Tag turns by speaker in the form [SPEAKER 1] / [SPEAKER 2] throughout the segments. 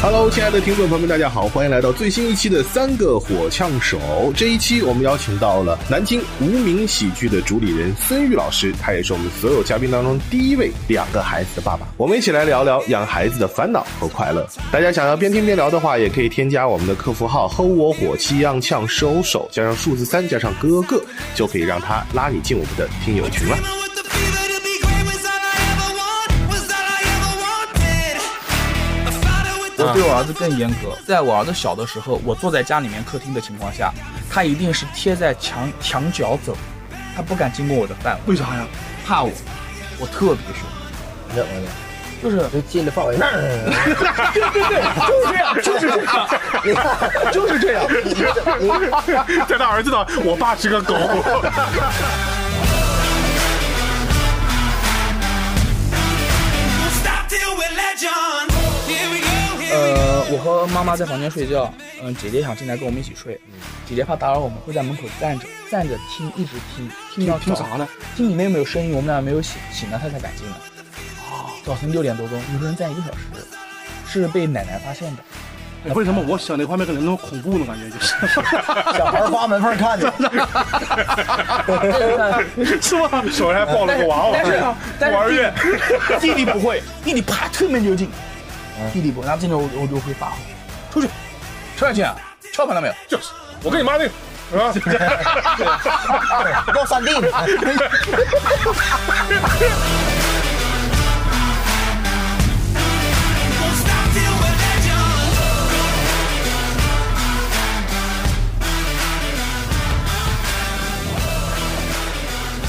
[SPEAKER 1] Hello，亲爱的听众朋友们，大家好，欢迎来到最新一期的《三个火枪手》。这一期我们邀请到了南京无名喜剧的主理人孙玉老师，他也是我们所有嘉宾当中第一位两个孩子的爸爸。我们一起来聊聊养孩子的烦恼和快乐。大家想要边听边聊的话，也可以添加我们的客服号“吼我火气样呛收手”，加上数字三，加上哥哥，就可以让他拉你进我们的听友群了。
[SPEAKER 2] Ah.
[SPEAKER 3] 嗯
[SPEAKER 4] 我对我儿子更严格，在我儿子小的时候，我坐在家里面客厅的情况下，他一定是贴在墙墙角走，他不敢经过我的范围。为啥呀？怕我，我特别凶，
[SPEAKER 3] 怎么的？
[SPEAKER 4] 就是
[SPEAKER 3] 就进了范围内。
[SPEAKER 4] 对对对，就是这样，就是这样，就是这样。
[SPEAKER 1] 在他儿子的，我爸是个狗。
[SPEAKER 4] 呃，我和妈妈在房间睡觉，嗯、姐姐想进来跟我们一起睡，
[SPEAKER 3] 嗯
[SPEAKER 4] 姐姐怕打扰我们，会在门口站着，站着听，一直听，听到听啥呢？听里面有没有声音，我们俩没有醒，醒了她才敢进来。早晨六点多钟，一个人站一个小时，是被奶奶发现的。
[SPEAKER 5] 哎为什么我想那画面感觉那么恐怖呢？感觉 就是，
[SPEAKER 3] 小孩扒门缝 看着，
[SPEAKER 1] 是吧？手上还抱了个娃娃
[SPEAKER 4] 但是但是
[SPEAKER 1] 玩儿月，
[SPEAKER 4] 弟弟不会，嗯弟弟啪推门就进，弟弟不会，然后进来我我就会发火，出去，吃饭去啊，吃饭了没有？
[SPEAKER 1] 就是我跟你妈那个。是 吧？
[SPEAKER 3] 要三弟呢。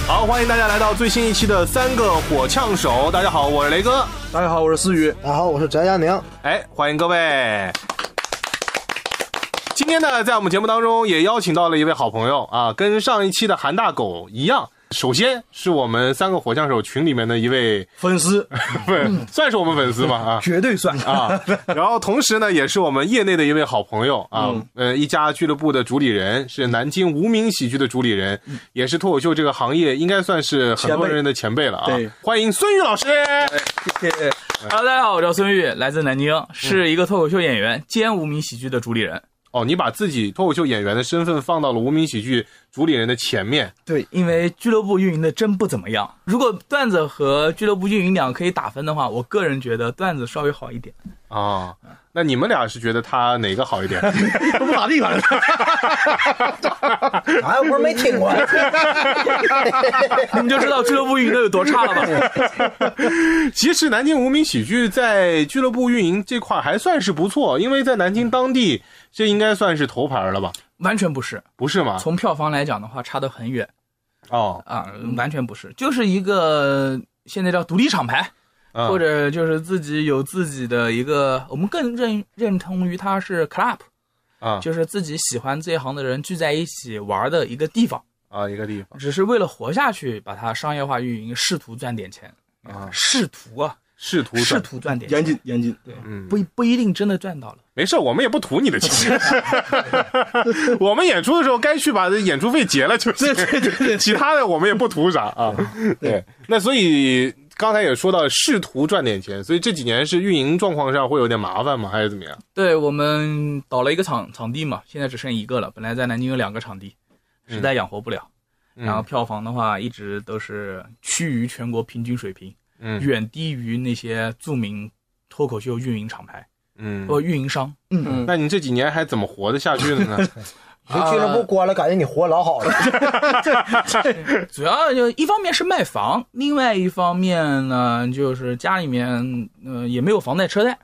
[SPEAKER 1] 好，欢迎大家来到最新一期的三个火枪手。大家好，我是雷哥。
[SPEAKER 5] 大家好，我是思雨。
[SPEAKER 3] 大家好，我是翟佳宁。
[SPEAKER 1] 哎，欢迎各位。今天呢，在我们节目当中也邀请到了一位好朋友啊，跟上一期的韩大狗一样。首先是我们三个火枪手群里面的一位
[SPEAKER 5] 粉 丝，
[SPEAKER 1] 粉，算是我们粉丝吧啊，
[SPEAKER 4] 绝对算 啊！
[SPEAKER 1] 啊，然后同时呢，也是我们业内的一位好朋友啊，
[SPEAKER 5] 嗯
[SPEAKER 1] 呃，一家俱乐部的主理人，是南京无名喜剧的主理人，
[SPEAKER 5] 嗯
[SPEAKER 1] 也是脱口秀这个行业应该算是很多人的前辈了啊。
[SPEAKER 5] 前辈对
[SPEAKER 1] 欢迎孙宇老师。
[SPEAKER 4] 谢谢。
[SPEAKER 2] Hello，大家好，我叫孙玉，来自南京，是一个脱口秀演员兼无名喜剧的主理人。
[SPEAKER 1] 哦，你把自己脱口秀演员的身份放到了无名喜剧主理人的前面，
[SPEAKER 2] 对，因为俱乐部运营的真不怎么样。如果段子和俱乐部运营两个可以打分的话，我个人觉得段子稍微好一点。
[SPEAKER 1] 啊、那你们俩是觉得他哪个好一点？
[SPEAKER 5] 都不咋 地，反正。
[SPEAKER 3] 哎，我不是没听 过，
[SPEAKER 2] 你们就知道俱乐部运营的有多差 了吧？
[SPEAKER 1] 其实南京无名喜剧在俱乐部运营这块还算是不错，因为在南京当地，这应该算是头牌了吧？
[SPEAKER 2] 完全不是，
[SPEAKER 1] 不是吗？
[SPEAKER 2] 从票房来讲的话，差得很远
[SPEAKER 1] 哦，
[SPEAKER 2] 啊，完全不是，就是一个现在叫独立厂牌，
[SPEAKER 1] 嗯
[SPEAKER 2] 或者就是自己有自己的一个，我们更认认同于它是 club。
[SPEAKER 1] 啊
[SPEAKER 2] 就是自己喜欢这一行的人聚在一起玩的一个地方，
[SPEAKER 1] 啊一个地方
[SPEAKER 2] 只是为了活下去，把它商业化运营，试图赚点钱
[SPEAKER 1] 啊
[SPEAKER 2] 试图啊，
[SPEAKER 1] 试图
[SPEAKER 2] 试
[SPEAKER 1] 赚，嗯
[SPEAKER 2] 图赚点
[SPEAKER 5] 严
[SPEAKER 2] 钱，
[SPEAKER 5] 谨，严谨。对，
[SPEAKER 2] 不不一定真的赚到了。
[SPEAKER 1] 没事，我们也不图你的钱。 我们演出的时候该去把这演出费结了就行。对对对对，其他的我们也不图啥啊。对，那所以刚才也说到试图赚点钱，所以这几年是运营状况上会有点麻烦吗？还是怎么样？
[SPEAKER 2] 对我们倒了一个场场地嘛，现在只剩一个了。本来在南京有两个场地，实
[SPEAKER 1] 嗯
[SPEAKER 2] 在养活不了。然后票房的话，一直都是趋于全国平均水平，
[SPEAKER 1] 嗯
[SPEAKER 2] 远低于那些著名脱口秀运营厂牌
[SPEAKER 1] 嗯，
[SPEAKER 2] 或运营商。
[SPEAKER 5] 嗯，
[SPEAKER 1] 那你这几年还怎么活得下去的呢？
[SPEAKER 3] 你这俱乐
[SPEAKER 2] 啊
[SPEAKER 3] 部关了，感觉你活老 好了。
[SPEAKER 2] 主要就一方面是卖房，另外一方面呢，就是家里面呃也没有房贷车贷，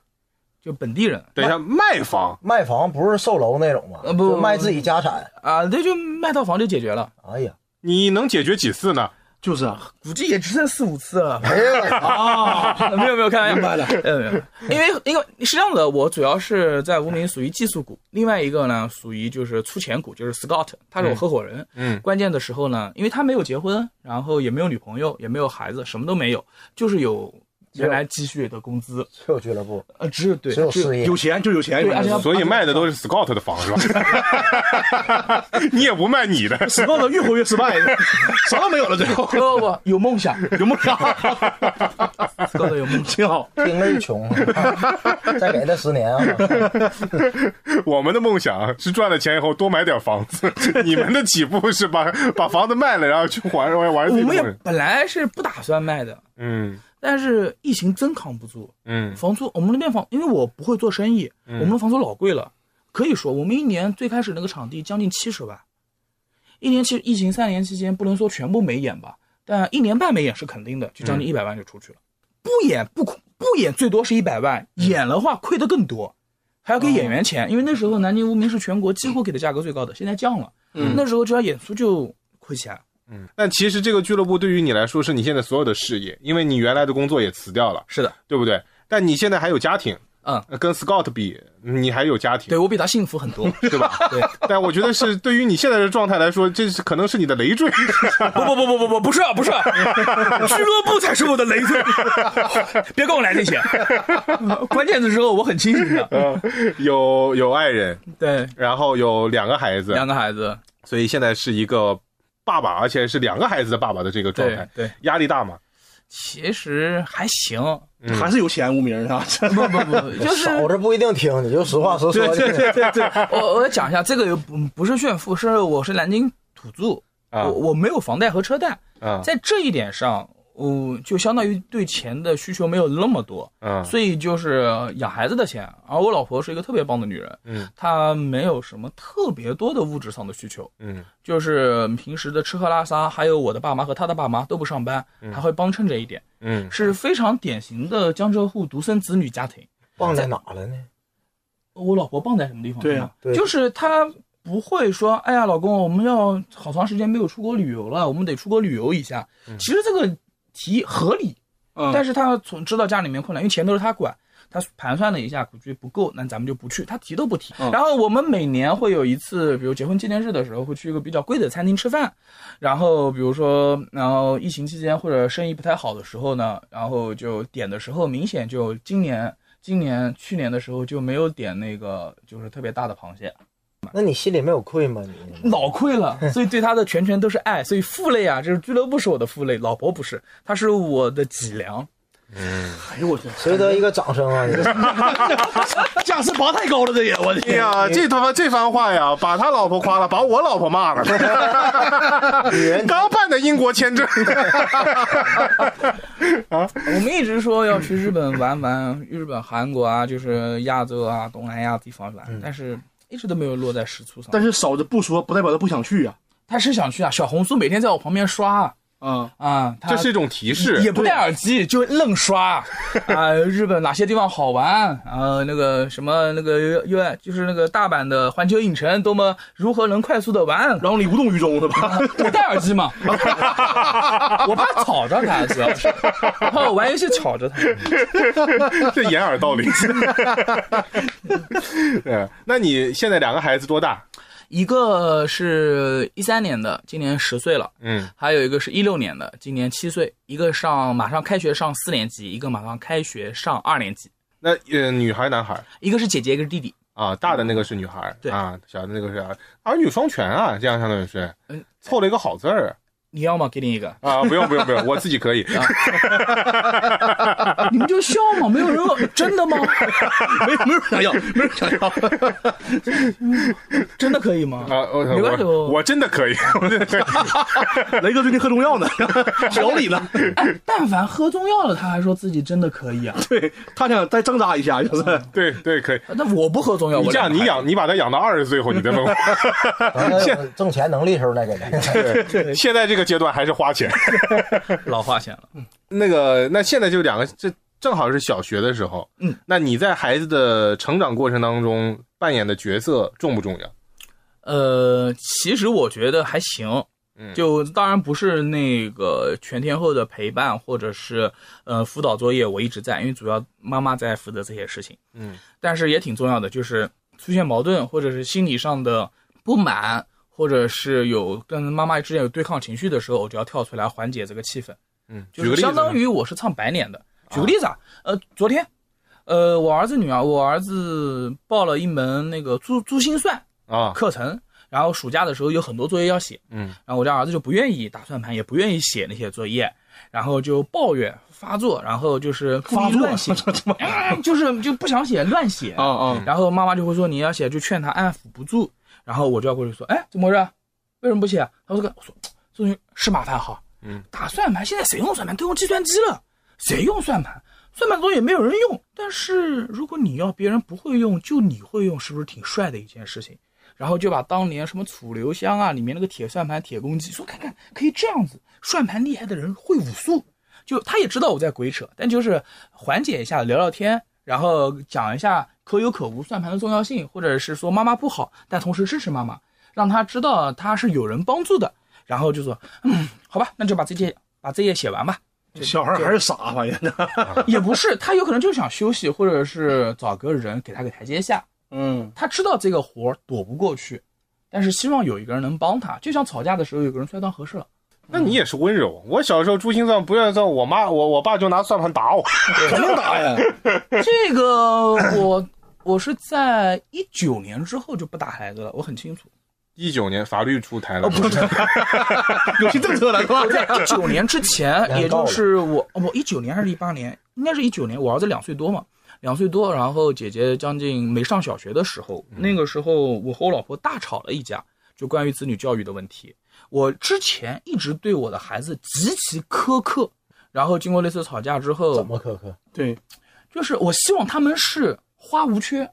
[SPEAKER 2] 就本地人
[SPEAKER 1] 等一下，卖房
[SPEAKER 3] 卖房不是售楼那种吗？
[SPEAKER 2] 呃不
[SPEAKER 3] 就卖自己家产。
[SPEAKER 2] 啊，那就卖套房就解决了，
[SPEAKER 3] 哎呀，
[SPEAKER 1] 你能解决几次呢？
[SPEAKER 5] 就是啊，
[SPEAKER 2] 估计也只剩四五次了。
[SPEAKER 3] 哎呀，
[SPEAKER 2] 啊，没有没有，开玩笑，明白了，没有没有，因为因为是这样的，我主要是在无名属于技术股，另外一个呢属于就是出钱股，就是 Scott，他是我合伙人，
[SPEAKER 1] 嗯
[SPEAKER 2] 关键的时候呢，因为他没有结婚，然后也没有女朋友，也没有孩子，什么都没有，就是有原来积蓄的工资，
[SPEAKER 3] 只有俱乐部，
[SPEAKER 6] 呃，只有对
[SPEAKER 3] 只有
[SPEAKER 6] 只有
[SPEAKER 3] 事业
[SPEAKER 5] 啊有，钱就有钱，嗯
[SPEAKER 6] 对而且
[SPEAKER 1] 所以卖的都是 Scott 的房是吧？ 你也不卖你的，
[SPEAKER 5] 死到了越活越失 败，啥都没有了，最后
[SPEAKER 6] 不不不，有梦想，
[SPEAKER 5] 有梦想，
[SPEAKER 2] 高德有梦
[SPEAKER 5] 挺好。
[SPEAKER 3] 听着就穷，啊 再给他十年啊！
[SPEAKER 1] 我们的梦想是赚了钱以后多买点房子， 你们的起步是把把房子卖了，然后去玩玩玩自己
[SPEAKER 2] 我
[SPEAKER 1] 的
[SPEAKER 2] 们也
[SPEAKER 1] 梦想。
[SPEAKER 2] 本来是不打算卖的，
[SPEAKER 1] 嗯
[SPEAKER 2] 但是疫情真扛不住，
[SPEAKER 1] 嗯
[SPEAKER 2] 房租我们那边房，因为我不会做生意，我们的房租老贵了。可以说，我们一年最开始那个场地将近七十万，一年其实疫情三年期间不能说全部没演吧，但一年半没演是肯定的，就将近一百万就出去了。不演不恐不演最多是一百万，演的话亏的更多，还要给演员钱，因为那时候南京无名是全国几乎给的价格最高的，现在降了。那时候只要演出就亏钱，
[SPEAKER 1] 嗯。但其实这个俱乐部对于你来说是你现在所有的事业，因为你原来的工作也辞掉了，
[SPEAKER 2] 是的，
[SPEAKER 1] 对不对？但你现在还有家庭，呃
[SPEAKER 2] 嗯，
[SPEAKER 1] 跟 Scott 比，你还有家庭
[SPEAKER 2] 对，我比他幸福很多。
[SPEAKER 1] 对吧？
[SPEAKER 2] 对，
[SPEAKER 1] 但我觉得是对于你现在的状态来说，这是可能是你的累赘。
[SPEAKER 2] 不不不不不不不是啊不 是啊，俱乐部才是我的累赘， 别跟我来这些。 关键的时候我很清醒的，
[SPEAKER 1] 呃 有有爱人，
[SPEAKER 2] 对，
[SPEAKER 1] 然后有两个孩子，
[SPEAKER 2] 两个孩子，
[SPEAKER 1] 所以现在是一个爸爸，而且是两个孩子的爸爸的这个状
[SPEAKER 2] 对
[SPEAKER 1] 态，
[SPEAKER 2] 对，
[SPEAKER 1] 压力大嘛？
[SPEAKER 2] 其实还行，
[SPEAKER 5] 还是有钱无名啊，这
[SPEAKER 2] 不不不， 就是
[SPEAKER 3] 嫂子不一定听，你就实话实说。
[SPEAKER 5] 对对，
[SPEAKER 2] 我我讲一下，这个又不不是炫富，是我是南京土著，
[SPEAKER 1] 啊
[SPEAKER 2] 我我没有房贷和车贷，
[SPEAKER 1] 啊
[SPEAKER 2] 在这一点上，我就相当于对钱的需求没有那么多，
[SPEAKER 1] 啊
[SPEAKER 2] 所以就是养孩子的钱。而我老婆是一个特别棒的女人，
[SPEAKER 1] 嗯，
[SPEAKER 2] 她没有什么特别多的物质上的需求，
[SPEAKER 1] 嗯
[SPEAKER 2] 就是平时的吃喝拉撒，还有我的爸妈和她的爸妈都不上班，她会帮衬这一点，
[SPEAKER 1] 嗯，
[SPEAKER 2] 是非常典型的江浙沪独生子女家庭。
[SPEAKER 3] 忘在哪了呢？
[SPEAKER 2] 我老婆棒在什么地方？
[SPEAKER 5] 对
[SPEAKER 2] 呀
[SPEAKER 5] 啊、
[SPEAKER 3] 对
[SPEAKER 2] 就是她不会说，哎呀，老公，我们要好长时间没有出国旅游了，我们得出国旅游一下。
[SPEAKER 1] 嗯
[SPEAKER 2] 其实这个提议合理，
[SPEAKER 5] 嗯
[SPEAKER 2] 但是她从知道家里面困难，因为钱都是她管。她盘算了一下，估计不够，那咱们就不去。她提都不提。
[SPEAKER 5] 嗯
[SPEAKER 2] 然后我们每年会有一次，比如结婚纪念日的时候，会去一个比较贵的餐厅吃饭。然后比如说，然后疫情期间或者生意不太好的时候呢，然后就点的时候，明显就今年、今年、去年的时候就没有点那个就是特别大的螃蟹，
[SPEAKER 3] 那你心里没有愧吗？你
[SPEAKER 2] 老亏了，所以对他的全全都是 爱，所以父类啊，就是俱乐部是我的父类，老婆不是，她是我的脊梁。
[SPEAKER 5] 哎呦我去，
[SPEAKER 3] 值得一个掌声啊！你这
[SPEAKER 5] 价值拔太高了，这也我
[SPEAKER 1] 哎
[SPEAKER 5] 天，
[SPEAKER 1] 呀，这他妈这番话呀，把他老婆夸了，把我老婆骂了。
[SPEAKER 3] 女 人
[SPEAKER 1] 刚办的英国签证，
[SPEAKER 2] 我们一直说要去日本玩玩，日本、韩国啊，就是亚洲啊、东南亚地方玩，
[SPEAKER 1] 嗯
[SPEAKER 2] 但是一直都没有落在实处上。
[SPEAKER 5] 但是嫂子不说，不代表她不想去呀，
[SPEAKER 2] 他是想去啊，小红书每天在我旁边刷啊
[SPEAKER 5] 啊，
[SPEAKER 2] 啊，他
[SPEAKER 1] 这是一种提示。
[SPEAKER 2] 也不戴耳机，就愣刷 啊、日本哪些地方好玩啊、那个什么那个又就是那个大阪的环球影城，多么如何能快速的玩？啊然后
[SPEAKER 5] 然后你无动于衷是吧？
[SPEAKER 2] 我戴耳机 嘛，我怕吵着他，主要是我怕我玩游戏吵着他。
[SPEAKER 1] 这掩耳盗铃。 对，那你现在两个孩子多大？
[SPEAKER 2] 一个是一三年的，今年十岁了。
[SPEAKER 1] 嗯
[SPEAKER 2] 还有一个是一六年的，今年七岁，一个上马上开学上四年级，一个马上开学上二年级，
[SPEAKER 1] 那呃，女孩男孩
[SPEAKER 2] 一个是姐姐，一个是弟弟。
[SPEAKER 1] 啊，大的那个是女孩，
[SPEAKER 2] 哦对
[SPEAKER 1] 啊，小的那个是儿儿女双全啊，这样相当于是
[SPEAKER 2] 嗯
[SPEAKER 1] 凑了一个好字儿
[SPEAKER 2] 你要吗？给你一个。
[SPEAKER 1] 啊，不用不用不用，我自己可以。
[SPEAKER 2] 啊你们就笑嘛，没有人 问，真的吗？
[SPEAKER 5] 没有没有人想要，没有人想要，
[SPEAKER 2] 真的可以吗？
[SPEAKER 1] 啊，我
[SPEAKER 2] 没关系
[SPEAKER 1] 我
[SPEAKER 2] 我
[SPEAKER 1] 我真的可以，我真的可以。
[SPEAKER 5] 雷哥最近喝中药呢， 调理呢，
[SPEAKER 2] 但凡喝中药了，他还说自己真的可以啊。
[SPEAKER 5] 对他想再挣扎一下，就是
[SPEAKER 1] 对对，可以。
[SPEAKER 2] 那我不喝中药，
[SPEAKER 1] 你
[SPEAKER 2] 呃我
[SPEAKER 1] 这样，
[SPEAKER 2] 两
[SPEAKER 1] 你
[SPEAKER 2] 个
[SPEAKER 1] 养你把他养到二十岁后，你再问我。
[SPEAKER 3] 等他有挣钱能力时候再给他。
[SPEAKER 1] 对， 现在这个阶段还是花钱。
[SPEAKER 2] 孩子老花钱了。
[SPEAKER 1] 那个，那现在就两个，这正好是小学的时候。
[SPEAKER 2] 嗯，
[SPEAKER 1] 那你在孩子的成长过程当中扮演的角色重不重要？
[SPEAKER 2] 呃，其实我觉得还行
[SPEAKER 1] 嗯。
[SPEAKER 2] 就当然不是那个全天候的陪伴，或者是呃辅导作业，我一直在，因为主要妈妈在负责这些事情。
[SPEAKER 1] 嗯，
[SPEAKER 2] 但是也挺重要的，就是出现矛盾或者是心理上的不满，或者是有跟妈妈之间有对抗情绪的时候，我就要跳出来缓解这个气氛。
[SPEAKER 1] 嗯，
[SPEAKER 2] 就
[SPEAKER 1] 举个
[SPEAKER 2] 是
[SPEAKER 1] 例
[SPEAKER 2] 相
[SPEAKER 1] 子
[SPEAKER 2] 当于我是唱白脸的，举个例子啊，呃，昨天，呃，我儿子女儿，我儿子报了一门那个珠珠心算
[SPEAKER 7] 啊，
[SPEAKER 2] 课程，然后暑假的时候有很多作业要写，
[SPEAKER 7] 嗯，
[SPEAKER 2] 然后我家儿子啊就不愿意打算盘，也不愿意写那些作业，然后就抱怨发作，然后就是故意乱写， 哎就是就不想写乱写
[SPEAKER 5] 啊啊，
[SPEAKER 2] 然后妈妈就会说你要写就劝他按抚不住，然后我就要过去说，哎，怎么回事？为什么不写？啊他说个，我说这东西是麻烦哈，
[SPEAKER 7] 嗯，
[SPEAKER 2] 打算盘现在谁用算盘？都用计算机了，谁用算盘？算盘这东西也没有人用。但是如果你要别人不会用，就你会用，是不是挺帅的一件事情？然后就把当年什么楚留香啊，里面那个铁算盘、铁公鸡，说看看可以这样子，算盘厉害的人会武术，就他也知道我在鬼扯，但就是缓解一下，聊聊天，然后讲一下可有可无算盘的重要性，或者是说妈妈不好，但同时支持妈妈，让他知道他是有人帮助的，然后就说，嗯，好吧，那就把这些把这页写完吧。
[SPEAKER 5] 小孩还是傻，反正
[SPEAKER 2] 也不是，他有可能就想休息，或者是找个人给他个台阶下。
[SPEAKER 5] 嗯，
[SPEAKER 2] 他知道这个活儿躲不过去，但是希望有一个人能帮他，就像吵架的时候有个人出来当和事佬。
[SPEAKER 7] 那你也是温
[SPEAKER 1] 啊
[SPEAKER 7] 柔。我小时候珠心算不愿意算，我妈我我爸就拿算盘打我。
[SPEAKER 5] 肯定打 呀，
[SPEAKER 2] 这个我我是在一九年之后就不打孩子了，我很清楚。
[SPEAKER 7] 一九年法律出
[SPEAKER 5] 哦
[SPEAKER 7] 台了，不是
[SPEAKER 5] 有新政策啊了是吧？
[SPEAKER 2] 在一九年之前
[SPEAKER 3] 难道，了
[SPEAKER 2] 也就是我哦不，一九年还是一八年，应该是一九年。我儿子两岁多嘛，两岁多，然后姐姐将近没上小学的时候，那个时候我和我老婆大吵了一架，就关于子女教育的问题。我之前一直对我的孩子极其苛刻，然后经过那次吵架之后
[SPEAKER 3] 怎，么苛刻？
[SPEAKER 5] 对，
[SPEAKER 2] 就是我希望他们是花无缺，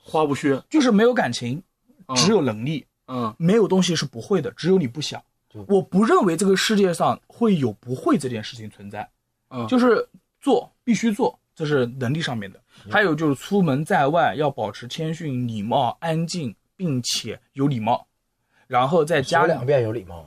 [SPEAKER 5] 花不虚，
[SPEAKER 2] 就是没有感情，
[SPEAKER 5] 嗯
[SPEAKER 2] 只有能力。
[SPEAKER 5] 嗯
[SPEAKER 2] 没有东西是不会的，只有你不想
[SPEAKER 3] 就。
[SPEAKER 2] 我不认为这个世界上会有不会这件事情存在，
[SPEAKER 5] 嗯
[SPEAKER 2] 就是做必须做，这是能力上面的。
[SPEAKER 3] 嗯
[SPEAKER 2] 还有就是出门在外要保持谦逊、礼貌、安静，并且有礼貌。然后在
[SPEAKER 3] 说
[SPEAKER 2] 家里，
[SPEAKER 3] 两遍有礼貌，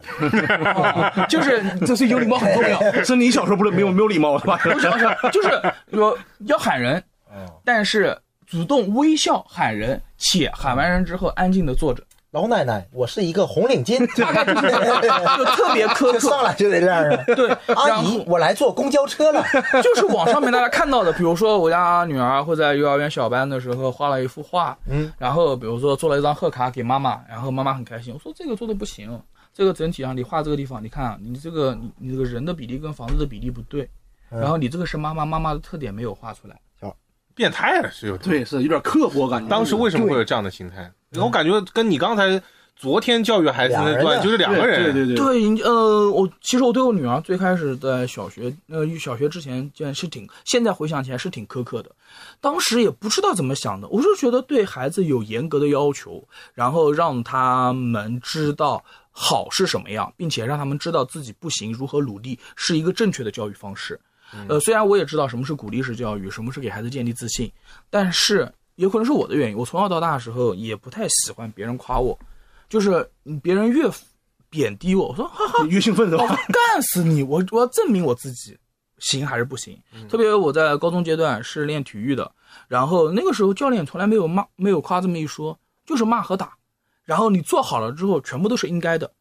[SPEAKER 2] 就是就是有礼貌很重 要。
[SPEAKER 5] 是你小时候不是没有没有礼貌是吧？
[SPEAKER 2] 我想想，就是说要喊人，
[SPEAKER 3] 嗯，
[SPEAKER 2] 但是主动微笑喊人，且喊完人之后安静的坐着，
[SPEAKER 3] 老奶奶，我是一个红领巾，
[SPEAKER 2] 大概就是这样 就特别苛
[SPEAKER 3] 就
[SPEAKER 2] 刻。
[SPEAKER 3] 上来就得这样啊。
[SPEAKER 2] 对，
[SPEAKER 3] 阿
[SPEAKER 2] 然
[SPEAKER 3] 姨
[SPEAKER 2] 后，
[SPEAKER 3] 我来坐公交车 了。
[SPEAKER 2] 就是网上面大家看到的，比如说我家女儿啊会在幼儿园小班的时候画了一幅画，
[SPEAKER 3] 嗯，
[SPEAKER 2] 然后比如说做了一张贺卡给妈妈，然后妈妈很开心，我说这个做的不行，这个整体上你画这个地方，你看啊你这个你你这个人的比例跟房子的比例不对，然后你这个是妈妈妈妈的特点没有画出来，
[SPEAKER 7] 变态了，是有点。
[SPEAKER 5] 对，是有点刻薄感觉。
[SPEAKER 7] 当时为什么会有这样的心态？我感觉跟你刚才昨天教育孩子那
[SPEAKER 3] 两个
[SPEAKER 7] 段
[SPEAKER 3] 人
[SPEAKER 7] 就是两个人，
[SPEAKER 5] 对对对，
[SPEAKER 2] 对，呃，我其实我对我女儿最开始在小学，呃，小学之前竟然是挺，现在回想起来是挺苛刻的，当时也不知道怎么想的，我就觉得对孩子有严格的要求，然后让他们知道好是什么样，并且让他们知道自己不行，如何努力，是一个正确的教育方式。呃，虽然我也知道什么是鼓励式教育，什么是给孩子建立自信，但是有可能是我的原因，我从小到大的时候也不太喜欢别人夸我，就是嗯别人越贬低我，我说哈哈，
[SPEAKER 5] 你越兴奋是
[SPEAKER 2] 我
[SPEAKER 5] 吧？
[SPEAKER 2] 干死你！我我要证明我自己行还是不行。
[SPEAKER 5] 嗯
[SPEAKER 2] 特别我在高中阶段是练体育的，然后那个时候教练从来没有骂，没有夸这么一说，就是骂和打。然后你做好了之后，全部都是应该的，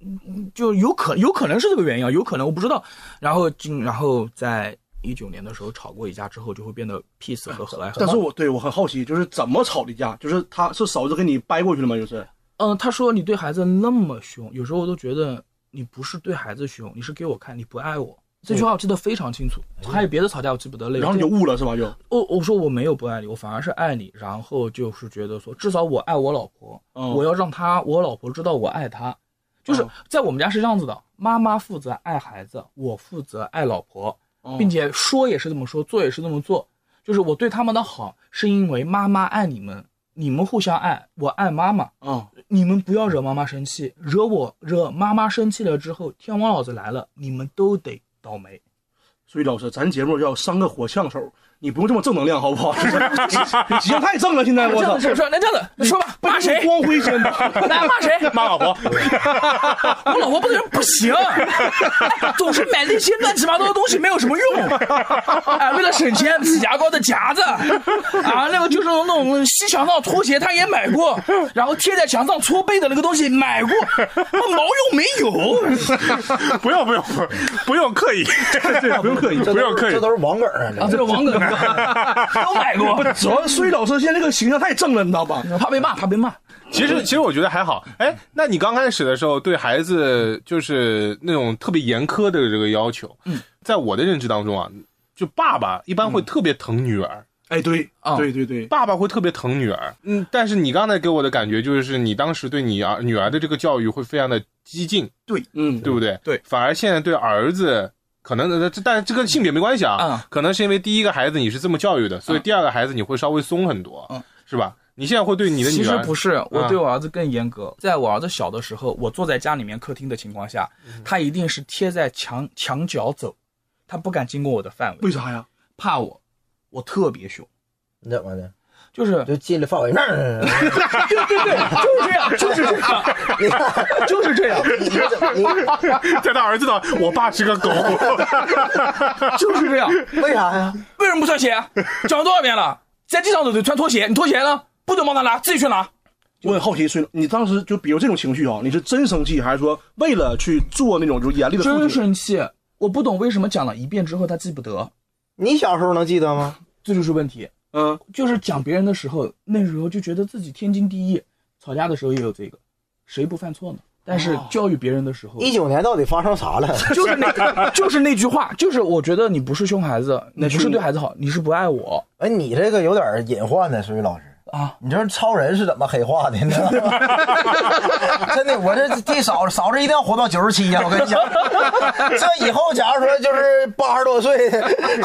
[SPEAKER 2] 嗯就有可有可能是这个原因啊，有可能我不知道。然后进，然后在一九年的时候吵过一架之后，就会变得 peace 和和蔼很
[SPEAKER 5] 但是我对我很好奇，就是怎么吵的架？就是他是嫂子给你掰过去了吗？就是
[SPEAKER 2] 嗯，他说你对孩子那么凶，有时候我都觉得你不是对孩子凶，你是给我看你不爱我。这句话我记得非常清楚，还有别的吵架我记不得了。
[SPEAKER 5] 哎然后你就悟了是吧？就
[SPEAKER 2] 我我说我没有不爱你，我反而是爱你，然后就是觉得说，至少我爱我老婆，
[SPEAKER 5] 嗯
[SPEAKER 2] 我要让她我老婆知道我爱她。就是
[SPEAKER 5] 嗯
[SPEAKER 2] 在我们家是这样子的，妈妈负责爱孩子，我负责爱老婆，
[SPEAKER 5] 哦
[SPEAKER 2] 并且说也是这么说，做也是这么做。就是我对他们的好，是因为妈妈爱你们，你们互相爱，我爱妈妈，
[SPEAKER 5] 啊，
[SPEAKER 2] 你们不要惹妈妈生气，惹我惹妈妈生气了之后，天王老子来了，你们都得倒霉。
[SPEAKER 5] 所以老师，咱节目叫三个火枪手，你不用这么正能量好不好？ 你形象太正了，现在我
[SPEAKER 2] 这
[SPEAKER 5] 操
[SPEAKER 2] 样，子说，那这样子，说吧，骂谁？
[SPEAKER 5] 光辉肩膀，
[SPEAKER 2] 那骂谁？
[SPEAKER 1] 骂老婆，
[SPEAKER 2] 我老婆不能不行，总是买那些乱七八糟的东西，没有什么用。哎，为了省钱，挤牙膏的夹子啊，那个就是那种吸墙上拖鞋，她也买过，然后贴在墙上搓背的那个东西买过，那毛用没有。
[SPEAKER 1] 不用不用不用不用刻意，
[SPEAKER 5] 对，不用刻意。
[SPEAKER 3] 这
[SPEAKER 1] 不
[SPEAKER 3] 都
[SPEAKER 1] 用
[SPEAKER 3] 是
[SPEAKER 1] 刻意
[SPEAKER 3] 这都是网梗啊！
[SPEAKER 2] 啊，
[SPEAKER 3] 这
[SPEAKER 2] 这个王哥 都买过，
[SPEAKER 5] 主要孙宇老师现在这个形象太正了，你知道吧？
[SPEAKER 2] 怕被骂，怕被骂。
[SPEAKER 1] 其实，其实我觉得还好。哎，那你刚开始的时候对孩子就是那种特别严苛的这个要求，嗯，在我的认知当中啊，就爸爸一
[SPEAKER 5] 嗯
[SPEAKER 1] 般会特别疼女儿，
[SPEAKER 5] 哎，对
[SPEAKER 2] 啊，
[SPEAKER 5] 对对对，
[SPEAKER 1] 爸爸会特别疼女儿。嗯，但是你刚才给我的感觉就是，你当时对你儿女儿的这个教育会非常的激进，
[SPEAKER 5] 嗯，
[SPEAKER 1] 对不对？
[SPEAKER 2] 对，
[SPEAKER 1] 反而现在对儿子。可能，呃这但是这跟性别没关系啊，
[SPEAKER 2] 嗯
[SPEAKER 1] 可能是因为第一个孩子你是这么教育的，所以第二个孩子你会稍微松很多，
[SPEAKER 2] 啊嗯
[SPEAKER 1] 是吧？你现在会对你的女儿
[SPEAKER 2] 其实不是，我
[SPEAKER 1] 啊
[SPEAKER 2] 对我儿子更严格。在我儿子小的时候，我坐在家里面客厅的情况下，
[SPEAKER 1] 嗯
[SPEAKER 2] 他一定是贴在墙墙角走，他不敢经过我的范围，
[SPEAKER 5] 为啥呀？
[SPEAKER 2] 怕我，我特别凶，
[SPEAKER 3] 你怎么的？
[SPEAKER 2] 就是
[SPEAKER 3] 就进来放 我一面儿。
[SPEAKER 2] 对对对，就是这样，就是这样，就是这样，
[SPEAKER 3] 你看，你怎么你
[SPEAKER 1] 在他儿子的，我爸是个狗。
[SPEAKER 2] 就是这样。
[SPEAKER 3] 为啥呀？
[SPEAKER 2] 为什么不穿鞋啊？讲了多少遍了，在地上走就穿拖鞋，你拖鞋呢？不准帮他拿，自己去拿。
[SPEAKER 5] 我很好奇，孙宇，你当时就比如这种情绪啊，你是真生气，还是说为了去做那种就是严厉的父
[SPEAKER 2] 真
[SPEAKER 5] 亲？
[SPEAKER 2] 生气，我不懂为什么讲了一遍之后他记不得，
[SPEAKER 3] 你小时候能记得吗？
[SPEAKER 2] 这就是问题。
[SPEAKER 5] 嗯，
[SPEAKER 2] 就是讲别人的时候，那时候就觉得自己天经地义。吵架的时候也有这个，谁不犯错呢？但是教育别人的时候，
[SPEAKER 3] 一九年到底发生啥了？
[SPEAKER 2] 就是那， 就是那句话，就是我觉得你不是凶孩子，你不是对孩子好，你是不爱我
[SPEAKER 3] 哎，你这个有点隐患呢，孙宇老师。
[SPEAKER 2] 啊。
[SPEAKER 3] 你知道超人是怎么黑化的？你知道吗？ 真的，我这这嫂嫂子一定要活到九十七呀！我跟你讲，这以后假如说就是八十多岁，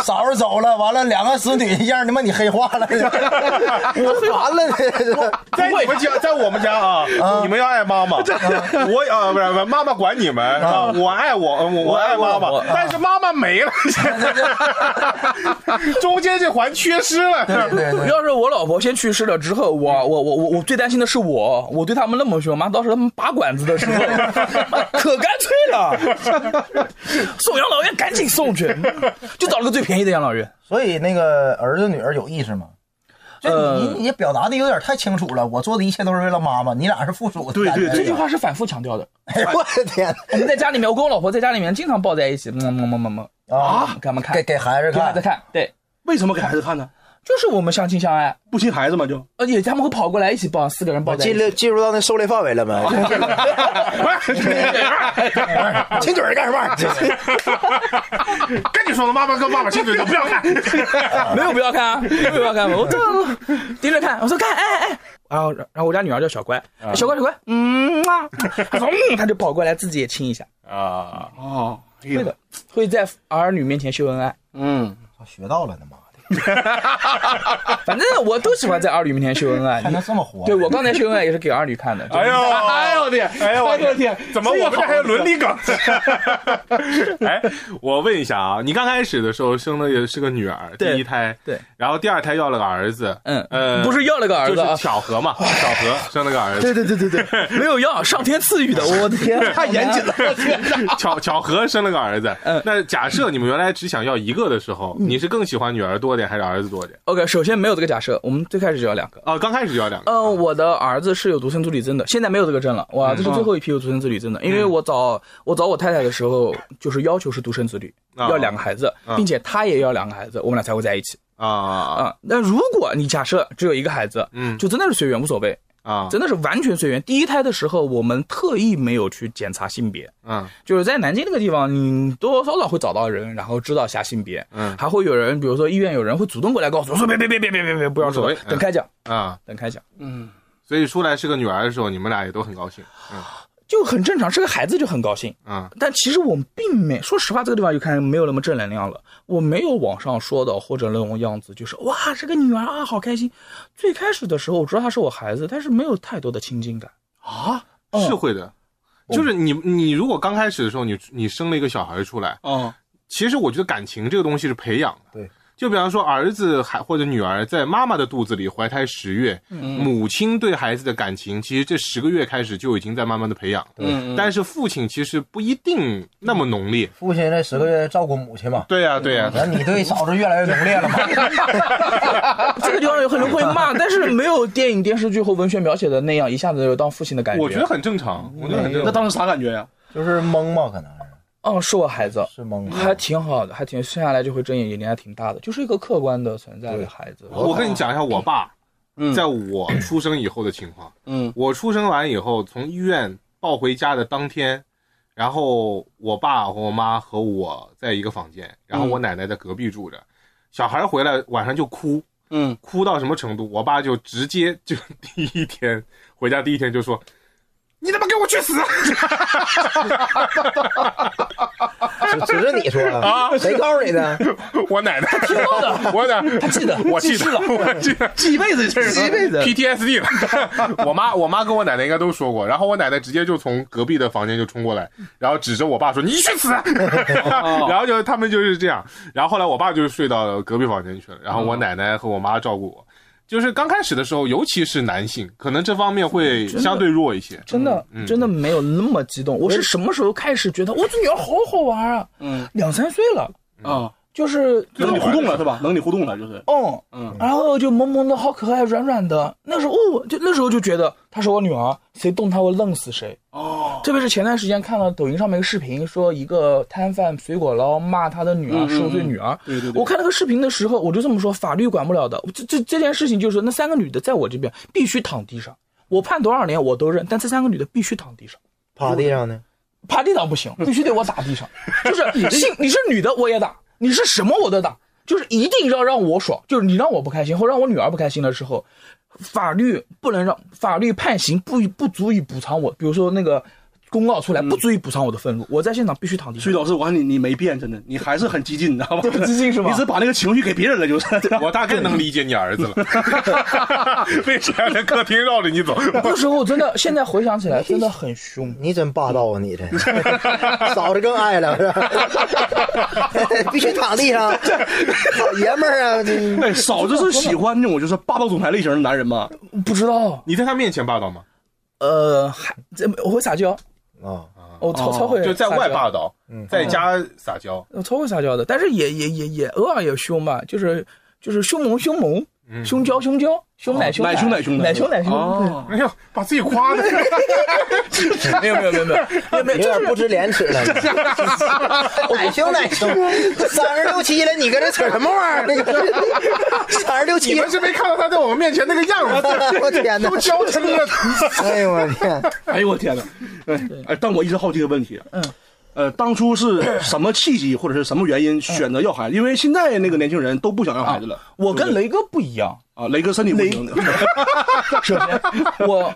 [SPEAKER 3] 嫂子走了，完了两个子女一样，他妈你黑化了，我完了，这是
[SPEAKER 1] 在你们家，在我们家啊，你们要爱妈妈，我啊不是不是妈妈管你们
[SPEAKER 2] 啊
[SPEAKER 1] 是吧？我爱我，呃我我爱妈妈，但是妈妈没 了，中间这环缺失了。
[SPEAKER 3] 对 对，
[SPEAKER 2] 要是我老婆先去世了之后，我我我我我最担心的是我，我对他们那么凶，妈到时候他们拔管子的时候，妈可干脆了， 送养老院赶紧送去，就找了个最便宜的养老院。
[SPEAKER 3] 所以那个儿子女儿有意识吗？就你你也表达的有点太清楚了，我做的一切都是为了妈妈，你俩是附属的。
[SPEAKER 5] 对对
[SPEAKER 2] 这
[SPEAKER 5] 对
[SPEAKER 2] 句话是反复强调的，
[SPEAKER 3] 哎呦我的天
[SPEAKER 2] 我们在家里面，我跟我老婆在家里面经常抱在一起，嗯么么么么么，
[SPEAKER 3] 啊！
[SPEAKER 2] 干嘛看
[SPEAKER 3] 给？给孩子
[SPEAKER 2] 给孩
[SPEAKER 3] 看
[SPEAKER 2] 子，看，对，
[SPEAKER 5] 为什么给孩子看呢？
[SPEAKER 2] 就是我们相亲相爱，
[SPEAKER 5] 不亲孩子嘛，就
[SPEAKER 2] 而且他们会跑过来一起抱，四个人抱在一
[SPEAKER 3] 进入
[SPEAKER 2] 起。
[SPEAKER 3] 进入到那狩猎范围 了没？亲嘴儿干什么？
[SPEAKER 1] 跟你说了，妈妈跟爸爸亲嘴的不要看。
[SPEAKER 2] 没有不要看啊，没有不要看，我这盯着看，我说看，哎哎哎，然后然后我家女儿叫小乖，小乖小乖，嗯啊， 她说嗯，她就跑过来自己也亲一下，
[SPEAKER 1] 啊，
[SPEAKER 5] 哦，对
[SPEAKER 2] 会的，会在儿女面前秀恩 爱，
[SPEAKER 5] 嗯，
[SPEAKER 3] 学到了，他妈的，
[SPEAKER 2] 反正我都喜欢在儿女面前秀恩爱
[SPEAKER 3] 还。能这么活？
[SPEAKER 2] 对我刚才秀恩爱也是给儿女看的，就
[SPEAKER 1] 哎呦，
[SPEAKER 5] 哎呦我天，
[SPEAKER 1] 哎呦我
[SPEAKER 5] 我天，
[SPEAKER 1] 怎么我们这还有伦理梗？ 哎，我问一下啊，你刚开始的时候生的也是个女儿，第
[SPEAKER 2] 对
[SPEAKER 1] 一胎，
[SPEAKER 2] 对，
[SPEAKER 1] 然后第二胎要了个儿子，
[SPEAKER 2] 嗯
[SPEAKER 1] 呃，
[SPEAKER 2] 不是要了个儿
[SPEAKER 1] 就
[SPEAKER 2] 子啊
[SPEAKER 1] 是，巧合嘛，巧合生了个儿
[SPEAKER 2] 对
[SPEAKER 1] 子，
[SPEAKER 2] 对对对对，没有要，上天赐予的，我的天，啊太严谨了。
[SPEAKER 1] 巧巧合生了个儿子
[SPEAKER 2] 嗯。
[SPEAKER 1] 那假设你们原来只想要一个的时候，你是更喜欢女儿多点还是儿子多点？
[SPEAKER 2] OK，首先没有这个假设，我们最开始就要两个。
[SPEAKER 1] 哦，刚开始就要两个。
[SPEAKER 2] 嗯，我的嗯儿子是有独生自理症的，现在没有这个症了。我儿子是最后一批有独生子女症的，因为我找我找我太太的时候，就是要求是独生子女，
[SPEAKER 1] 啊
[SPEAKER 2] 要两个孩子，并且他也要两个孩子，我们俩才会在一起
[SPEAKER 1] 啊
[SPEAKER 2] 啊。那如果你假设只有一个孩子，
[SPEAKER 1] 嗯
[SPEAKER 2] 就真的是随缘，无所谓，
[SPEAKER 1] 啊
[SPEAKER 2] 真的是完全随缘。第一胎的时候，我们特意没有去检查性别，
[SPEAKER 1] 嗯
[SPEAKER 2] 就是在南京那个地方，你多多少少会找到人，然后知道下性别，
[SPEAKER 1] 嗯
[SPEAKER 2] 还会有人，比如说医院有人会主动过来告诉我说别别别别别别别不要
[SPEAKER 1] 无所
[SPEAKER 2] 说
[SPEAKER 1] 谓，
[SPEAKER 2] 等开奖，
[SPEAKER 1] 啊，
[SPEAKER 2] 等开奖
[SPEAKER 1] 所以出来是个女儿的时候，你们俩也都很高兴。
[SPEAKER 2] 就很正常，是个孩子就很高兴。
[SPEAKER 1] 嗯啊
[SPEAKER 2] 但其实我们并没，说实话，这个地方就看没有那么正能量了。我没有网上说的或者那种样子，就是哇，这个女儿啊，好开心。最开始的时候，我知道她是我孩子，但是没有太多的亲近感。
[SPEAKER 5] 啊
[SPEAKER 2] 嗯
[SPEAKER 1] 是会的。就是你，你如果刚开始的时候，你你生了一个小孩出来，
[SPEAKER 5] 啊，
[SPEAKER 1] 其实我觉得感情这个东西是培养的。
[SPEAKER 3] 对，
[SPEAKER 1] 就比方说儿子还或者女儿在妈妈的肚子里怀胎十月，母亲对孩子的感情，其实这十个月开始就已经在慢慢的培养。嗯，但是父亲其实不一定那么浓烈。
[SPEAKER 3] 父亲这十个月照顾母亲嘛，
[SPEAKER 1] 对呀、对呀、
[SPEAKER 3] 那你对嫂子越来越浓烈了嘛？
[SPEAKER 2] 这个地方有可能会骂，但是没有电影、电视剧和文学描写的那样，一下子有当父亲的感觉。
[SPEAKER 1] 我觉得，很正常，我觉得很正
[SPEAKER 5] 那
[SPEAKER 1] 常。
[SPEAKER 5] 当时啥感觉呀？
[SPEAKER 3] 就是懵嘛，可能是
[SPEAKER 2] 哦，是我孩子，
[SPEAKER 3] 是懵。
[SPEAKER 2] 还挺好的，还挺生下来就会睁眼，眼睛还挺大的，就是一个客观的存在的孩子。
[SPEAKER 1] 我跟你讲一下我爸，
[SPEAKER 2] 嗯
[SPEAKER 1] 在我出生以后的情况。
[SPEAKER 5] 嗯，
[SPEAKER 1] 我出生完以后，从医院抱回家的当天，然后我爸和我妈和我在一个房间，然后我奶奶在隔壁住着。小孩回来晚上就哭，
[SPEAKER 5] 嗯，
[SPEAKER 1] 哭到什么程度？我爸就直接就 第一天回家第一天就说：“你他妈给我去死啊
[SPEAKER 3] 只只是你说的，谁告诉你的？！”
[SPEAKER 1] 我奶奶听到的， 我奶他记得，我记得，我记得，
[SPEAKER 5] 记一辈子这事儿。
[SPEAKER 1] 一辈子 PTSD 了。我妈，我妈跟我奶奶应该都说过。然后我奶奶直接就从隔壁的房间就冲过来，然后指着我爸说：“你去死！”啊 然后就他们就是这样。然后后来我爸就睡到隔壁房间去了，然后我奶奶和我妈照顾我。就是刚开始的时候，尤其是男性，可能这方面会相对弱一些。
[SPEAKER 2] 真的，
[SPEAKER 1] 嗯
[SPEAKER 2] 真的没有那么激动。我是什么时候开始觉得我这女儿好好玩啊？
[SPEAKER 5] 嗯
[SPEAKER 2] 两三岁了，
[SPEAKER 5] 啊，
[SPEAKER 2] 就是
[SPEAKER 5] 能你互动了是吧？能你互动了就是。
[SPEAKER 2] 嗯
[SPEAKER 5] 嗯
[SPEAKER 2] 然后就萌萌的好可爱，软软的。那时候哦，就那时候就觉得她是我女儿，谁动她我弄死谁。
[SPEAKER 5] 哦，
[SPEAKER 2] 特别是前段时间看到抖音上面一个视频，说一个摊贩水果捞骂他的女儿，十五岁女儿。
[SPEAKER 5] 嗯对对对
[SPEAKER 2] 我看那个视频的时候，我就这么说，法律管不了的。这这这件事情就是，那三个女的在我这边必须躺地上，我判多少年我都认，但这三个女的必须躺地上。
[SPEAKER 3] 趴地上呢？。
[SPEAKER 2] 趴地上不行，必须得我打 地上，就是性嗯你是女的我也打，你是什么我都打，就是一定要让我爽，就是你让我不开心或让我女儿不开心的时候，法律不能让法律判刑不不足以补偿我，比如说那个公告出来不足以补偿我的愤怒，我在现场必须躺地
[SPEAKER 5] 所
[SPEAKER 2] 上
[SPEAKER 5] 以。老师，我看你你没变，真的，你还是很激进，你知道吧？
[SPEAKER 2] 激进是吧
[SPEAKER 5] 你只把那个情绪给别人 了，就是。
[SPEAKER 1] 我大概能理解你儿子 了，为啥在客厅绕着你走？
[SPEAKER 2] 那时候真的，现在回想起 来真的很凶
[SPEAKER 3] 你真霸道啊！你这 嫂子更爱了，是吧？ 必须躺地上，好爷们儿啊！这
[SPEAKER 5] 哎，嫂子是喜欢那种就是霸道总裁类型的男人吗？
[SPEAKER 2] 不知道，
[SPEAKER 1] 你在他面前霸道吗？
[SPEAKER 2] 呃，还这我会撒娇，
[SPEAKER 3] 啊，
[SPEAKER 2] 我超超会
[SPEAKER 1] 就在
[SPEAKER 2] 撒
[SPEAKER 1] 外
[SPEAKER 2] 娇嗯哦
[SPEAKER 1] 霸道，在家撒娇。
[SPEAKER 2] 我超会呃撒娇的，但是也也也也偶尔也凶吧，就是就是凶萌凶萌，凶娇凶娇，凶奶凶
[SPEAKER 5] 哦奶凶奶凶的
[SPEAKER 2] 奶凶奶凶。
[SPEAKER 5] 哦，
[SPEAKER 1] 哎呦，把自己夸 的。
[SPEAKER 2] 对 没有没有没有没 有没有没有，
[SPEAKER 3] 有
[SPEAKER 2] 就
[SPEAKER 3] 点
[SPEAKER 2] 是
[SPEAKER 3] 不知廉耻 了。奶凶奶凶，三十六七了，你搁这扯什么玩意儿？那个三十六
[SPEAKER 1] 你
[SPEAKER 3] 七，
[SPEAKER 1] 们是没看到他在我们面前那个 样子，
[SPEAKER 3] 我天哪
[SPEAKER 1] 都！娇嗔了。
[SPEAKER 3] 哎呦我天！
[SPEAKER 5] 哎呦我天哪！哎哎，但我一直好奇一个问题，嗯，呃，当初是什么契机或者是什么原因
[SPEAKER 2] 嗯
[SPEAKER 5] 选择要孩子？因为现在那个年轻人都不想要孩子了。
[SPEAKER 2] 我
[SPEAKER 5] 对不
[SPEAKER 2] 跟
[SPEAKER 5] 对
[SPEAKER 2] 雷哥不一 样，
[SPEAKER 5] 啊雷哥身体不行的，
[SPEAKER 2] 首先我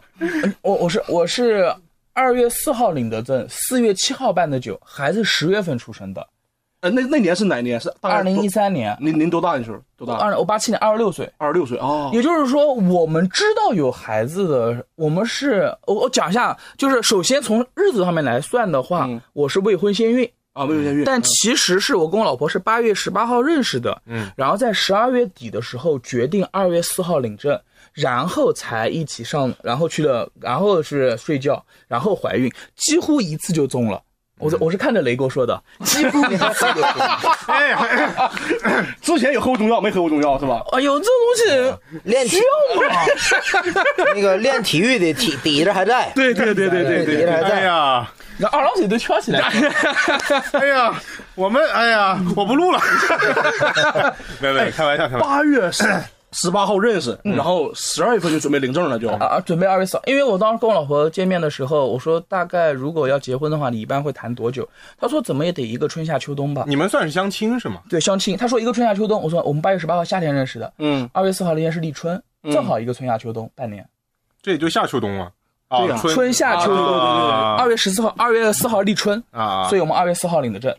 [SPEAKER 2] 我我是我是二月四号领的证，四月七号办的酒，孩子十月份出生的，
[SPEAKER 5] 呃，那那年是哪年？是
[SPEAKER 2] 二零一
[SPEAKER 5] 三。
[SPEAKER 2] 三年，
[SPEAKER 5] 您您多大那时候？多大？
[SPEAKER 2] 二我八七年二十六岁。
[SPEAKER 5] 二十六岁啊。
[SPEAKER 2] 也就是说，我们知道有孩子的，我们是，我我讲一下，就是首先从日子上面来算的话，
[SPEAKER 5] 嗯
[SPEAKER 2] 我是未婚先孕，
[SPEAKER 5] 啊，没有监 狱。
[SPEAKER 2] 但其实是我跟我老婆是八月十八号认识的，
[SPEAKER 1] 嗯，
[SPEAKER 2] 然后在十二月底的时候决定二月四号领证，然后才一起上，然后去了，然后是睡觉，然后怀孕，几乎一次就中了。我是我是看着雷哥说的，几乎一次就 中了。
[SPEAKER 1] 哎呀，
[SPEAKER 5] 之前有喝过中药，没喝过中药是吧？
[SPEAKER 2] 哎呦，这东西
[SPEAKER 3] 练体啊
[SPEAKER 2] 要吗？
[SPEAKER 3] 那个练体育的体底子还在，
[SPEAKER 5] 对对对对对
[SPEAKER 3] 底子还
[SPEAKER 1] 哎
[SPEAKER 3] 在。
[SPEAKER 1] 呀，
[SPEAKER 2] 那二郎腿都翘起来了。
[SPEAKER 1] 哎呀，我们哎呀，我不 录了。没有
[SPEAKER 2] 哎
[SPEAKER 1] 没有，开玩笑，开玩笑。
[SPEAKER 5] 八 月十十八号认识，然后十二月份就准备领证了，就
[SPEAKER 2] 嗯啊，准备二月四号，因为我当时跟我老婆见面的时候，我说大概如果要结婚的话，你一般会谈多久？她说怎么也得一个春夏秋冬吧。
[SPEAKER 1] 你们算是相亲是吗？
[SPEAKER 2] 对，相亲，她说一个春夏秋冬。我说我们八月十八号夏天认识的，
[SPEAKER 5] 嗯，
[SPEAKER 2] 二月四号那天是立春，正好一个春夏秋冬，半年。
[SPEAKER 1] 这也就夏秋冬啊。
[SPEAKER 5] 对
[SPEAKER 1] 啊，
[SPEAKER 5] 呀
[SPEAKER 2] 春夏秋冬
[SPEAKER 1] 啊
[SPEAKER 2] 二月十四号，二月四号立春，
[SPEAKER 1] 啊，
[SPEAKER 2] 所以我们二月四号领的证。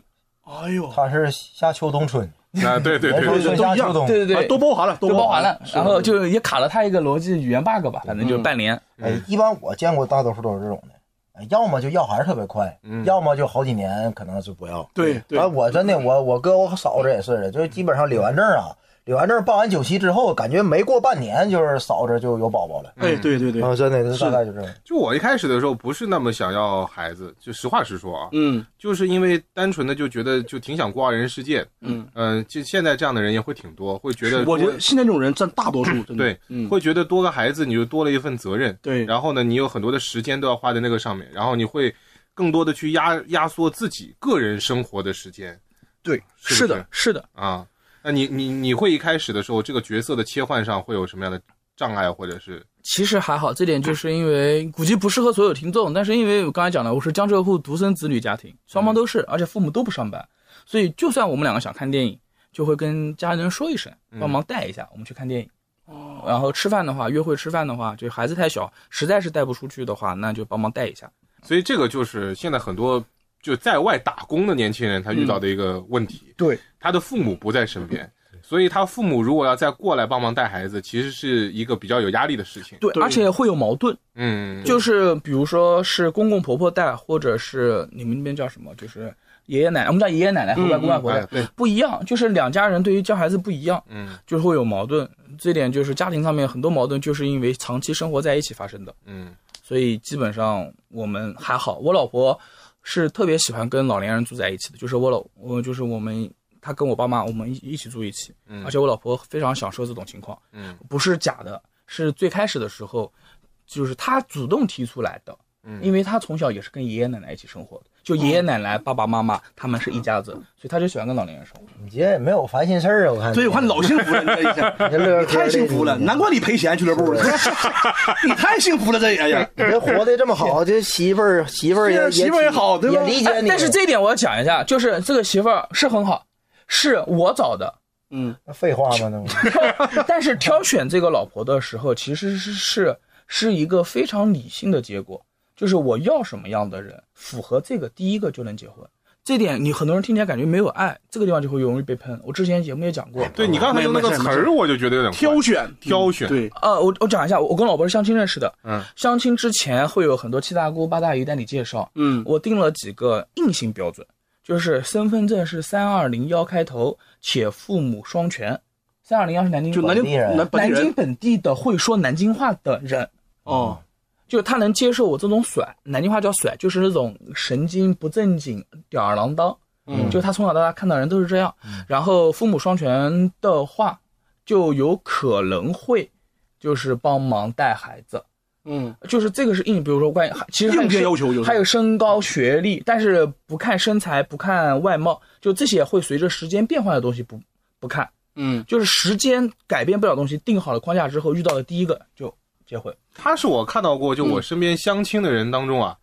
[SPEAKER 5] 哎呦，
[SPEAKER 3] 他是夏秋冬春，
[SPEAKER 1] 啊，对对
[SPEAKER 3] 人说
[SPEAKER 1] 对
[SPEAKER 3] 春夏秋冬，
[SPEAKER 2] 对对
[SPEAKER 5] 啊
[SPEAKER 2] 对，
[SPEAKER 5] 都包含了，都
[SPEAKER 2] 都包含
[SPEAKER 5] 了
[SPEAKER 2] 了，，然后就
[SPEAKER 5] 嗯
[SPEAKER 2] 也卡了他一个逻辑语言 bug 吧，反正就是半年。
[SPEAKER 3] 哎，一般我见过大多数都是这种的。哎要么就要孩子特别快，要么就好几年可能就不要。
[SPEAKER 5] 嗯对对
[SPEAKER 3] 完我真的我我哥我嫂子也是的，就是基本上领完证啊，领完证办完九期之后，感觉没过半年就是嫂子就有宝宝了。
[SPEAKER 5] 哎，对对对，
[SPEAKER 2] 嗯
[SPEAKER 3] 啊，真的，大概就这样。
[SPEAKER 1] 就我一开始的时候不是那么想要孩子，就实话实说啊，
[SPEAKER 5] 嗯，
[SPEAKER 1] 就是因为单纯的就觉得就挺想过二人世界，
[SPEAKER 5] 嗯
[SPEAKER 1] 嗯，就现在这样的人也会挺多，会觉得
[SPEAKER 5] 我觉得现在这种人占大多 数，真的。
[SPEAKER 1] 对，
[SPEAKER 5] 嗯，
[SPEAKER 1] 会觉得多个孩子你就多了一份责任，
[SPEAKER 5] 对
[SPEAKER 1] 然后呢，你有很多的时间都要花在那个上面，然后你会更多的去压压缩自己个人生活的时间，
[SPEAKER 5] 对，
[SPEAKER 1] 是不
[SPEAKER 2] 是的，是的，
[SPEAKER 1] 啊。那你你你会一开始的时候，这个角色的切换上会有什么样的障碍，或者是
[SPEAKER 2] 其实还好，这点就是因为估计不适合所有听众，但是因为我刚才讲了，我是江浙沪独生子女家庭，双方都是，而且父母都不上班，所以就算我们两个想看电影，就会跟家人说一声，帮忙带一下，我们去看电影。哦，然后吃饭的话，约会吃饭的话，就孩子太小，实在是带不出去的话，那就帮忙带一下。
[SPEAKER 1] 所以这个就是现在很多就在外打工的年轻人他遇到的一个问题。
[SPEAKER 5] 嗯对，
[SPEAKER 1] 他的父母不在身边，所以他父母如果要再过来帮忙带孩子，其实是一个比较有压力的事情。
[SPEAKER 2] 对，
[SPEAKER 5] 对
[SPEAKER 2] 而且会有矛盾，
[SPEAKER 1] 嗯，
[SPEAKER 2] 就是比如说是公公婆婆带，或者是你们那边叫什么，就是爷爷奶奶，我们叫爷爷奶奶和外公外婆带，
[SPEAKER 1] 哎对，
[SPEAKER 2] 不一样，就是两家人对于教孩子不一样，
[SPEAKER 1] 嗯
[SPEAKER 2] 就是会有矛盾。这点就是家庭上面很多矛盾，就是因为长期生活在一起发生的。
[SPEAKER 1] 嗯
[SPEAKER 2] 所以基本上我们还好。我老婆是特别喜欢跟老年人住在一起的，就是我老我就是我们她跟我爸妈我们一一起住一起，
[SPEAKER 1] 嗯
[SPEAKER 2] 而且我老婆非常享受这种情况，
[SPEAKER 1] 嗯
[SPEAKER 2] 不是假的，是最开始的时候就是她主动提出来的。
[SPEAKER 1] 嗯
[SPEAKER 2] 因为她从小也是跟爷爷奶奶一起生活的，就爷爷奶奶、爸爸妈妈他们是一家子，
[SPEAKER 1] 嗯
[SPEAKER 2] 所以她就喜欢跟老年人生活。
[SPEAKER 3] 你姐也没有烦心事儿啊，我看你。
[SPEAKER 5] 对，我看你老幸福了，你这一 下，
[SPEAKER 3] 你乐呵呵的
[SPEAKER 5] 你太幸福了，
[SPEAKER 3] 你
[SPEAKER 5] 难怪你赔钱俱乐部了，你太幸福了，这哎 呀，
[SPEAKER 3] 你这活得这么好，这媳妇儿媳妇儿
[SPEAKER 5] 对
[SPEAKER 3] 也
[SPEAKER 5] 啊媳妇儿也好对吧
[SPEAKER 3] 也理解
[SPEAKER 2] 哎
[SPEAKER 3] 你。
[SPEAKER 2] 但是这一点我要讲一下，就是这个媳妇儿是很好，是我找的，
[SPEAKER 5] 嗯，
[SPEAKER 3] 废话吗？那不
[SPEAKER 2] 但是挑选这个老婆的时候，其实是是是一个非常理性的结果，就是我要什么样的人，符合这个第一个就能结婚。这点你很多人听起来感觉没有爱，这个地方就会容易被喷。我之前节目也讲过，
[SPEAKER 1] 对你刚才用那个词儿，我就觉得有点怪
[SPEAKER 5] 挑选嗯
[SPEAKER 1] 挑选
[SPEAKER 5] 对，
[SPEAKER 2] 呃，我我讲一下，我跟老婆是相亲认识的，
[SPEAKER 1] 嗯，
[SPEAKER 2] 相亲之前会有很多七大姑八大姨带你介绍，
[SPEAKER 5] 嗯
[SPEAKER 2] 我定了几个硬性标准，就是身份证是三二零幺开头，且父母双全。三二零幺是南京
[SPEAKER 5] 就南京
[SPEAKER 3] 本地人
[SPEAKER 5] 南本
[SPEAKER 2] 南
[SPEAKER 5] 地
[SPEAKER 2] 京
[SPEAKER 5] 人
[SPEAKER 2] 本地的会说南京话的人，
[SPEAKER 5] 哦，
[SPEAKER 2] 就他能接受我这种甩，南京话叫甩，就是那种神经不正经、吊儿郎当。
[SPEAKER 5] 嗯
[SPEAKER 2] 就他从小到大看到人都是这样。然后父母双全的话，就有可能会就是帮忙带孩子，
[SPEAKER 5] 嗯，
[SPEAKER 2] 就是这个是硬，比如说关于其实还有
[SPEAKER 5] 硬件
[SPEAKER 2] 身
[SPEAKER 5] 要求有
[SPEAKER 2] 还有身高、学历，但是不看身材、不看外貌，就这些会随着时间变化的东西不不看，
[SPEAKER 5] 嗯，
[SPEAKER 2] 就是时间改变不了东西。定好了框架之后，遇到的第一个就结婚。
[SPEAKER 1] 他是我看到过，就
[SPEAKER 5] 嗯
[SPEAKER 1] 我身边相亲的人当中啊，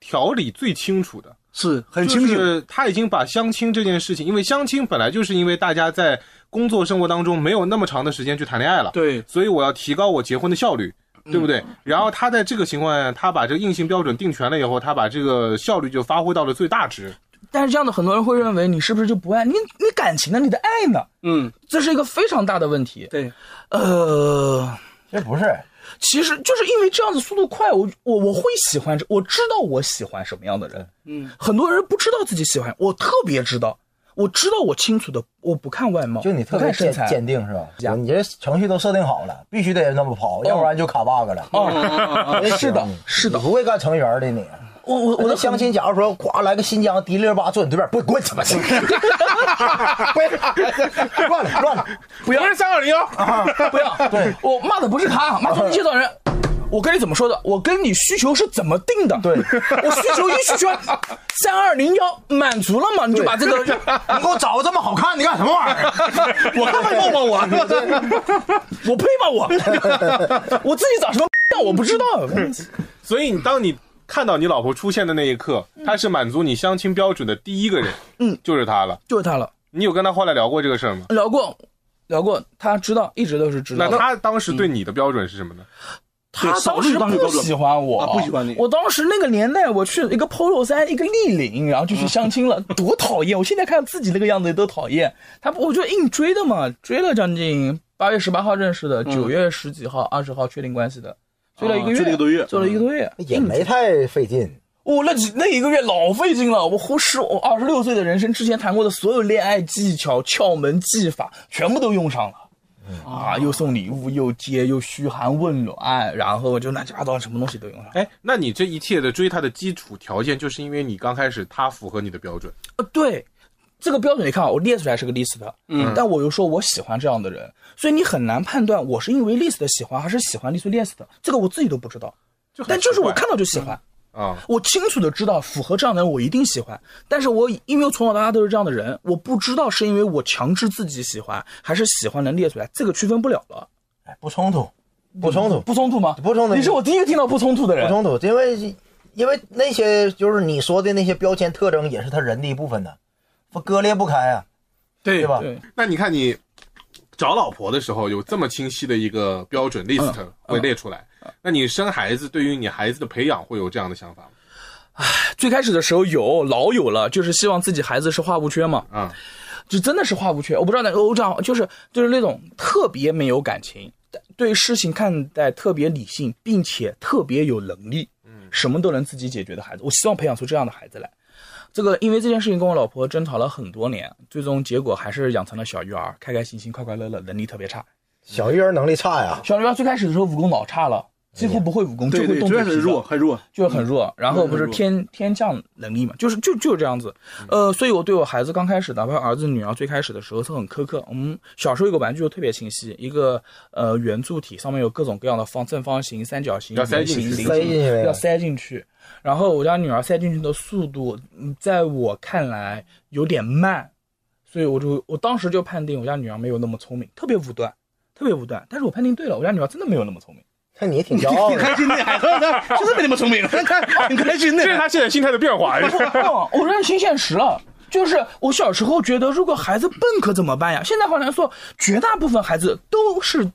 [SPEAKER 1] 条理最清楚的，
[SPEAKER 5] 是很清
[SPEAKER 1] 就
[SPEAKER 5] 醒，
[SPEAKER 1] 是他已经把相亲这件事情，因为相亲本来就是因为大家在工作生活当中没有那么长的时间去谈恋爱了，
[SPEAKER 5] 对，
[SPEAKER 1] 所以我要提高我结婚的效率，对不对？然后他在这个情况下，他把这个硬性标准定全了以后，他把这个效率就发挥到了最大值。
[SPEAKER 2] 但是这样的很多人会认为你是不是就不爱你？你感情呢？你的爱呢？
[SPEAKER 5] 嗯，
[SPEAKER 2] 这是一个非常大的问题。
[SPEAKER 5] 对，
[SPEAKER 2] 呃，
[SPEAKER 3] 这不是，
[SPEAKER 2] 其实就是因为这样子速度快，我我我会喜欢这，我知道我喜欢什么样的人。
[SPEAKER 5] 嗯，
[SPEAKER 2] 很多人不知道自己喜欢，我特别知道，我知道我清楚的，我不看外貌，
[SPEAKER 3] 就你特
[SPEAKER 2] 不
[SPEAKER 3] 别
[SPEAKER 2] 看身
[SPEAKER 3] 坚
[SPEAKER 2] 材。
[SPEAKER 3] 坚定是吧？你这程序都设定好了，必须得那么跑，要不然就卡 bug 了。嗯
[SPEAKER 2] 哦，是的，是的
[SPEAKER 3] 你，不会干成员的你。
[SPEAKER 2] 我我我
[SPEAKER 3] 我
[SPEAKER 2] 的
[SPEAKER 3] 的相亲，假如说咵来个新疆迪丽热巴坐你对面，不滚他妈 去！不要乱了乱了，
[SPEAKER 1] 不是三二零幺，
[SPEAKER 2] 啊不要， 对我骂的不是他，骂的
[SPEAKER 3] 啊
[SPEAKER 2] 是介绍人。我跟你怎么说的？我跟你需求是怎么定的？
[SPEAKER 3] 对
[SPEAKER 2] 我需求一需求三二零幺满足了嘛？你就把这个
[SPEAKER 3] 你给我找个这么好看的干什么玩意 儿？
[SPEAKER 5] 我看看梦吧，我
[SPEAKER 2] 我配吗？我我 自己找什么？我不知道。
[SPEAKER 3] 嗯
[SPEAKER 1] 所以你当你看到你老婆出现的那一刻，她是满足你相亲标准的第一个人，嗯，就是她了。
[SPEAKER 2] 就是他了，
[SPEAKER 1] 你有跟她后来聊过这个事儿吗？
[SPEAKER 2] 聊过，聊过，他知道，一直都是知
[SPEAKER 1] 嗯那
[SPEAKER 2] 道的。
[SPEAKER 1] 她当时对你的标准是什么呢？
[SPEAKER 2] 他
[SPEAKER 5] 对
[SPEAKER 2] 当
[SPEAKER 5] 嫂子
[SPEAKER 2] 时
[SPEAKER 5] 当时
[SPEAKER 2] 不
[SPEAKER 5] 标准
[SPEAKER 2] 喜欢我，
[SPEAKER 5] 啊不喜欢你
[SPEAKER 2] 我当时那个年代，我去一个 polo 衫，一个立领，然后就去
[SPEAKER 5] 嗯
[SPEAKER 2] 相亲了，多讨厌！我现在看自己那个样子都讨厌。他不，我就硬追的嘛，追了将近八月十八号认识的，九月十几号、二十号确定关系的，追了一个
[SPEAKER 5] 啊
[SPEAKER 2] 月，
[SPEAKER 5] 嗯追了一个多月嗯
[SPEAKER 2] 做了一个多月，
[SPEAKER 3] 也没太费劲，
[SPEAKER 2] 我、那几那一个月老费劲了，我胡十我二十六岁的人生之前谈过的所有恋爱技巧、窍门、技法，全部都用上了。啊，又送礼物，又接，又嘘寒问暖，然后就乱七八糟什么东西都用上。
[SPEAKER 1] 哎，那你这一切的追她的基础条件，就是因为你刚开始她符合你的标准，
[SPEAKER 2] 呃，对，这个标准你看啊，我列出来是个 list 的，嗯，但我又说我喜欢这样的人，所以你很难判断我是因为 list 的喜欢，还是喜欢 list 列 list 的，这个我自己都不知道，
[SPEAKER 1] 就很
[SPEAKER 2] 但就是我
[SPEAKER 1] 奇怪
[SPEAKER 2] 看到就喜欢。
[SPEAKER 1] 啊，
[SPEAKER 2] 我清楚的知道，符合这样的人我一定喜欢。但是我因为我从小到大都是这样的人，我不知道是因为我强制自己喜欢，还是喜欢能列出来，这个区哎分不嗯了了。
[SPEAKER 3] 不冲突，不冲突，
[SPEAKER 2] 不冲突吗？
[SPEAKER 3] 不冲突
[SPEAKER 2] 你是我第一个听到不冲突的
[SPEAKER 3] 不
[SPEAKER 2] 人。
[SPEAKER 3] 冲突，因为因为那些就是你说的那些标签特征也是他人的一部分呢，不割裂不开啊，
[SPEAKER 1] 对
[SPEAKER 3] 对吧？
[SPEAKER 2] 对
[SPEAKER 1] 那你看你找老婆的时候有这么清晰的一个标准
[SPEAKER 5] 嗯
[SPEAKER 1] list 会列出来，那你生孩子对于你孩子的培养会有这样的想法吗？
[SPEAKER 2] 最开始的时候有老有了，就是希望自己孩子是话不缺嘛，
[SPEAKER 5] 嗯
[SPEAKER 1] 啊，
[SPEAKER 2] 就真的是话不缺。我不知道在欧洲就是就是那种特别没有感情，对事情看待特别理性，并且特别有能力，嗯，什么都能自己解决的孩子，我希望培养出这样的孩子来。这个因为这件事情跟我老婆争吵了很多年，最终结果还是养成了小鱼儿，开开心心、快快乐乐，能力特别差。
[SPEAKER 3] 小育儿能力差呀，
[SPEAKER 2] 小鱼儿最开始的时候武功老差了，几乎不会武功，就
[SPEAKER 5] 对
[SPEAKER 2] 会
[SPEAKER 5] 对，
[SPEAKER 2] 动嘴
[SPEAKER 5] 最开始
[SPEAKER 2] 皮子
[SPEAKER 5] 弱，很弱，
[SPEAKER 2] 就是很弱，然后不是
[SPEAKER 5] 很弱
[SPEAKER 2] 天天降能力嘛，就是就就是这样子，呃，所以我对我孩子刚开始，哪怕儿子女儿最开始的时候是很苛刻。我们小时候有个玩具就特别清晰，一个呃圆柱体，上面有各种各样的方正方形、三角形、
[SPEAKER 1] 要塞
[SPEAKER 2] 圆形
[SPEAKER 1] 进去
[SPEAKER 2] 菱
[SPEAKER 3] 塞进去
[SPEAKER 2] 形，
[SPEAKER 3] 呗
[SPEAKER 2] 要塞进去。然后我家女儿塞进去的速度，嗯在我看来有点慢，所以我就我当时就判定我家女儿没有那么聪明，特别武断，特别武断。但是我判定对了，我家女儿真的没有那么聪明。
[SPEAKER 3] 那 你也挺骄傲
[SPEAKER 5] 挺
[SPEAKER 3] 的。
[SPEAKER 5] 开心的，还呵呵真的没那么聪明，看看挺开心的
[SPEAKER 1] 这。是他现在心态的 变化。是吧
[SPEAKER 2] 哦， 我认清现实了。就是我小时候觉得，如果孩子笨可怎么办呀？现在好像说，绝大部分孩子都是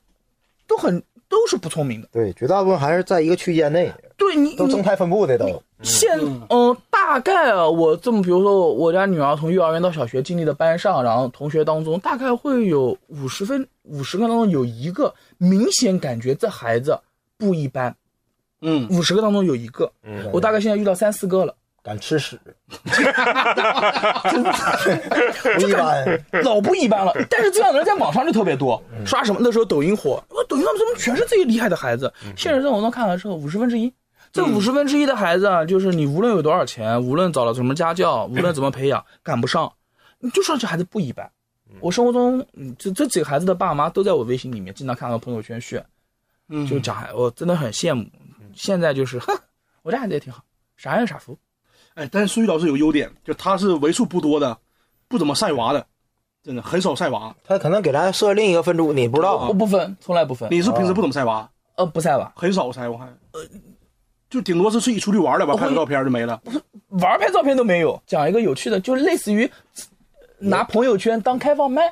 [SPEAKER 2] 都很都是不聪明的。
[SPEAKER 3] 对，绝大部分还是在一个区间内，
[SPEAKER 2] 对你，
[SPEAKER 3] 都正
[SPEAKER 2] 你
[SPEAKER 3] 态分布的都。
[SPEAKER 2] 现嗯，大概啊，我这么比如说，我家女儿从幼儿园到小学经历的班上，然后同学当中，大概会有五十分五十个当中有一个明显感觉这孩子不一般，
[SPEAKER 5] 嗯，
[SPEAKER 2] 五十个当中有一个，
[SPEAKER 3] 嗯
[SPEAKER 2] 我大概现在遇到三四个了。
[SPEAKER 3] 敢吃屎，不 一般。
[SPEAKER 2] 老不一般了。但是这样的人在网上就特别多，刷什么那时候抖音火，我抖音上怎么全是这些厉害的孩子？现实生活中看了之后，五十分之一。这五十分之一的孩子啊，就是你无论有多少钱，无论找了什么家教，无论怎么培养，赶不上，你就说这孩子不一般。我生活中，嗯，这这几个孩子的爸妈都在我微信里面经常看到朋友圈炫，就讲孩，我真的很羡慕。现在就是，哼，我这孩子也挺好，傻人傻福。
[SPEAKER 5] 哎，但是苏玉老师有个优点，就他是为数不多的不怎么晒娃的，真的很少晒娃。
[SPEAKER 3] 他可能给咱设另一个分组，你不知道。啊
[SPEAKER 2] 我不分，从来不分。
[SPEAKER 5] 你是平时不怎么晒娃，
[SPEAKER 2] 呃，不在吧？
[SPEAKER 5] 很少晒，我看，就顶多是自己出去玩两把，拍个照片就没了。
[SPEAKER 2] 玩儿拍照片都没有。讲一个有趣的，就是类似于呃拿朋友圈当开放麦，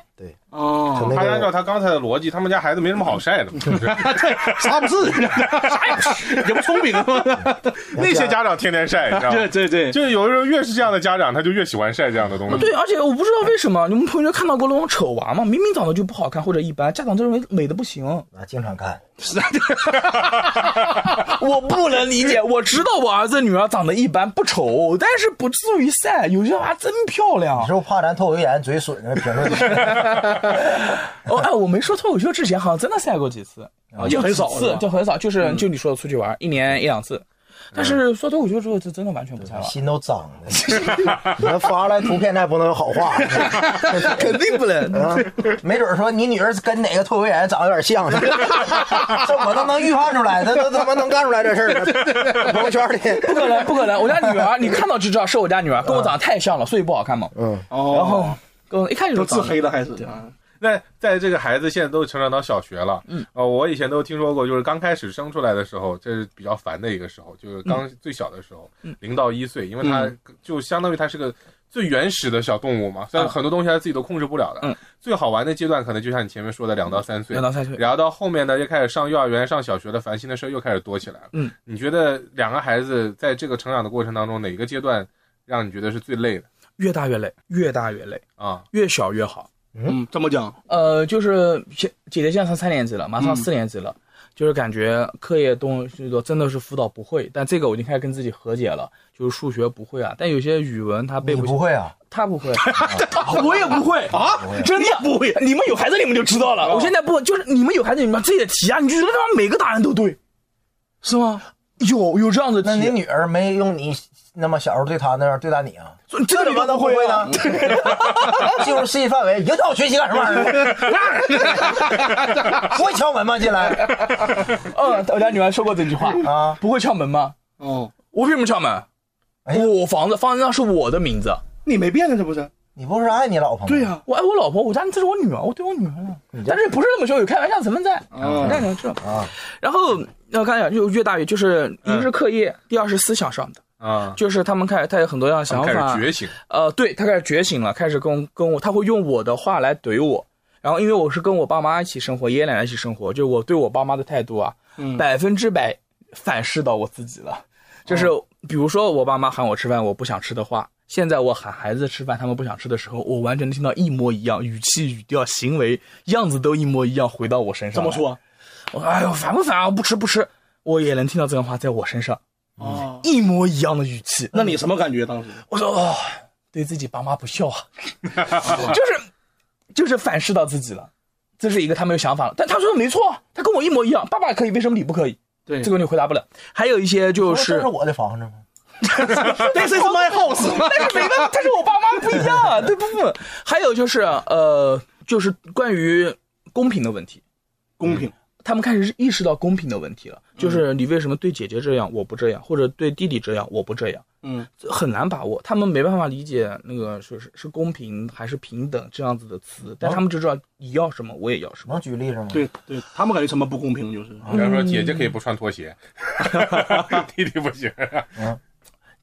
[SPEAKER 5] 哦，
[SPEAKER 3] 那
[SPEAKER 1] 他按照
[SPEAKER 3] 个
[SPEAKER 1] 他刚才的逻辑，他们家孩子没什么好晒的嘛，
[SPEAKER 5] 啥不是，啥也不是，也不聪明啊。
[SPEAKER 1] 那些家长天天晒，你知道
[SPEAKER 5] 对
[SPEAKER 1] 吗？
[SPEAKER 5] 对对，
[SPEAKER 1] 就是有的时候越是这样的家长，他就越喜欢晒这样的东西。
[SPEAKER 2] 对，而且我不知道为什么你们朋友圈看到过那种丑娃嘛，明明长得就不好看或者一般，家长就认为美的不 行。
[SPEAKER 3] 啊，经常看，
[SPEAKER 2] 我不能理解，我知道我儿子女儿长得一般不丑，但是不至于晒，有些娃真漂亮
[SPEAKER 3] 你。是不是怕咱脱口秀演员嘴损呢？评论区
[SPEAKER 2] 哦，哎，我没说脱口秀之前好像真的晒过几次，
[SPEAKER 5] 啊也很少
[SPEAKER 2] 几
[SPEAKER 5] 是
[SPEAKER 2] 次嗯
[SPEAKER 5] 吧
[SPEAKER 2] 就很少，就是就你说的出去玩，一年一两次。但是说脱口秀之后，就真的完全不晒 了。
[SPEAKER 3] 心都脏了。你们发来图片，那不能有好 话。
[SPEAKER 2] 肯定不能，
[SPEAKER 3] 啊，没准儿说你女儿跟哪个脱口秀演员长得有点像， 这我都能预判出来，他都他妈能干出来这事儿，朋友圈里
[SPEAKER 2] 不可 能，不可能！我家女儿，你看到就知道是我家女儿，跟我长得
[SPEAKER 5] 嗯
[SPEAKER 2] 太像了，所以不好看嘛。
[SPEAKER 5] 哦，
[SPEAKER 2] 然后跟我一看就
[SPEAKER 5] 都
[SPEAKER 2] 知道
[SPEAKER 5] 自
[SPEAKER 2] 长得
[SPEAKER 5] 黑了还是啊
[SPEAKER 1] 那在这个孩子现在都成长到小学了，嗯，呃，我以前都听说过，就是刚开始生出来的时候，这是比较烦的一个时
[SPEAKER 2] 嗯
[SPEAKER 1] 候，就是刚最小的时候，零、到一岁，因为他就相当于他是个最原始的小动物嘛，虽然很多东西他自己都控制不了的。
[SPEAKER 2] 嗯
[SPEAKER 1] 最好玩的阶段可能就像你前面说的两到三岁，
[SPEAKER 2] 两到三岁
[SPEAKER 1] 然后到后面呢又开始上幼儿园、上小学了，烦心的事儿又开始多起来了。
[SPEAKER 2] 嗯，
[SPEAKER 1] 你觉得两个孩子在这个成长的过程当中，哪个阶段让你觉得是最累的
[SPEAKER 2] 越大越累，越大越累，
[SPEAKER 1] 啊？
[SPEAKER 2] 越小越好。啊
[SPEAKER 5] 嗯，这么讲，嗯
[SPEAKER 2] 呃，就是姐姐姐现在上三年级了，马上四年级了。就是感觉课业动这个真的是辅导不会，但这个我已经开始跟自己和解了，就是数学不会啊，但有些语文他背
[SPEAKER 3] 你
[SPEAKER 2] 不
[SPEAKER 3] 不
[SPEAKER 2] 下，
[SPEAKER 3] 会啊？
[SPEAKER 2] 他不 会，
[SPEAKER 4] 我也不会啊，真的不会。你们有孩子，你们就知道了。
[SPEAKER 2] 我现在不就是你们有孩子，你们这些题啊，你就觉得他妈每个答案都对，是吗？有有这样的
[SPEAKER 3] 那你
[SPEAKER 2] 题，
[SPEAKER 3] 女儿没用你那么小时候对她那样对待你啊？
[SPEAKER 2] 这
[SPEAKER 3] 怎
[SPEAKER 2] 你
[SPEAKER 3] 么
[SPEAKER 2] 们
[SPEAKER 3] 能
[SPEAKER 2] 都
[SPEAKER 3] 不
[SPEAKER 2] 会
[SPEAKER 3] 会
[SPEAKER 2] 啊
[SPEAKER 3] 呢？ 进入世界范围，影响我学习干什么玩意儿？ 不会敲门吗？进来
[SPEAKER 2] 嗯，我家女儿说过这句 话，
[SPEAKER 3] 啊？
[SPEAKER 2] 不会敲门吗？
[SPEAKER 5] 哦，
[SPEAKER 2] 我凭什么敲门？
[SPEAKER 3] 哎呀
[SPEAKER 2] 我房子房子上是我的名字，
[SPEAKER 5] 你没变呢，啊这不是？
[SPEAKER 3] 你不是爱你老婆吗？
[SPEAKER 5] 对啊呀，
[SPEAKER 2] 我爱我老婆，我家这是我女儿，我对我女儿啊，但是不是那么说，有开玩笑成分在，
[SPEAKER 5] 哦
[SPEAKER 2] 那两这
[SPEAKER 3] 嗯啊。
[SPEAKER 2] 然后呃我看一下，就越大越就是一
[SPEAKER 1] 嗯
[SPEAKER 2] 个是课业，第二是思想上的，
[SPEAKER 1] 啊，
[SPEAKER 2] 就是他们开始他有很多样的
[SPEAKER 1] 他
[SPEAKER 2] 想
[SPEAKER 1] 们开
[SPEAKER 2] 法
[SPEAKER 1] 始，觉醒，
[SPEAKER 2] 呃，对他开始觉醒了，开始跟跟我，他会用我的话来怼我。然后因为我是跟我爸妈一起生活，爷爷奶奶一起生活，就是我对我爸妈的态度啊，
[SPEAKER 5] 嗯
[SPEAKER 2] 百分之百反噬到我自己了。就是
[SPEAKER 5] 哦
[SPEAKER 2] 比如说我爸妈喊我吃饭，我不想吃的话，现在我喊孩子吃饭，他们不想吃的时候，我完全能听到一模一样，语气、语调、行为、样子都一模一样回到我身上。
[SPEAKER 5] 怎么？说？
[SPEAKER 2] 我哎呦，烦不烦啊？不吃不吃，我也能听到这样的话在我身上，
[SPEAKER 5] 哦，
[SPEAKER 2] 一模一样的语气。
[SPEAKER 5] 那你什么感觉？当时
[SPEAKER 2] 我说哦，对自己爸妈不孝啊， 就是就是反噬到自己了，这是一个他没有想法了。但他说的没错，啊他跟我一模一样，爸爸可以，为什么你不可以？
[SPEAKER 5] 对
[SPEAKER 2] 这个你回答不了。还有一些就
[SPEAKER 3] 不
[SPEAKER 2] 是
[SPEAKER 3] 这是我的房子吗？
[SPEAKER 5] This is my house。
[SPEAKER 2] 但是没办法，但是我爸妈不一样啊，对不不。还有就是呃，就是关于公平的问题，
[SPEAKER 5] 公平，
[SPEAKER 2] 他们开始意识到公平的问题了，就是你为什么对姐姐这样，我不这样，或者对弟弟这样，我不这样，
[SPEAKER 5] 嗯，
[SPEAKER 2] 很难把握，他们没办法理解那个说是是公平还是平等这样子的词，但他们就知道你要什么，我也要什么。
[SPEAKER 3] 能举例子吗？
[SPEAKER 5] 对对，他们感觉什么不公平就是。
[SPEAKER 1] 比方
[SPEAKER 2] 嗯
[SPEAKER 1] 说姐姐可以不穿拖鞋，弟弟不行，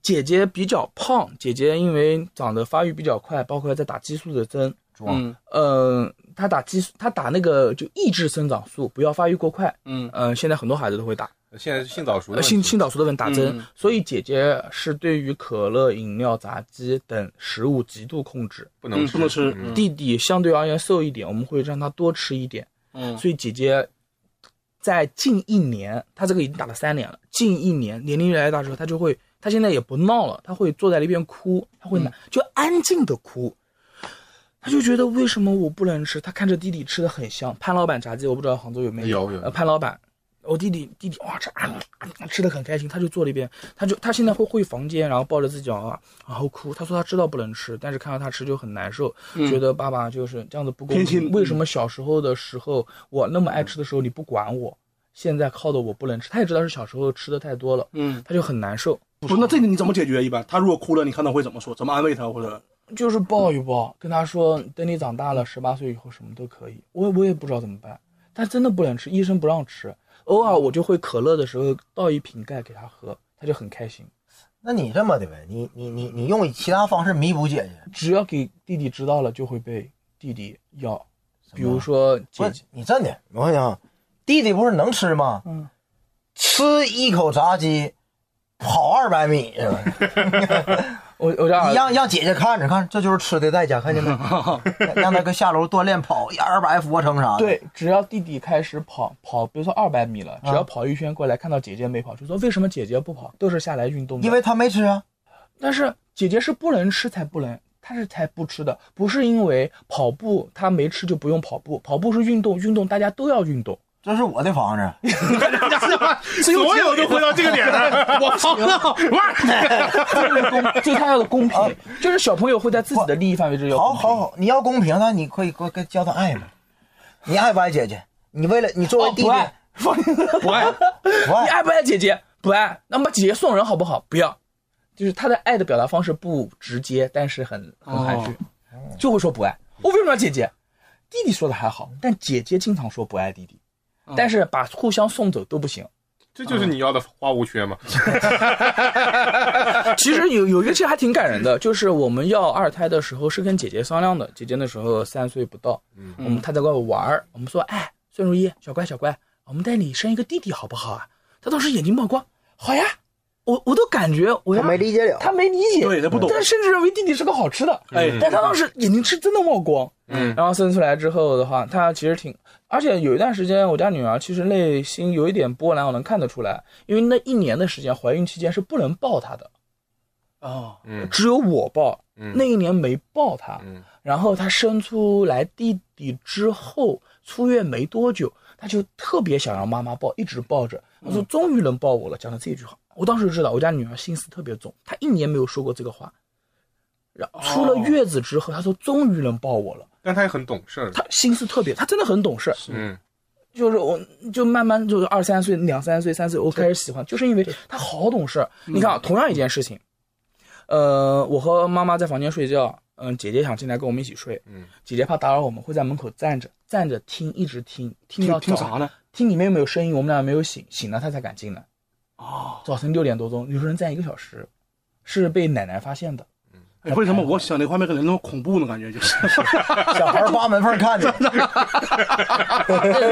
[SPEAKER 2] 姐姐比较胖，姐姐因为长得发育比较快，包括在打激素的针，
[SPEAKER 3] 装
[SPEAKER 5] 嗯
[SPEAKER 2] 呃，她打激素，她打那个就抑制生长素，不要发育过快。
[SPEAKER 5] 嗯
[SPEAKER 2] 呃，现在很多孩子都会打，
[SPEAKER 1] 现在是性早熟
[SPEAKER 2] 呃，
[SPEAKER 1] 的
[SPEAKER 2] 性
[SPEAKER 1] 问题
[SPEAKER 2] 性早熟的人打针，
[SPEAKER 5] 嗯
[SPEAKER 2] 所以姐姐是对于可乐、饮料、炸鸡等食物极度控制。
[SPEAKER 1] 不
[SPEAKER 5] 嗯
[SPEAKER 1] 能，
[SPEAKER 5] 不能吃。
[SPEAKER 1] 嗯
[SPEAKER 2] 弟弟相对而言瘦一点，我们会让他多吃一点。
[SPEAKER 5] 嗯
[SPEAKER 2] 所以姐姐在近一年，她这个已经打了三年了，近一年年龄越来越大之后，她就会，她现在也不闹了，她会坐在那边哭，她
[SPEAKER 1] 嗯
[SPEAKER 2] 会拿、就安静的哭。她就觉得为什么我不能吃？她看着弟弟吃的很香，潘老板炸鸡，我不知道杭州有没
[SPEAKER 1] 有有
[SPEAKER 2] 呃，潘老板，我弟弟弟弟哇这、啊啊吃的很开心，他就坐那边，他就他现在会回房间，然后抱着自己娃娃，然后哭。他说他知道不能吃，但是看到他吃就很难受，觉得爸爸就是这样子不公
[SPEAKER 5] 偏
[SPEAKER 2] 平。
[SPEAKER 5] 心
[SPEAKER 2] 为什么小时候的时候我那么爱吃的时候你不管我，现在靠的我不能吃？他也知道是小时候吃的太多了，
[SPEAKER 5] 嗯，
[SPEAKER 2] 他就很难受，
[SPEAKER 5] 不，那这个你怎么解决？一般他如果哭了，你看他会怎么说？怎么安慰他或者？
[SPEAKER 2] 就是抱一抱，跟他说等你长大了，十八岁以后什么都可以。我我也不知道怎么办，但真的不能吃，医生不让吃。偶尔我就会可乐的时候倒一瓶盖给他喝，他就很开心。
[SPEAKER 3] 那你这么的呗，你你你你用其他方式弥补姐姐。
[SPEAKER 2] 只要给弟弟知道了，就会被弟弟要。比如说
[SPEAKER 3] 不
[SPEAKER 2] 姐
[SPEAKER 3] 是
[SPEAKER 2] 姐，
[SPEAKER 3] 你真的，我跟你讲，弟弟不是能吃吗？
[SPEAKER 2] 嗯，
[SPEAKER 3] 吃一口炸鸡，跑二百米是吧？
[SPEAKER 2] 我我家
[SPEAKER 3] 你
[SPEAKER 2] 儿子
[SPEAKER 3] 让让姐姐看着，看这就是吃的代价，看见没？让他跟下楼锻炼跑二百俯卧撑啥的。，
[SPEAKER 2] 对，只要弟弟开始跑跑，比如说二百米了，
[SPEAKER 1] 啊
[SPEAKER 2] 只要跑一圈过来，看到姐姐没跑，就说为什么姐姐不跑，都是下来运动的。
[SPEAKER 3] 因为他没吃啊。
[SPEAKER 2] 但是姐姐是不能吃才不能，她是才不吃的，不是因为跑步她没吃就不用跑步，跑步是运动，运动大家都要 运动。
[SPEAKER 3] 这是我的房子，
[SPEAKER 1] 所有都回到这个点 上，我操，啊
[SPEAKER 2] 这是 公最重要的公平，就是小朋友会在自己的利益范围之内。
[SPEAKER 3] 好好，好，你要公平，那你可以给我跟教他爱嘛。你爱不爱姐姐？你为了你作为
[SPEAKER 2] 哦
[SPEAKER 3] 弟哎
[SPEAKER 2] 不
[SPEAKER 3] 弟，
[SPEAKER 2] 爱，
[SPEAKER 5] 不爱，
[SPEAKER 3] 不
[SPEAKER 2] 你
[SPEAKER 3] 爱，
[SPEAKER 2] 爱不爱姐姐？不爱，那么把姐姐送人好不好？不要，就是他的爱的表达方式不直接，但是很很含蓄，
[SPEAKER 3] 哦
[SPEAKER 2] 就会说不爱。我为什么要姐姐？弟弟说的还好，但姐姐经常说不爱弟弟，
[SPEAKER 3] 哦
[SPEAKER 2] 但是把互相送走都不行。
[SPEAKER 1] 这就是你要的花 无缺嘛？
[SPEAKER 2] 其实有有一个其实还挺感人的，就是我们要二胎的时候是跟姐姐商量的，姐姐那时候三岁不到，嗯，我们她在外面玩儿，我们说，哎，孙如意，小乖小乖，我们带你生一个弟弟好不好啊？她当时眼睛冒光，好呀，我我都感觉我家
[SPEAKER 3] 他没理解了。
[SPEAKER 2] 他没理解，
[SPEAKER 5] 对他不懂
[SPEAKER 2] 但甚至认为弟弟是个好吃的，哎，但他当时眼睛是真的冒光，
[SPEAKER 1] 嗯
[SPEAKER 2] 然后生出来之后的话，他其实挺，而且有一段时间，我家女儿其实内心有一点波澜，我能看得出来，因为那一年的时间，怀孕期间是不能抱她的，
[SPEAKER 4] 哦，
[SPEAKER 1] 嗯
[SPEAKER 2] 只有我抱，
[SPEAKER 1] 嗯
[SPEAKER 2] 那一年没抱她，
[SPEAKER 1] 嗯
[SPEAKER 2] 然后她生出来弟弟之后，出院没多久，她就特别想让妈妈抱，一直抱着，她
[SPEAKER 1] 嗯
[SPEAKER 2] 说终于能抱我了，讲了这一句话，我当时就知道我家女儿心思特别重，她一年没有说过这个话。然后出
[SPEAKER 1] 哦
[SPEAKER 2] 了月子之后，她说终于能抱我了。
[SPEAKER 1] 但他也很懂事儿，
[SPEAKER 2] 她心思特别，她真的很懂事。
[SPEAKER 1] 嗯
[SPEAKER 2] 就是我就慢慢就是二三岁、两三岁、三岁，我开始喜欢，就是因为他好懂事儿。
[SPEAKER 5] 嗯
[SPEAKER 2] 你看啊，同样一件事情，呃，我和妈妈在房间睡觉，嗯，姐姐想进来跟我们一起睡，
[SPEAKER 1] 嗯，
[SPEAKER 2] 姐姐怕打扰我们，会在门口站着，站着听，一直听，听
[SPEAKER 5] 听
[SPEAKER 2] 到
[SPEAKER 5] 听
[SPEAKER 2] 早
[SPEAKER 5] 啥？呢？
[SPEAKER 2] 听里面有没有声音，我们俩没有醒，醒了她才敢进来。哦，早晨六点多钟，有人站一个小时，是被奶奶发现的。
[SPEAKER 5] 哎为什么我想那画面跟人那么恐怖呢？感觉就是，
[SPEAKER 3] 小孩扒门缝看着，
[SPEAKER 2] 但是看
[SPEAKER 1] 是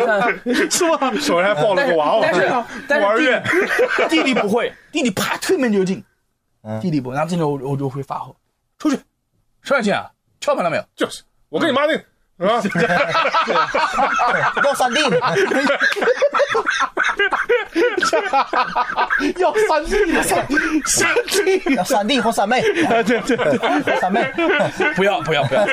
[SPEAKER 1] 吧？ 手上还抱了个娃娃，
[SPEAKER 2] 但是但是
[SPEAKER 1] 玩月，
[SPEAKER 2] 弟弟不会，弟弟啪推门就进，
[SPEAKER 3] 嗯
[SPEAKER 2] 弟弟不，然后进来我我就会发火，出去，上来进啊，敲门了没有？
[SPEAKER 1] 就是我跟你妈那个是吧？
[SPEAKER 3] 要三弟呢，
[SPEAKER 5] 要三 D 三三 D，
[SPEAKER 3] 要三弟或三妹，
[SPEAKER 5] 对对对，
[SPEAKER 3] 三妹
[SPEAKER 2] 不要不要不要，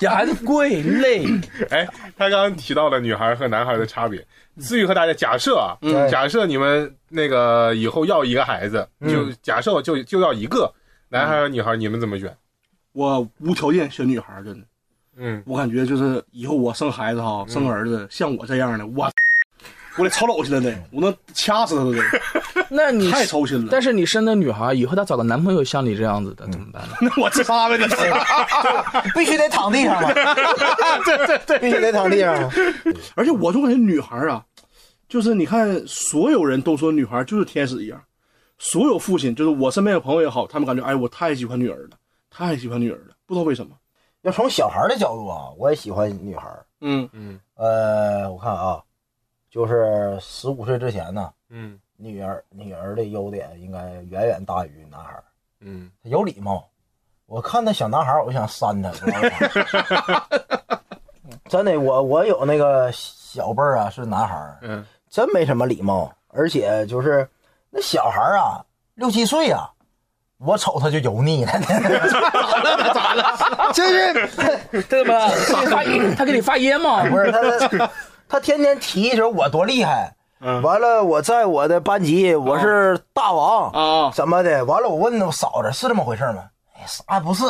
[SPEAKER 2] 养孩子贵累，
[SPEAKER 1] 哎，他刚刚提到了女孩和男孩的差别。思雨和大家假设啊，
[SPEAKER 3] 嗯
[SPEAKER 1] 假设你们那个以后要一个孩子，
[SPEAKER 2] 嗯
[SPEAKER 1] 就假设就就要一个男孩和女孩，你们怎么选？
[SPEAKER 5] 我无条件选女孩儿，真的。
[SPEAKER 1] 嗯，
[SPEAKER 5] 我感觉就是以后我生孩子哈，生儿子像我这样的，我我得操老去了得，我能掐死他都得，
[SPEAKER 2] 那你
[SPEAKER 5] 太操心了。
[SPEAKER 2] 但是你生的女孩以后她找个男朋友像你这样子的怎么 办呢？
[SPEAKER 5] 那我自杀呗，这是。
[SPEAKER 3] 必须得躺地上了，对对对，必须得躺地上了。
[SPEAKER 5] 而且我就感觉女孩啊，就是你看，所有人都说女孩就是天使一样，所有父亲就是我身边的朋友也好，他们感觉哎，我太喜欢女儿了，太喜欢女儿了，不知道为什么。
[SPEAKER 3] 要从小孩的角度啊，我也喜欢女孩。
[SPEAKER 5] 嗯
[SPEAKER 3] 呃，我看啊，就是十五岁之前呢，
[SPEAKER 1] 嗯
[SPEAKER 3] 女儿女儿的优点应该远远大于男孩儿。
[SPEAKER 1] 嗯，
[SPEAKER 3] 她有礼貌，我看那小男孩儿，我就想扇他。你知道吗真的，我我有那个小辈儿啊，是男孩儿，
[SPEAKER 1] 嗯，
[SPEAKER 3] 真没什么礼貌，而且就是那小孩儿啊，六七岁啊，我瞅他就油腻了，就是
[SPEAKER 2] 对吧？她发她给你发烟吗？
[SPEAKER 3] 不是他，他天天提的时候我多厉害。完了，我在我的班级我是大王
[SPEAKER 5] 啊
[SPEAKER 3] 怎么的？完了，我问我嫂子是这么回事吗？哎，啥也不是。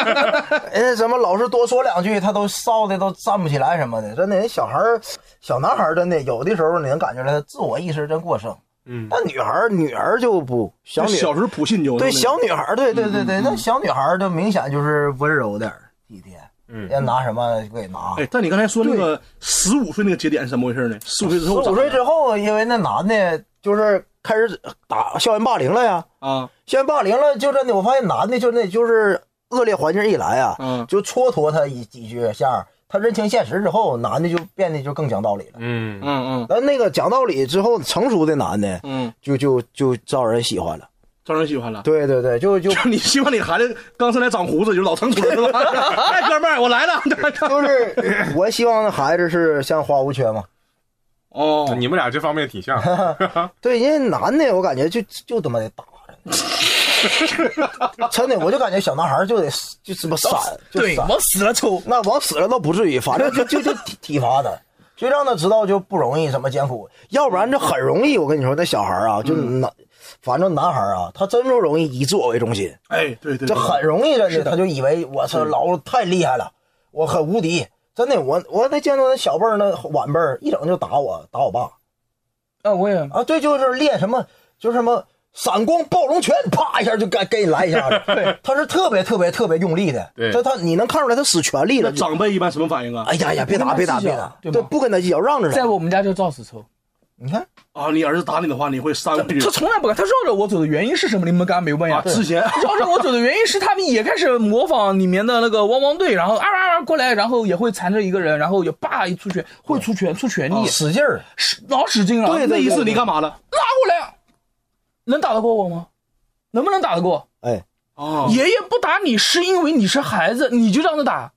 [SPEAKER 3] 哎，怎么老是多说两句，他都臊的都站不起来什么的。真的，人小孩儿、小男孩儿真的有的时候你能感觉来他自我意识真过剩。
[SPEAKER 1] 嗯
[SPEAKER 3] 但女孩儿女儿就不小
[SPEAKER 5] 就
[SPEAKER 3] 女
[SPEAKER 5] 小时候普信就
[SPEAKER 3] 对小女孩儿，对对
[SPEAKER 5] 嗯
[SPEAKER 3] 对对，那小女孩儿就明显就是温柔点儿体贴，
[SPEAKER 1] 嗯
[SPEAKER 3] 要拿什么就给拿。
[SPEAKER 5] 哎，但你刚才说那个十五岁那个节点是怎么回事呢？十五岁之
[SPEAKER 3] 十
[SPEAKER 5] 后咋
[SPEAKER 3] 五
[SPEAKER 5] 了，
[SPEAKER 3] 岁之后，因为那男的就是开始打校园霸凌了呀，
[SPEAKER 5] 啊，
[SPEAKER 3] 校园霸凌了，就真的我发现男的就那就是恶劣环境一来啊，
[SPEAKER 5] 嗯
[SPEAKER 3] 就蹉跎他一几句下，他认清现实之后，男的就变得就更讲道理了。
[SPEAKER 1] 嗯
[SPEAKER 5] 嗯嗯
[SPEAKER 3] 但那个讲道理之后，成熟的男的
[SPEAKER 5] 嗯，
[SPEAKER 3] 就就就招人喜欢了。
[SPEAKER 5] 招人喜欢了。
[SPEAKER 3] 对对对，就就
[SPEAKER 5] 你希望你孩子刚生来长胡子就老成群 是吧？哎，哥们儿，我来了。
[SPEAKER 3] 就是我希望孩子是像花无缺嘛。
[SPEAKER 5] 哦，
[SPEAKER 1] 你们俩这方面挺像，
[SPEAKER 3] 对，因为男的我感觉就就他妈得打人，真的，我就感觉小男孩儿就得就这么闪，就
[SPEAKER 2] 对，
[SPEAKER 3] 闪
[SPEAKER 2] 往死了抽。
[SPEAKER 3] 那往死了倒不至于，反正就就就体体罚他，就让他知道就不容易什么艰苦，要不然这很容易。我跟你说，那小孩儿啊，就男，反正男孩儿啊，他真就容易以自我为中心，
[SPEAKER 5] 哎，对对，
[SPEAKER 3] 这啊
[SPEAKER 5] 对
[SPEAKER 3] 很容易真的，他就以为我操老太厉害了，我很无敌。真的，我我那见到那小辈儿那晚辈儿一整就打我，打我爸。
[SPEAKER 2] 啊，我也
[SPEAKER 3] 啊，对，就是练什么，就是什么闪光暴龙拳，啪一下就该给你来一下子。对，他是特别特别特别用力的，
[SPEAKER 1] 对
[SPEAKER 3] 他他你能看出来他使全力
[SPEAKER 5] 那
[SPEAKER 3] 了。
[SPEAKER 5] 长辈一般什么反应啊？
[SPEAKER 3] 哎呀呀，别打别
[SPEAKER 2] 不跟他
[SPEAKER 3] 打
[SPEAKER 2] 计较
[SPEAKER 3] 别打，
[SPEAKER 2] 对吗
[SPEAKER 3] 不跟他计较，让着他。
[SPEAKER 2] 在我们家就照死抽，
[SPEAKER 3] 你看，
[SPEAKER 5] 啊，你儿子打你的话，你会扇回去
[SPEAKER 2] 他从来不敢。他绕着我走的原因是什么？你们刚刚没问呀
[SPEAKER 5] 啊？？之前
[SPEAKER 2] 绕着我走的原因是他们也开始模仿里面的那个汪汪队，然后啊啊啊过来，然后也会缠着一个人，然后也叭一出拳，会
[SPEAKER 3] 哦
[SPEAKER 2] 出拳出拳力，
[SPEAKER 3] 使劲儿，啊
[SPEAKER 2] 使老使劲了。
[SPEAKER 5] 那一次你干嘛了？
[SPEAKER 2] 拉过来，啊能打得过我吗？能不能打得过？
[SPEAKER 3] 哎，
[SPEAKER 5] 啊，
[SPEAKER 2] 爷爷不打你是因为你是孩子，你就让他打。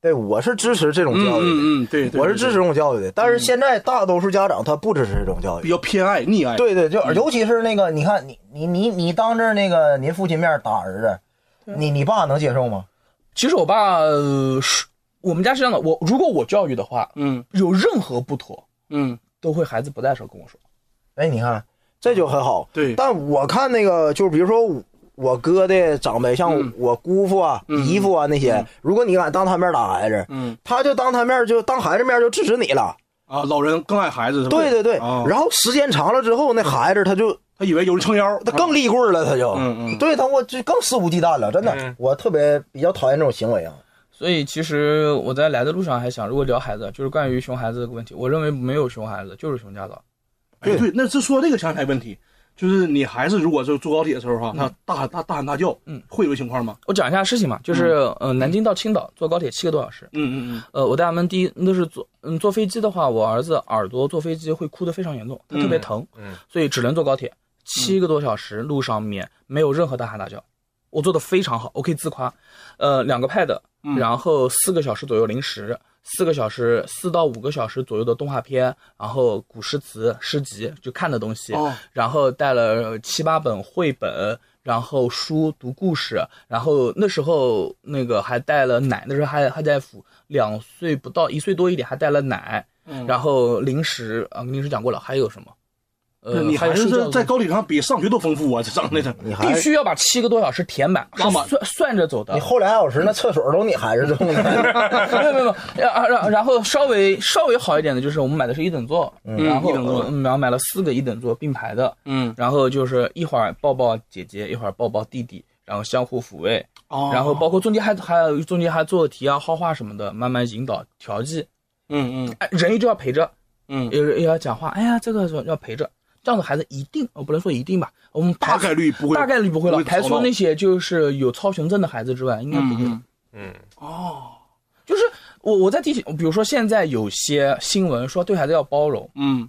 [SPEAKER 3] 对，我是支持这种教育的，
[SPEAKER 5] 嗯嗯嗯，对，对
[SPEAKER 3] 我是支持这种教育的。但是现在大多数家长他不支持这种教
[SPEAKER 5] 比
[SPEAKER 3] 育。
[SPEAKER 5] 较偏爱溺爱，
[SPEAKER 3] 对对，就尤其是那个，你看你你你你当着那个您父亲面打儿子，你你爸能接受吗？
[SPEAKER 2] 其实我爸呃是我们家是这样的，我如果我教育的话，
[SPEAKER 5] 嗯
[SPEAKER 2] 有任何不妥，
[SPEAKER 5] 嗯，
[SPEAKER 2] 都会孩子不在的时候跟我说。
[SPEAKER 3] 哎，你看这就很好。
[SPEAKER 5] 对
[SPEAKER 3] 但我看那个，就是比如说我我哥的长辈，像
[SPEAKER 5] 嗯
[SPEAKER 3] 我姑父啊、
[SPEAKER 5] 嗯
[SPEAKER 3] 姨父啊那些，如果你敢当他面打孩子，
[SPEAKER 5] 嗯
[SPEAKER 3] 他就当他面就当孩子面就制止你了。
[SPEAKER 5] 啊，老人更爱孩子是吧？
[SPEAKER 3] 对对对，
[SPEAKER 5] 啊，
[SPEAKER 3] 然后时间长了之后，那孩子他就
[SPEAKER 5] 他以为有人撑腰，
[SPEAKER 3] 他更立棍儿了，他就，
[SPEAKER 5] 嗯嗯
[SPEAKER 3] 对他我就更肆无忌惮了，真的，
[SPEAKER 1] 嗯
[SPEAKER 3] 我特别比较讨厌这种行为啊。
[SPEAKER 2] 所以其实我在来的路上还想，如果聊孩子，就是关于熊孩子这个问题，我认为没有熊孩子，就是熊家长。
[SPEAKER 5] 哎对，那是说这个想起来问题，就是你还是如果就坐高铁的时候哈，那大喊大大喊大叫，
[SPEAKER 2] 嗯，
[SPEAKER 5] 会有情况吗？
[SPEAKER 2] 我讲一下事情嘛，就是、呃，南京到青岛坐高铁七个多小时。
[SPEAKER 5] 嗯嗯
[SPEAKER 2] 呃，我带他们第一那是坐嗯坐飞机的话，我儿子耳朵坐飞机会哭得非常严重，他特别
[SPEAKER 5] 嗯
[SPEAKER 2] 疼，
[SPEAKER 1] 嗯
[SPEAKER 2] 所以只能坐高铁。七个多小时路上面没有任何大喊大叫，我做的非常好，我可以自夸。呃，两个 pad，
[SPEAKER 5] 嗯
[SPEAKER 2] 然后四个小时左右零食，四个小时四到五个小时左右的动画片，然后古诗词、诗集就看的东西，
[SPEAKER 5] 嗯，哦，
[SPEAKER 2] 然后带了七八本绘本，然后书读故事，然后那时候那个还带了奶，那时候还还在抚两岁不到一岁多一点，还带了奶，
[SPEAKER 5] 嗯
[SPEAKER 2] 然后零食啊，零食讲过了，还有什么？呃，
[SPEAKER 5] 你
[SPEAKER 2] 还
[SPEAKER 5] 还
[SPEAKER 2] 有睡觉
[SPEAKER 5] 是
[SPEAKER 2] 的
[SPEAKER 5] 在
[SPEAKER 2] 东
[SPEAKER 5] 高铁上比上学都丰富啊，这整的这，
[SPEAKER 3] 你
[SPEAKER 2] 西
[SPEAKER 3] 还
[SPEAKER 2] 必须要把七个多小时填满，是
[SPEAKER 5] 拉满
[SPEAKER 2] 算算着走的
[SPEAKER 3] 你。后俩小时那厕所都你孩子 种的，
[SPEAKER 2] 没有没有，没有然然然后稍微稍微好一点的就是我们买的是一等座，然后
[SPEAKER 5] 一等座
[SPEAKER 2] 嗯然后买了四个一等座并排的，
[SPEAKER 5] 嗯，
[SPEAKER 2] 然后就是一会儿抱抱姐姐，一会儿抱抱弟弟，然后相互抚慰，
[SPEAKER 5] 哦，
[SPEAKER 2] 然后包括中间还还有中间还做题啊、画画什么的，慢慢引导调剂。
[SPEAKER 5] 嗯嗯
[SPEAKER 2] 哎，人一直要陪着，
[SPEAKER 5] 嗯，
[SPEAKER 2] 也也要讲话。哎呀，这个要要陪着，这样的孩子一定，呃我不能说一定吧，我们排
[SPEAKER 5] 大概率不会，
[SPEAKER 2] 大概率不会了，排
[SPEAKER 5] 吵
[SPEAKER 2] 除
[SPEAKER 5] 闹
[SPEAKER 2] 那些就是有超雄症的孩子之外，应该不会。
[SPEAKER 5] 嗯
[SPEAKER 1] 嗯，
[SPEAKER 5] 哦，
[SPEAKER 2] 就是我我在提醒，比如说现在有些新闻说对孩子要包容，
[SPEAKER 5] 嗯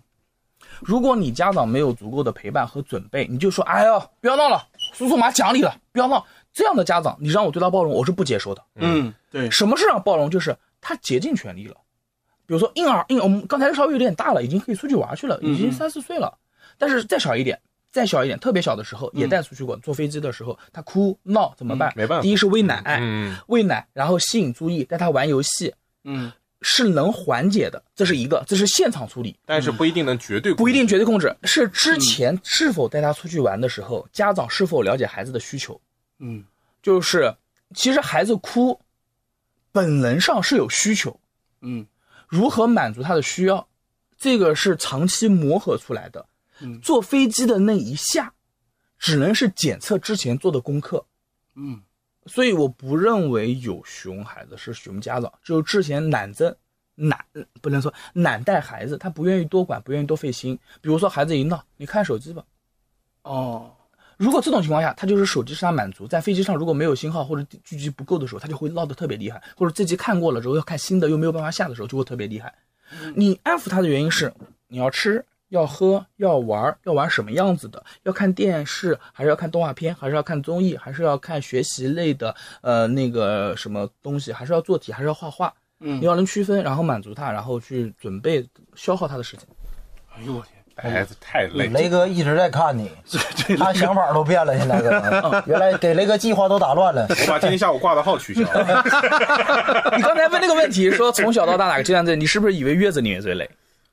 [SPEAKER 2] 如果你家长没有足够的陪伴和准备，你就说，哎呦，不要闹了，叔叔妈讲理了，不要闹。这样的家长，你让我对他包容，我是不接受的。
[SPEAKER 5] 嗯，对，
[SPEAKER 2] 什么是让包容？就是他竭尽全力了。比如说婴儿，婴我们刚才稍微有点大了，已经可以出去玩去了，已
[SPEAKER 5] 嗯
[SPEAKER 2] 经
[SPEAKER 5] 嗯
[SPEAKER 2] 三四岁了。但是再小一点，再小一点，特别小的时候也带出去过。坐飞机的时候，他哭闹怎么办？
[SPEAKER 1] 嗯没办法
[SPEAKER 2] 第一是喂奶，
[SPEAKER 1] 嗯
[SPEAKER 2] 喂奶，然后吸引注意，带他玩游戏
[SPEAKER 5] 嗯
[SPEAKER 2] 是能缓解的，这是一个，这是现场处理。
[SPEAKER 1] 但是不一定能绝对
[SPEAKER 2] 不一定
[SPEAKER 1] 绝
[SPEAKER 2] 绝对控制，是之前是否带他出去玩的时候，家长是否了解孩子的需求？
[SPEAKER 5] 嗯，
[SPEAKER 2] 就是其实孩子哭，本能上是有需求，
[SPEAKER 5] 嗯，
[SPEAKER 2] 如何满足他的需要，这个是长期磨合出来的。
[SPEAKER 5] 嗯
[SPEAKER 2] 坐飞机的那一下，只能是检测之前做的功课。
[SPEAKER 5] 嗯，
[SPEAKER 2] 所以我不认为有熊孩子是熊家长，只有之前懒症。懒不能说懒带孩子，他不愿意多管，不愿意多费心。比如说孩子一闹，你看手机吧。
[SPEAKER 5] 哦，
[SPEAKER 2] 如果这种情况下，他就是手机上满足，在飞机上如果没有信号或者聚集不够的时候，他就会闹得特别厉害，或者这集看过了之后要看新的又没有办法下的时候，就会特别厉害。你安抚他的原因是你要吃、要喝、要玩、要玩什么样子的，要看电视还是要看动画片，还是要看综艺，还是要看学习类的呃那个什么东西，还是要做题，还是要画画，
[SPEAKER 5] 嗯
[SPEAKER 2] 你要能区分，然后满足他，然后去准备消耗他的事情。
[SPEAKER 5] 哎呦我天，
[SPEAKER 1] 对，孩子太累
[SPEAKER 2] 嗯
[SPEAKER 1] 了，
[SPEAKER 3] 雷哥一直在看你，
[SPEAKER 5] 这
[SPEAKER 3] 他想法都变了，现在可 能原来给雷哥计划都打乱了。
[SPEAKER 1] 我把今天下午挂的号取消了。
[SPEAKER 2] 你刚才问那个问题，说从小到大哪个阶段最，你是不是以为月子里面最累？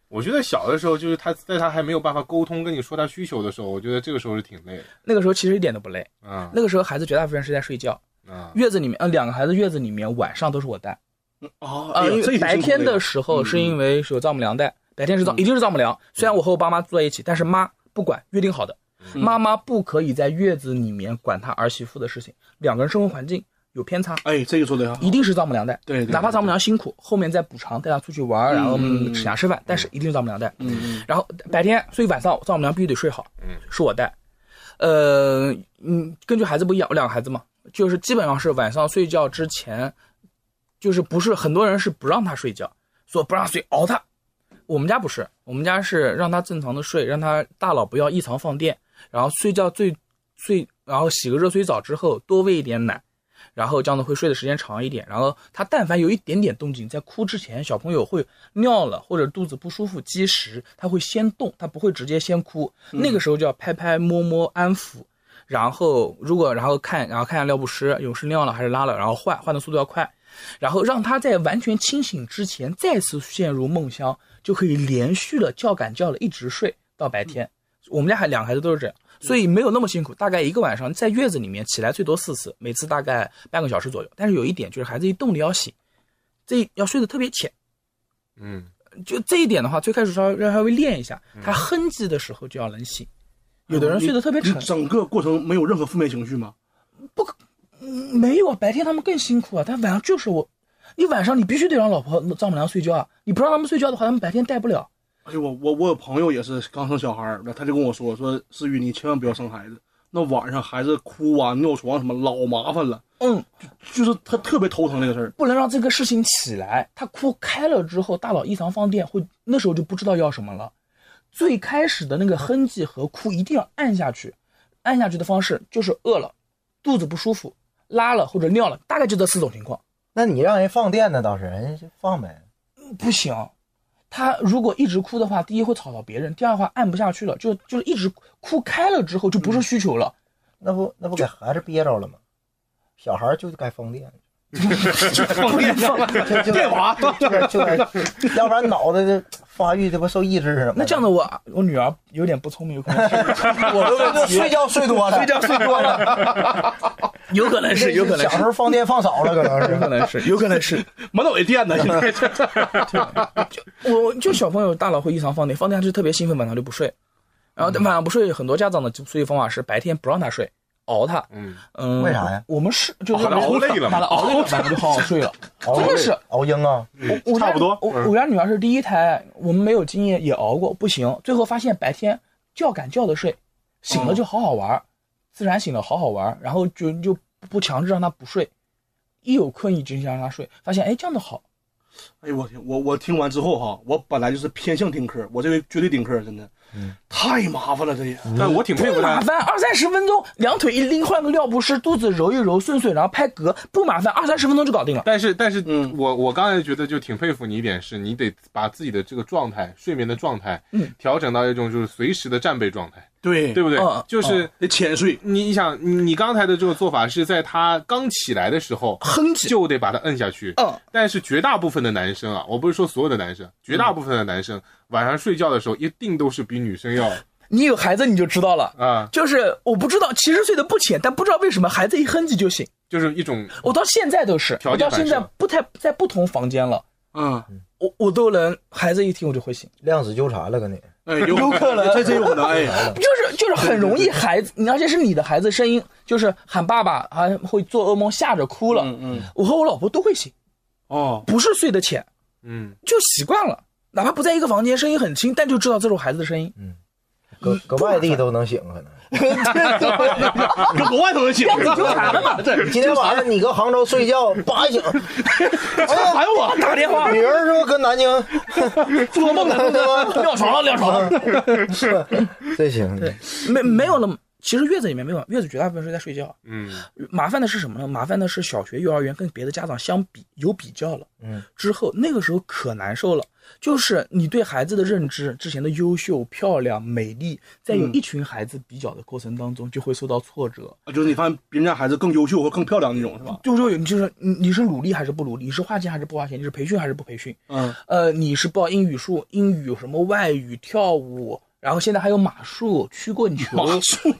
[SPEAKER 1] 我觉得小的时候，就是他在他还没有办法沟通跟你说他需求的时候，我觉得这个时候是挺累的。
[SPEAKER 2] 那个时候其实一点都不累，
[SPEAKER 1] 啊
[SPEAKER 2] 那个时候孩子绝大部分是在睡觉。
[SPEAKER 1] 啊，
[SPEAKER 2] 月子里面，呃，两个孩子月子里面晚上都是我带，
[SPEAKER 5] 哦，
[SPEAKER 2] 啊，
[SPEAKER 5] 哎
[SPEAKER 2] 因
[SPEAKER 5] 呦，这
[SPEAKER 2] 为
[SPEAKER 5] 也挺
[SPEAKER 2] 白
[SPEAKER 5] 辛苦
[SPEAKER 2] 天的
[SPEAKER 5] 呀
[SPEAKER 2] 时候是因为是有丈母娘带，白天是
[SPEAKER 5] 嗯
[SPEAKER 2] 丈一定是丈母娘。虽然我和我爸妈住在一起，但是妈不管，约定好的，
[SPEAKER 5] 嗯
[SPEAKER 2] 妈妈不可以在月子里面管她儿媳妇的事情，两个人生活环境有偏差。
[SPEAKER 5] 哎，这个说的
[SPEAKER 2] 一定是丈母娘带，
[SPEAKER 5] 对对
[SPEAKER 2] 哪怕
[SPEAKER 5] 对
[SPEAKER 2] 丈母娘辛苦，后面再补偿，带她出去玩儿，然后嗯请她吃饭，但是一定是丈母娘带。
[SPEAKER 5] 嗯
[SPEAKER 2] 然后白天，所以晚上丈母娘必须得睡好，是我带。呃，嗯，根据孩子不一样，我两个孩子嘛，就是基本上是晚上睡觉之前，就是不是很多人是不让他睡觉，说不让睡熬他。我们家不是，我们家是让他正常的睡，让他大脑不要异常放电，然后睡觉最最，然后洗个热水澡之后多喂一点奶，然后这样子会睡的时间长一点。然后他但凡有一点点动静，在哭之前，小朋友会尿了或者肚子不舒服积食，他会先动，他不会直接先哭。那个时候就要拍拍摸摸安抚。然后如果然后看然后看一下尿不湿有是尿了还是拉了，然后换换的速度要快，然后让他在完全清醒之前再次陷入梦乡，就可以连续的叫赶叫了一直睡到白天。我们家还两个孩子都是这样，所以没有那么辛苦。大概一个晚上在月子里面起来最多四次，每次大概半个小时左右。但是有一点就是孩子一动你要醒，这要睡得特别浅。
[SPEAKER 1] 嗯，
[SPEAKER 2] 就这一点的话，最开始稍微让稍微练一下，他哼唧的时候就要能醒。有的人睡得特别
[SPEAKER 5] 嗯你
[SPEAKER 2] 沉，
[SPEAKER 5] 整个过程没有任何负面情绪吗？
[SPEAKER 2] 没有啊，白天他们更辛苦啊，但晚上就是我，你晚上你必须得让老婆丈母娘睡觉啊，你不让他们睡觉的话，他们白天带不了。
[SPEAKER 5] 哎呦，我我我有朋友也是刚生小孩儿，那他就跟我说说，思雨你千万不要生孩子，那晚上孩子哭啊、尿床什么，老麻烦了，
[SPEAKER 2] 嗯，
[SPEAKER 5] 就是他特别头疼这个事儿。
[SPEAKER 2] 不能让这个事情起来。他哭开了之后，大脑异常放电，会那时候就不知道要什么了。最开始的那个哼唧和哭一定要按下去，按下去的方式就是饿了、肚子不舒服、拉了或者尿了，大概就这四种情况。
[SPEAKER 3] 那你让人放电呢？倒是人家就放呗。
[SPEAKER 2] 不行，他如果一直哭的话，第一会吵到别人，第二的话按不下去了，就就是一直哭开了之后就不是需求了。
[SPEAKER 3] 那不那不给孩子憋着了吗？小孩就该放电，
[SPEAKER 5] 放电
[SPEAKER 3] 就就
[SPEAKER 5] 电滑，
[SPEAKER 3] 就该就该，要不然脑袋的发育这不受抑制什么的。
[SPEAKER 2] 那这样的我我女儿有点不聪明，有可能是我的问题
[SPEAKER 3] 睡觉睡多了，睡觉睡多了，
[SPEAKER 2] 有可能是有可能
[SPEAKER 3] 小时
[SPEAKER 2] 是
[SPEAKER 3] 候放电放少了，可能
[SPEAKER 2] 有可
[SPEAKER 3] 是。
[SPEAKER 2] 能是 有可能是。
[SPEAKER 5] 满脑袋电 呢，现在
[SPEAKER 2] 我就小朋友大脑会异常放电，放电他就特别兴奋，晚上就不睡。然后晚上不睡，很多家长的所以方法是白天不让他睡，熬他。
[SPEAKER 1] 嗯
[SPEAKER 2] 嗯，
[SPEAKER 3] 为啥呀？
[SPEAKER 2] 我们是就是
[SPEAKER 1] 把他熬累了嘛
[SPEAKER 2] 把他熬累了，晚上就好好睡 了。
[SPEAKER 3] 熬
[SPEAKER 2] 真的是
[SPEAKER 3] 熬鹰啊，
[SPEAKER 2] 我我家
[SPEAKER 1] 嗯差不多
[SPEAKER 2] 我我家女儿是第一胎，我们没有经验，也熬过，不行。最后发现白天觉赶觉的睡，醒
[SPEAKER 1] 哦
[SPEAKER 2] 了就好好玩儿，自然醒了好好玩儿，然后就就不强制让她不睡，一有困意就想让她睡，发现哎这样的好，
[SPEAKER 5] 哎呦我天，我我听完之后哈，我本来就是偏向丁克，我这回绝对丁克，真的，太麻烦了，这也。
[SPEAKER 1] 但我挺佩服
[SPEAKER 2] 不麻
[SPEAKER 1] 他，
[SPEAKER 2] 烦，二三十分钟，两腿一拎，换个尿不湿，肚子揉一揉，顺顺，然后拍嗝，不麻烦，二三十分钟就搞定了。
[SPEAKER 1] 但是但是
[SPEAKER 5] 嗯
[SPEAKER 1] 我我刚才觉得就挺佩服你一点是，你得把自己的这个状态，睡眠的状态，
[SPEAKER 2] 嗯
[SPEAKER 1] 调整到一种就是随时的战备状态，
[SPEAKER 5] 对
[SPEAKER 1] 对，不对
[SPEAKER 2] 嗯？
[SPEAKER 1] 就是
[SPEAKER 5] 得浅睡，
[SPEAKER 1] 你你想你你刚才的这个做法是在他刚起来的时候
[SPEAKER 2] 哼唧
[SPEAKER 1] 就得把他摁下去，
[SPEAKER 2] 嗯，
[SPEAKER 1] 但是绝大部分的男生啊，我不是说所有的男生，绝
[SPEAKER 2] 嗯
[SPEAKER 1] 大部分的男生晚上睡觉的时候一定都是比女生要
[SPEAKER 2] 你有孩子你就知道了。
[SPEAKER 1] 啊，
[SPEAKER 2] 就是我不知道，其实睡得不浅，但不知道为什么孩子一哼唧就醒。
[SPEAKER 1] 就是一 种
[SPEAKER 2] 我到现在都是，
[SPEAKER 1] 条
[SPEAKER 2] 我
[SPEAKER 1] 件
[SPEAKER 2] 到
[SPEAKER 1] 反射
[SPEAKER 2] 现在不太在不同房间了，
[SPEAKER 5] 嗯，
[SPEAKER 2] 我我都能孩子一听我就会醒，
[SPEAKER 3] 量子纠缠了，跟你。
[SPEAKER 5] 哎，
[SPEAKER 1] 呃
[SPEAKER 5] 有可能，这真有可能，哎，
[SPEAKER 2] 就是就是很容易孩子，你而且是你的孩子声音，就是喊爸爸还会做噩梦，吓着哭了，
[SPEAKER 5] 嗯嗯，
[SPEAKER 2] 我和我老婆都会醒，
[SPEAKER 5] 哦，
[SPEAKER 2] 不是睡得浅，
[SPEAKER 1] 嗯，
[SPEAKER 2] 就习惯了，哪怕不在一个房间，声音很轻，但就知道这是我孩子的声音。
[SPEAKER 3] 搁搁外地都能醒，可能。
[SPEAKER 5] 搁国外都能醒，
[SPEAKER 2] 你就喊了嘛，
[SPEAKER 5] 这
[SPEAKER 3] 今天晚上你搁杭州睡觉，叭一醒，哎
[SPEAKER 5] 喊我，
[SPEAKER 2] 打电话
[SPEAKER 3] 女儿说搁南京，
[SPEAKER 2] 做梦 了， 撂床了，撂床了，
[SPEAKER 3] 这行。
[SPEAKER 2] 没没有了。其实月子里面没有，月子绝大部分是在睡觉。
[SPEAKER 1] 嗯
[SPEAKER 2] 麻烦的是什么呢？麻烦的是小学、幼儿园跟别的家长相比有比较了，
[SPEAKER 3] 嗯，
[SPEAKER 2] 之后那个时候可难受了，就是你对孩子的认知，之前的优秀、漂亮、美丽，在
[SPEAKER 3] 嗯
[SPEAKER 2] 有一群孩子比较的过程当中，就会受到挫折。
[SPEAKER 5] 就是你发现别人家孩子更优秀或更漂亮那种，是吧？
[SPEAKER 2] 就是有你就是你你是努力还是不努力，你是花钱还是不花钱，你是培训还是不培训，
[SPEAKER 5] 嗯，
[SPEAKER 2] 呃，你是报英语数、英语什么外语、跳舞，然后现在还有马术、曲棍球、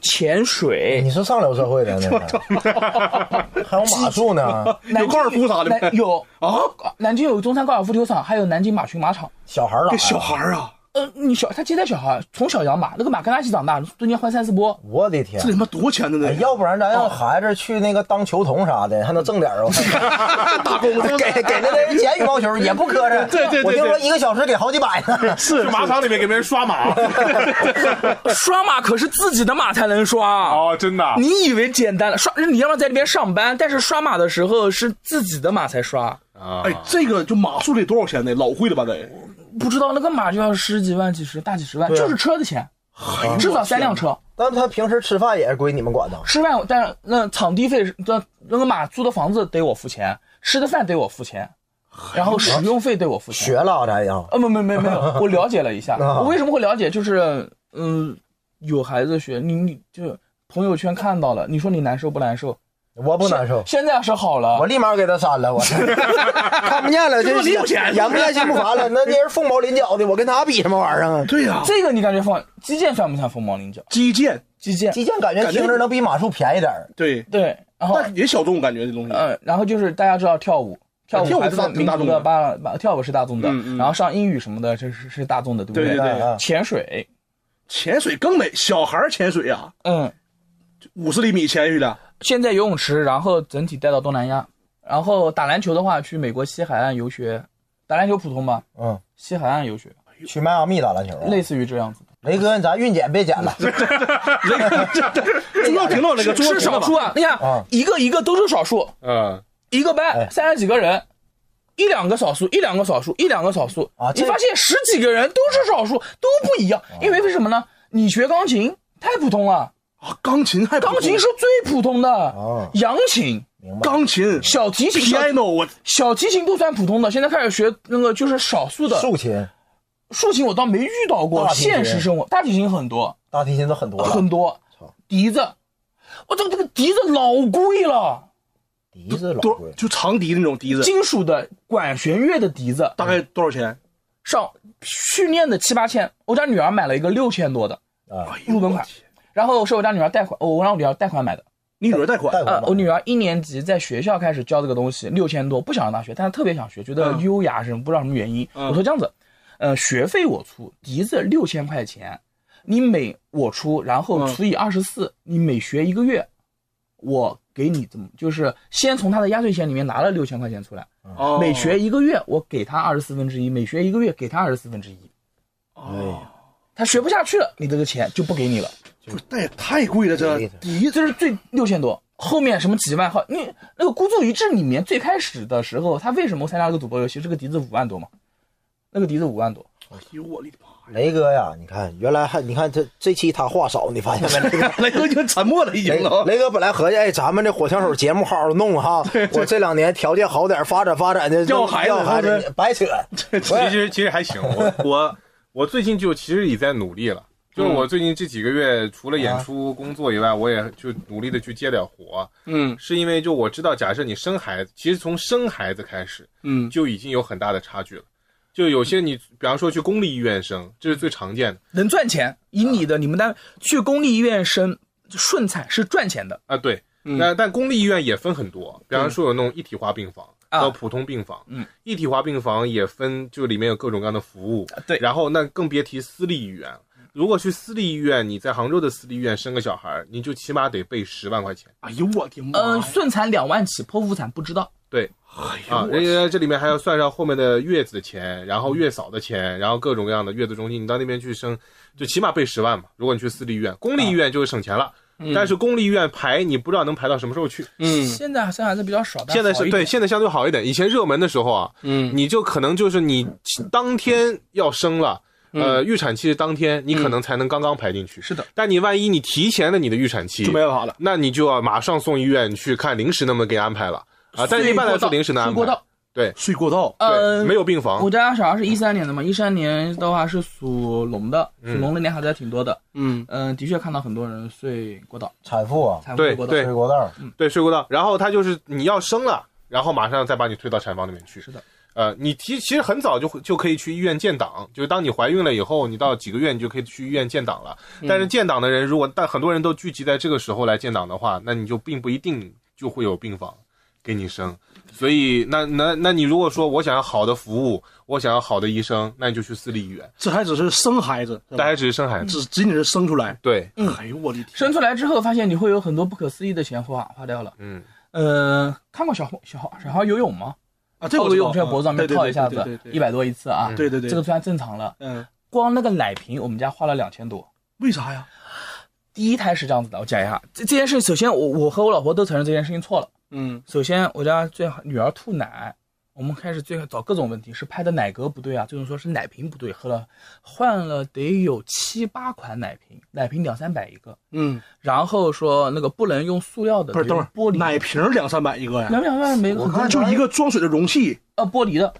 [SPEAKER 2] 潜水
[SPEAKER 3] 哎你。是上流社会的那个，还有马术呢，
[SPEAKER 2] 南
[SPEAKER 5] 有高尔
[SPEAKER 2] 京
[SPEAKER 5] 夫啥的
[SPEAKER 2] 南有
[SPEAKER 5] 啊，
[SPEAKER 2] 南京有中山高尔夫球场，还有南京马群马场。
[SPEAKER 3] 小孩儿
[SPEAKER 5] 这
[SPEAKER 3] 打
[SPEAKER 5] 小孩儿啊，
[SPEAKER 2] 呃，你小他接待小孩，从小养马，那个马跟他一起长大，中间换三四波。
[SPEAKER 3] 我的天
[SPEAKER 5] 这！他妈多钱的呢
[SPEAKER 3] 哎，要不然咱让孩子去那个当球童啥的，还能挣点儿。我看打工给给那人捡羽毛球也不磕碜。
[SPEAKER 1] 对对对对
[SPEAKER 3] 我听说一个小时给好几百呢。
[SPEAKER 1] 是去马场里面给别人刷马
[SPEAKER 2] 刷马可是自己的马才能刷，
[SPEAKER 1] 哦，真的啊，
[SPEAKER 2] 你以为简单了？刷你要么在那边上班，但是刷马的时候是自己的马才刷，
[SPEAKER 5] 哎，这个就马术得多少钱呢？老贵了吧得，
[SPEAKER 2] 不知道那个马就要十几万、几十、大几十万，
[SPEAKER 3] 对啊
[SPEAKER 2] 就是车的钱。至少三辆车。
[SPEAKER 3] 但他平时吃饭也是归你们管的。
[SPEAKER 2] 吃饭，但是那场地费是，那那个马租的房子得我付钱，吃的饭得我付钱，然后使用费哎得我付钱。
[SPEAKER 3] 学了啊，咱呀，
[SPEAKER 2] 呃，没没没 没有，我了解了一下。
[SPEAKER 3] 啊
[SPEAKER 2] 我为什么会了解？就是嗯，有孩子学，你你就朋友圈看到了，你说你难受不难受？
[SPEAKER 3] 我不难受，
[SPEAKER 2] 现在是好了
[SPEAKER 3] 我，立马给他删了，我 看不见了，这
[SPEAKER 5] 零有钱
[SPEAKER 3] 眼不见心不烦了。那那人凤毛麟角的，我跟他比什么玩意 儿啊？
[SPEAKER 5] 对呀、
[SPEAKER 2] 这个你感觉放击剑算不算凤毛麟角？
[SPEAKER 5] 基建
[SPEAKER 2] 击剑
[SPEAKER 3] 击剑感觉听着能比马术便宜点儿，
[SPEAKER 5] 对，
[SPEAKER 2] 对，然后
[SPEAKER 5] 但也小众感觉这东西。
[SPEAKER 2] 嗯，然后就是大家知道跳舞，跳
[SPEAKER 5] 跳
[SPEAKER 2] 舞
[SPEAKER 5] 舞
[SPEAKER 2] 还
[SPEAKER 5] 是
[SPEAKER 2] 是
[SPEAKER 5] 大
[SPEAKER 2] 民
[SPEAKER 5] 大
[SPEAKER 2] 族
[SPEAKER 5] 众的
[SPEAKER 2] 的吧，吧跳舞是大众的，
[SPEAKER 5] 嗯嗯
[SPEAKER 2] 然后上英语什么的，这是是大众的，对不
[SPEAKER 5] 对对啊
[SPEAKER 3] 对
[SPEAKER 2] 潜水，
[SPEAKER 5] 潜水更美，小孩儿潜水啊，
[SPEAKER 2] 嗯，
[SPEAKER 5] 五十厘米潜下去的，
[SPEAKER 2] 现在游泳池，然后整体带到东南亚，然后打篮球的话，去美国西海岸游学，打篮球普通吧，
[SPEAKER 3] 嗯，
[SPEAKER 2] 西海岸游学，
[SPEAKER 3] 去迈阿密打篮球啊。
[SPEAKER 2] 类似于这样子。
[SPEAKER 3] 雷哥，咱孕检别剪 了，
[SPEAKER 5] 中药频道那个中药
[SPEAKER 2] 是
[SPEAKER 5] 频道
[SPEAKER 2] 少数
[SPEAKER 5] 吧，
[SPEAKER 2] 啊，你看、
[SPEAKER 3] 啊
[SPEAKER 2] 一个一个都是少数，
[SPEAKER 1] 嗯，
[SPEAKER 2] 一个
[SPEAKER 3] 哎
[SPEAKER 2] 班三十几个人。一两个少数，一两个少数，一两个少数
[SPEAKER 3] 啊
[SPEAKER 2] 你
[SPEAKER 3] 这哦
[SPEAKER 2] 发现十几个人都是少数，都不一样。因为为什么呢？你学钢琴太普通了，
[SPEAKER 5] 啊，钢琴还不
[SPEAKER 2] 钢琴是最普通的，
[SPEAKER 3] 哦
[SPEAKER 2] 扬琴、
[SPEAKER 3] 明白？
[SPEAKER 5] 钢琴
[SPEAKER 2] 小提琴、小
[SPEAKER 5] piano，我
[SPEAKER 2] 小提琴都算普通的，现在开始学那个就是少数的
[SPEAKER 3] 竖琴、
[SPEAKER 2] 竖琴，我倒没遇到过
[SPEAKER 3] 大。提琴
[SPEAKER 2] 现实生活大提琴很多
[SPEAKER 3] 大提琴都很多了，
[SPEAKER 2] 很多，笛子，我这这个笛子老贵了，
[SPEAKER 3] 笛子老
[SPEAKER 5] 多
[SPEAKER 3] 贵，
[SPEAKER 5] 就长笛那种笛子，
[SPEAKER 2] 金属的管弦乐的笛子
[SPEAKER 5] 大概多少钱？
[SPEAKER 2] 上训练的七八千，我家女儿买了一个六千多的
[SPEAKER 3] 啊
[SPEAKER 2] 入门款，然后是我家女儿贷款，我让我女儿贷款买的。
[SPEAKER 5] 你女儿贷款
[SPEAKER 3] 贷
[SPEAKER 2] 呃
[SPEAKER 3] 款，吧
[SPEAKER 2] 我女儿一年级在学校开始教这个东西，六千多，不想上大学，但是特别想学，觉得
[SPEAKER 5] 嗯
[SPEAKER 2] 优雅什么，不知道什么原因。
[SPEAKER 5] 嗯
[SPEAKER 2] 我说这样子，呃，学费我出，笛子六千块钱，你每我出，然后
[SPEAKER 5] 嗯
[SPEAKER 2] 除以二十四，你每学一个月，我给你怎么，就是先从他的压岁钱里面拿了六千块钱出来，
[SPEAKER 5] 哦
[SPEAKER 2] 每学一个月我给他二十四分之一，每学一个月给他二十四分之一，
[SPEAKER 5] 哦，
[SPEAKER 2] 他学不下去了，你这个钱就不给你了。
[SPEAKER 5] 不是，但也太贵了，这
[SPEAKER 3] 对的
[SPEAKER 2] 第一，这是最六千多，后面什么几万号，你那个孤注一掷里面最开始的时候，他为什么参加这个赌博游戏？这个笛子五万多嘛，那个笛子五万多，
[SPEAKER 5] 哎呦我的妈！
[SPEAKER 3] 雷哥呀，你看原来还你看这这期他话少，你发现没？ 雷哥
[SPEAKER 5] 雷哥已经沉默了，已
[SPEAKER 3] 雷
[SPEAKER 5] 经啊，
[SPEAKER 3] 雷哥本来合计，哎，咱们这火枪手节目好好 弄哈，我这两年条件好点，发展发展的，
[SPEAKER 5] 要孩子
[SPEAKER 3] 要孩
[SPEAKER 5] 对不
[SPEAKER 3] 子，白扯。
[SPEAKER 1] 其实其实还行，我我我最近就其实也在努力了。就是
[SPEAKER 2] 嗯
[SPEAKER 1] 我最近这几个月，除了
[SPEAKER 2] 啊
[SPEAKER 1] 演出工作以外，我也就努力的去接点活。
[SPEAKER 5] 嗯
[SPEAKER 1] 是因为就我知道，假设你生孩子，其实从生孩子开始，
[SPEAKER 5] 嗯，
[SPEAKER 1] 就已经有很大的差距了。就有些你，比方说去公立医院生，这是最常见的
[SPEAKER 2] 能赚钱。以你的你们单位去公立医院生顺产是赚钱的，
[SPEAKER 1] 啊。对，
[SPEAKER 5] 嗯
[SPEAKER 1] 那、但公立医院也分很多，比方说有那种一体化病房。
[SPEAKER 2] 啊
[SPEAKER 1] 和普通病房，
[SPEAKER 2] 嗯，
[SPEAKER 1] 一体化病房也分，就里面有各种各样的服务，
[SPEAKER 5] 啊
[SPEAKER 2] 对
[SPEAKER 1] 然后那更别提私立医院了。如果去私立医院，你在杭州的私立医院生个小孩儿，你就起码得备十万块钱。
[SPEAKER 5] 哎呦我的妈
[SPEAKER 2] 嗯、
[SPEAKER 5] 呀！
[SPEAKER 2] 顺产两万起，剖腹产不知道。
[SPEAKER 1] 对，
[SPEAKER 5] 哎呦
[SPEAKER 1] 啊，
[SPEAKER 5] 我
[SPEAKER 1] 人家这里面还要算上后面的月子的钱，然后月嫂的钱，然后各种各样的月子中心，你到那边去生，就起码备十万嘛。如果你去私立医院，公立医院就是省钱了，但是公立医院排你不知道能排到什么时候去。
[SPEAKER 5] 嗯
[SPEAKER 2] 现在生孩子比较少，但
[SPEAKER 1] 现在
[SPEAKER 2] 好
[SPEAKER 1] 是
[SPEAKER 2] 一点
[SPEAKER 1] 对，现在相对好一点。以前热门的时候啊，
[SPEAKER 5] 嗯，
[SPEAKER 1] 你就可能就是你当天要生了。
[SPEAKER 2] 嗯
[SPEAKER 1] 呃，预产期当天你可能才能刚刚排进去，
[SPEAKER 2] 是的。
[SPEAKER 1] 但你万一你提前了你的预产期，
[SPEAKER 5] 就没办法了。
[SPEAKER 1] 那你就要马上送医院去看临时能不能给安排了啊。但是一般来说啊临时能安
[SPEAKER 2] 睡过
[SPEAKER 1] 排
[SPEAKER 2] 道，，
[SPEAKER 5] 睡过道，
[SPEAKER 2] 呃，
[SPEAKER 1] 对，没有病房
[SPEAKER 2] 我。家小孩是一三年的嘛，一三年的话是属龙的，属
[SPEAKER 1] 嗯
[SPEAKER 2] 龙的年孩子还挺多的。
[SPEAKER 5] 嗯，
[SPEAKER 2] 嗯、的确看到很多人睡过道，
[SPEAKER 3] 产妇 啊，
[SPEAKER 2] 才
[SPEAKER 1] 对
[SPEAKER 2] 会过道。
[SPEAKER 1] 对
[SPEAKER 3] 睡过道，
[SPEAKER 1] 对，睡过道。然后他就是你要生了，然后马上再把你推到产房里面去。
[SPEAKER 2] 是的。
[SPEAKER 1] 呃，你提其实很早就会就可以去医院建档，就是当你怀孕了以后，你到几个月你就可以去医院建档了。
[SPEAKER 2] 嗯
[SPEAKER 1] 但是建档的人，如果但很多人都聚集在这个时候来建档的话，那你就并不一定就会有病房给你生。所以，那那那你如果说我想要好的服务，我想要好的医生，那你就去私立医院。
[SPEAKER 5] 这还只是生孩子，是吧
[SPEAKER 1] 但还只是生孩
[SPEAKER 2] 嗯
[SPEAKER 1] 子，
[SPEAKER 5] 只仅仅是生出来。
[SPEAKER 1] 对，
[SPEAKER 5] 哎呦我的天！
[SPEAKER 2] 生出来之后，发现你会有很多不可思议的钱花花掉了。
[SPEAKER 1] 嗯，
[SPEAKER 2] 呃，看过小红小红小孩游泳吗？
[SPEAKER 5] 啊，这
[SPEAKER 2] 套
[SPEAKER 5] 我
[SPEAKER 2] 个
[SPEAKER 5] 知
[SPEAKER 2] 游
[SPEAKER 5] 道
[SPEAKER 2] 泳圈脖子上面套一下
[SPEAKER 5] 对
[SPEAKER 2] 子
[SPEAKER 5] 对，对
[SPEAKER 2] 一
[SPEAKER 5] 对
[SPEAKER 2] 百多一次啊。
[SPEAKER 5] 对对对，
[SPEAKER 2] 这个算正常了。
[SPEAKER 5] 嗯，
[SPEAKER 2] 光那个奶瓶，我们家花了两千多。
[SPEAKER 5] 为啥呀？
[SPEAKER 2] 第一胎是这样子的，我讲一下这这件事。首先我，我和我老婆都承认这件事情错了。
[SPEAKER 5] 嗯
[SPEAKER 2] 首先，我家最好女儿吐奶，我们开始最开始找各种问题，是拍的奶格不对啊，最终说是奶瓶不对，喝了换了得有七八款奶瓶，奶瓶两三百一个，
[SPEAKER 5] 嗯，
[SPEAKER 2] 然后说那个不能用塑料的，
[SPEAKER 5] 不是，
[SPEAKER 2] 得
[SPEAKER 5] 等
[SPEAKER 2] 用
[SPEAKER 5] 会儿
[SPEAKER 2] 玻璃
[SPEAKER 5] 奶瓶两三百一个呀，
[SPEAKER 2] 两两万没
[SPEAKER 3] 我看
[SPEAKER 5] 就
[SPEAKER 3] 咱
[SPEAKER 5] 一个装水的容器，
[SPEAKER 2] 呃玻璃的，